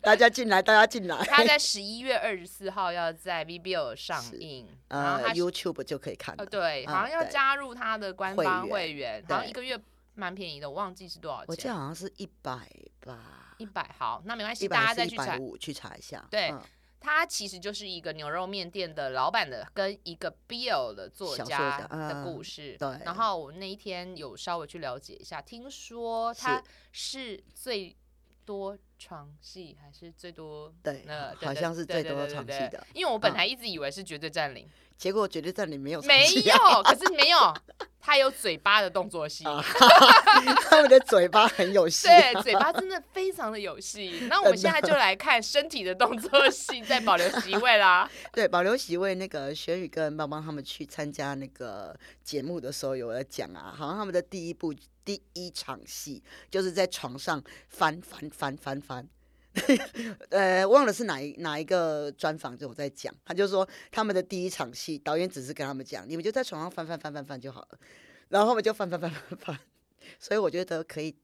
[SPEAKER 2] 大家进来，大家进来。
[SPEAKER 1] 他在十一月二十四号要在 VBO 上映，然后
[SPEAKER 2] 呃
[SPEAKER 1] 他是
[SPEAKER 2] ，YouTube 就可以看
[SPEAKER 1] 呃
[SPEAKER 2] 了。
[SPEAKER 1] 对，
[SPEAKER 2] 嗯
[SPEAKER 1] 好像要
[SPEAKER 2] 对
[SPEAKER 1] 加入他的官方会
[SPEAKER 2] 会
[SPEAKER 1] 员，好像
[SPEAKER 2] 对
[SPEAKER 1] 一个月蛮便宜的，我忘记是多少
[SPEAKER 2] 我记得
[SPEAKER 1] 钱，
[SPEAKER 2] 好像是一百吧，
[SPEAKER 1] 一百。好，那没关系，
[SPEAKER 2] 一
[SPEAKER 1] 大家
[SPEAKER 2] 百
[SPEAKER 1] 再
[SPEAKER 2] 是
[SPEAKER 1] 去
[SPEAKER 2] 一
[SPEAKER 1] 查
[SPEAKER 2] 百。五，去查一下。
[SPEAKER 1] 对
[SPEAKER 2] 嗯
[SPEAKER 1] 他其实就是一个牛肉面店的老板的跟一个 BL 的作
[SPEAKER 2] 小
[SPEAKER 1] 家
[SPEAKER 2] 作家
[SPEAKER 1] 的
[SPEAKER 2] 嗯
[SPEAKER 1] 故事。
[SPEAKER 2] 对
[SPEAKER 1] 然后我那一天有稍微去了解一下，听说他是最多床戏还是最多
[SPEAKER 2] 对
[SPEAKER 1] 那
[SPEAKER 2] 好像是最多床
[SPEAKER 1] 对对
[SPEAKER 2] 戏。
[SPEAKER 1] 对对对
[SPEAKER 2] 的嗯
[SPEAKER 1] 对因为我本来一直以为是绝对占领，
[SPEAKER 2] 结果绝对在里没有
[SPEAKER 1] 没
[SPEAKER 2] 成绩啊，
[SPEAKER 1] 有，可是没有，他有嘴巴的动作戏。
[SPEAKER 2] 啊他们的嘴巴很
[SPEAKER 1] <laughs>
[SPEAKER 2] 有戏。
[SPEAKER 1] 对，嘴巴真的非常的有
[SPEAKER 2] <laughs>
[SPEAKER 1] 戏。那我们现在就来看身体的动作戏，再保留席位啦。
[SPEAKER 2] 对，保留席位那个玄宇跟邦邦他们去参加那个节目的时候，有在讲啊，好像他们的第一部第一场戏就是在床上翻翻翻翻翻。 <laughs> 呃，忘了是哪一哪一个专访就有在讲，他就说他们的第一场戏，导演只是跟他们讲，你们就在 <laughs> 床上翻翻翻翻翻就好了，然后他们就翻翻翻翻翻，所以我觉得可以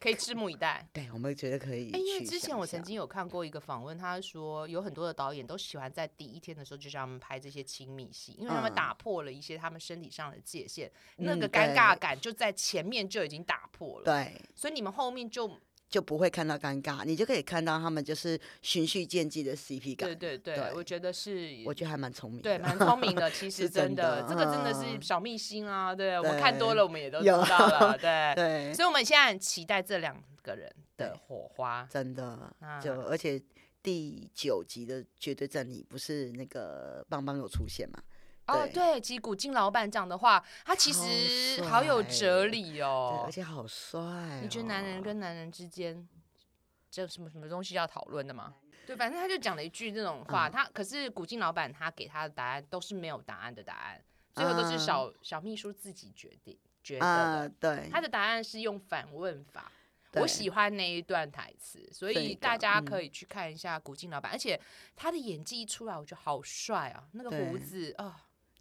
[SPEAKER 1] 可以拭目以待。
[SPEAKER 2] 对，我们觉得可以去
[SPEAKER 1] 哎，
[SPEAKER 2] 想想。
[SPEAKER 1] 因为之前我曾经有看过一个访问，他说有很多的导演都喜欢在第一天的时候就让他们拍这些亲密戏，因为他们
[SPEAKER 2] 嗯
[SPEAKER 1] 打破了一些他们身体上的界限，那
[SPEAKER 2] 嗯
[SPEAKER 1] 个尴尬
[SPEAKER 2] 对
[SPEAKER 1] 感就在前面就已经打破了，
[SPEAKER 2] 对，
[SPEAKER 1] 所以你们后面就
[SPEAKER 2] 就不会看到尴尬，你就可以看到他们就是循序渐进的 CP 感。
[SPEAKER 1] 对对对，
[SPEAKER 2] 对
[SPEAKER 1] 我觉得是
[SPEAKER 2] 我觉得还蛮聪明
[SPEAKER 1] 对，
[SPEAKER 2] 的。
[SPEAKER 1] 蛮
[SPEAKER 2] <laughs>
[SPEAKER 1] 聪明的。其实
[SPEAKER 2] 是
[SPEAKER 1] 真
[SPEAKER 2] 真的
[SPEAKER 1] 这个真的是
[SPEAKER 2] 嗯
[SPEAKER 1] 小秘辛啊，对我们看多
[SPEAKER 2] 对
[SPEAKER 1] 了，我们也都知道
[SPEAKER 2] 有
[SPEAKER 1] 了，对。
[SPEAKER 2] <laughs> 对，
[SPEAKER 1] 所以我们现在很期待这两个人的
[SPEAKER 2] 对
[SPEAKER 1] 火花。
[SPEAKER 2] 真的
[SPEAKER 1] 啊
[SPEAKER 2] 就而且第九集的绝对战力不是那个邦邦有出现嘛？
[SPEAKER 1] 哦，
[SPEAKER 2] 对
[SPEAKER 1] 对，吉古金老板讲的话，他其
[SPEAKER 2] 好
[SPEAKER 1] 实
[SPEAKER 2] 帅
[SPEAKER 1] 好有哲理
[SPEAKER 2] 对，
[SPEAKER 1] 哦
[SPEAKER 2] 而。且好帅哦。
[SPEAKER 1] 你觉得男人跟男人之间，这有什么什么东西要讨论的吗？对，反正他就讲了一句这种话，
[SPEAKER 2] 嗯
[SPEAKER 1] 他可是古金老板他给他的答案都是没有答案的答案，最后都是
[SPEAKER 2] 啊
[SPEAKER 1] 小、小秘书自己决定觉得的。
[SPEAKER 2] 啊，对，
[SPEAKER 1] 他的答案是用反问法。我
[SPEAKER 2] 对
[SPEAKER 1] 喜欢那一段台词，所
[SPEAKER 2] 对
[SPEAKER 1] 以
[SPEAKER 2] 的
[SPEAKER 1] 大家
[SPEAKER 2] 嗯
[SPEAKER 1] 可以去看一下古今老板，而且他的演技一出来，我觉得好帅啊，那个
[SPEAKER 2] 对
[SPEAKER 1] 胡子啊、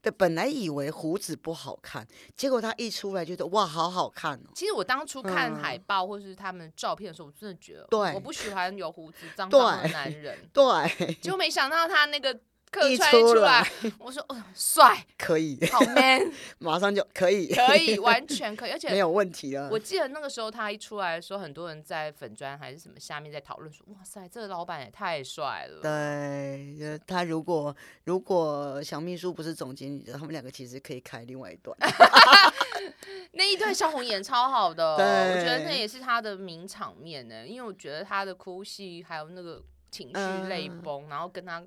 [SPEAKER 2] 对，本来以为胡子不好看，结果他一出来觉得哇，好好看哦。
[SPEAKER 1] 其实我当初看
[SPEAKER 2] 嗯
[SPEAKER 1] 海报或是他们照片的时候，我真的觉得，
[SPEAKER 2] 对
[SPEAKER 1] 我不喜欢有胡子
[SPEAKER 2] <laughs>
[SPEAKER 1] 脏脏的
[SPEAKER 2] 对
[SPEAKER 1] 男人，
[SPEAKER 2] 对， <laughs>
[SPEAKER 1] 结果没想到他那个客
[SPEAKER 2] 一
[SPEAKER 1] 串
[SPEAKER 2] 出
[SPEAKER 1] 出
[SPEAKER 2] 来 <laughs>
[SPEAKER 1] 来，我说，哦，帅，
[SPEAKER 2] 可以，
[SPEAKER 1] 好 man，
[SPEAKER 2] <laughs> 马上就可以，
[SPEAKER 1] 可以，完全可以，而且
[SPEAKER 2] 没有问题了
[SPEAKER 1] 我。记得那个时候他一出来的时候，很多人在粉砖还是什么下面在讨论说：“哇塞，这个老板也太帅了。
[SPEAKER 2] 对，呃他如果如果小秘书不是总经理的，他们两个其实可以开另外一段。”
[SPEAKER 1] 那一段小红演超好的哦，我觉得那
[SPEAKER 2] 对
[SPEAKER 1] 也是他的名场面呢，因为我觉得他的哭戏还有那个情绪
[SPEAKER 2] 嗯
[SPEAKER 1] 泪崩，然后跟他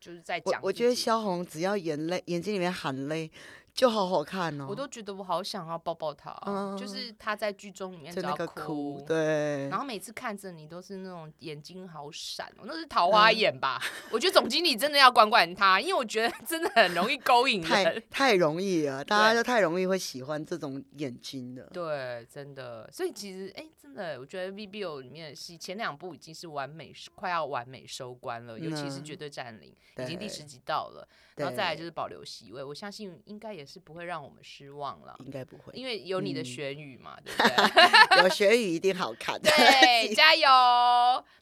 [SPEAKER 1] 就是在
[SPEAKER 2] 我
[SPEAKER 1] 讲
[SPEAKER 2] 我
[SPEAKER 1] 自
[SPEAKER 2] 觉得
[SPEAKER 1] 己
[SPEAKER 2] 萧红只要眼泪眼睛里面含泪，就好好看哦。
[SPEAKER 1] 我都觉得我好想要抱抱他哦，就是他在剧中里面只
[SPEAKER 2] 嗯就
[SPEAKER 1] 要
[SPEAKER 2] 那个
[SPEAKER 1] 哭
[SPEAKER 2] 哭，。对
[SPEAKER 1] 然，后每次看着你都是那种眼睛好闪、哦，那是桃花
[SPEAKER 2] 嗯
[SPEAKER 1] 眼吧？我觉得总经理真的要管管他，因为我觉得真的很容易勾引人
[SPEAKER 2] 太。太容易
[SPEAKER 1] <laughs>
[SPEAKER 2] 了，大家
[SPEAKER 1] 对
[SPEAKER 2] 就太容易会喜欢这种眼睛的。
[SPEAKER 1] 对，真的，所以其实哎、真的，我觉得 V B O 里面的戏前两部已经是完美，快要完美收官了，尤其是《
[SPEAKER 2] 嗯
[SPEAKER 1] 绝对占领》已经第
[SPEAKER 2] 对
[SPEAKER 1] 十集到了，然后再来就
[SPEAKER 2] 对
[SPEAKER 1] 是保留席位，我相信应该也是不会让我们失望了，
[SPEAKER 2] 应该不会，
[SPEAKER 1] 因为有你的
[SPEAKER 2] 嗯
[SPEAKER 1] 玄宇嘛，
[SPEAKER 2] <laughs>
[SPEAKER 1] 对不对？ <laughs>
[SPEAKER 2] 有学语一定好看。
[SPEAKER 1] 对，加油！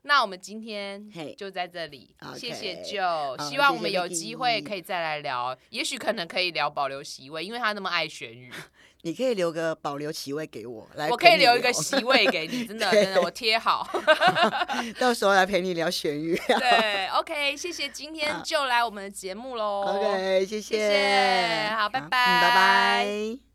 [SPEAKER 1] 那我们今天
[SPEAKER 2] 嘿
[SPEAKER 1] 就在这里，
[SPEAKER 2] OK
[SPEAKER 1] 谢谢舅，
[SPEAKER 2] 好
[SPEAKER 1] 希望
[SPEAKER 2] 谢
[SPEAKER 1] 我们
[SPEAKER 2] 谢
[SPEAKER 1] 有
[SPEAKER 2] Vicky
[SPEAKER 1] 机会可以再来聊，也许可能可以聊保留席位，因为他那么爱玄宇，
[SPEAKER 2] <laughs> 你可以留个保留席位给我，来
[SPEAKER 1] 我
[SPEAKER 2] 陪
[SPEAKER 1] 可以
[SPEAKER 2] 你
[SPEAKER 1] 留一个席位给你，真的
[SPEAKER 2] <laughs> 对
[SPEAKER 1] 真的，我贴好。
[SPEAKER 2] 到时候来陪你聊玄玉。
[SPEAKER 1] 对，OK，谢谢今天
[SPEAKER 2] 好
[SPEAKER 1] 就来我们的节目喽。
[SPEAKER 2] OK，谢
[SPEAKER 1] 哦谢谢好拜
[SPEAKER 2] 嗯拜
[SPEAKER 1] 拜
[SPEAKER 2] 拜。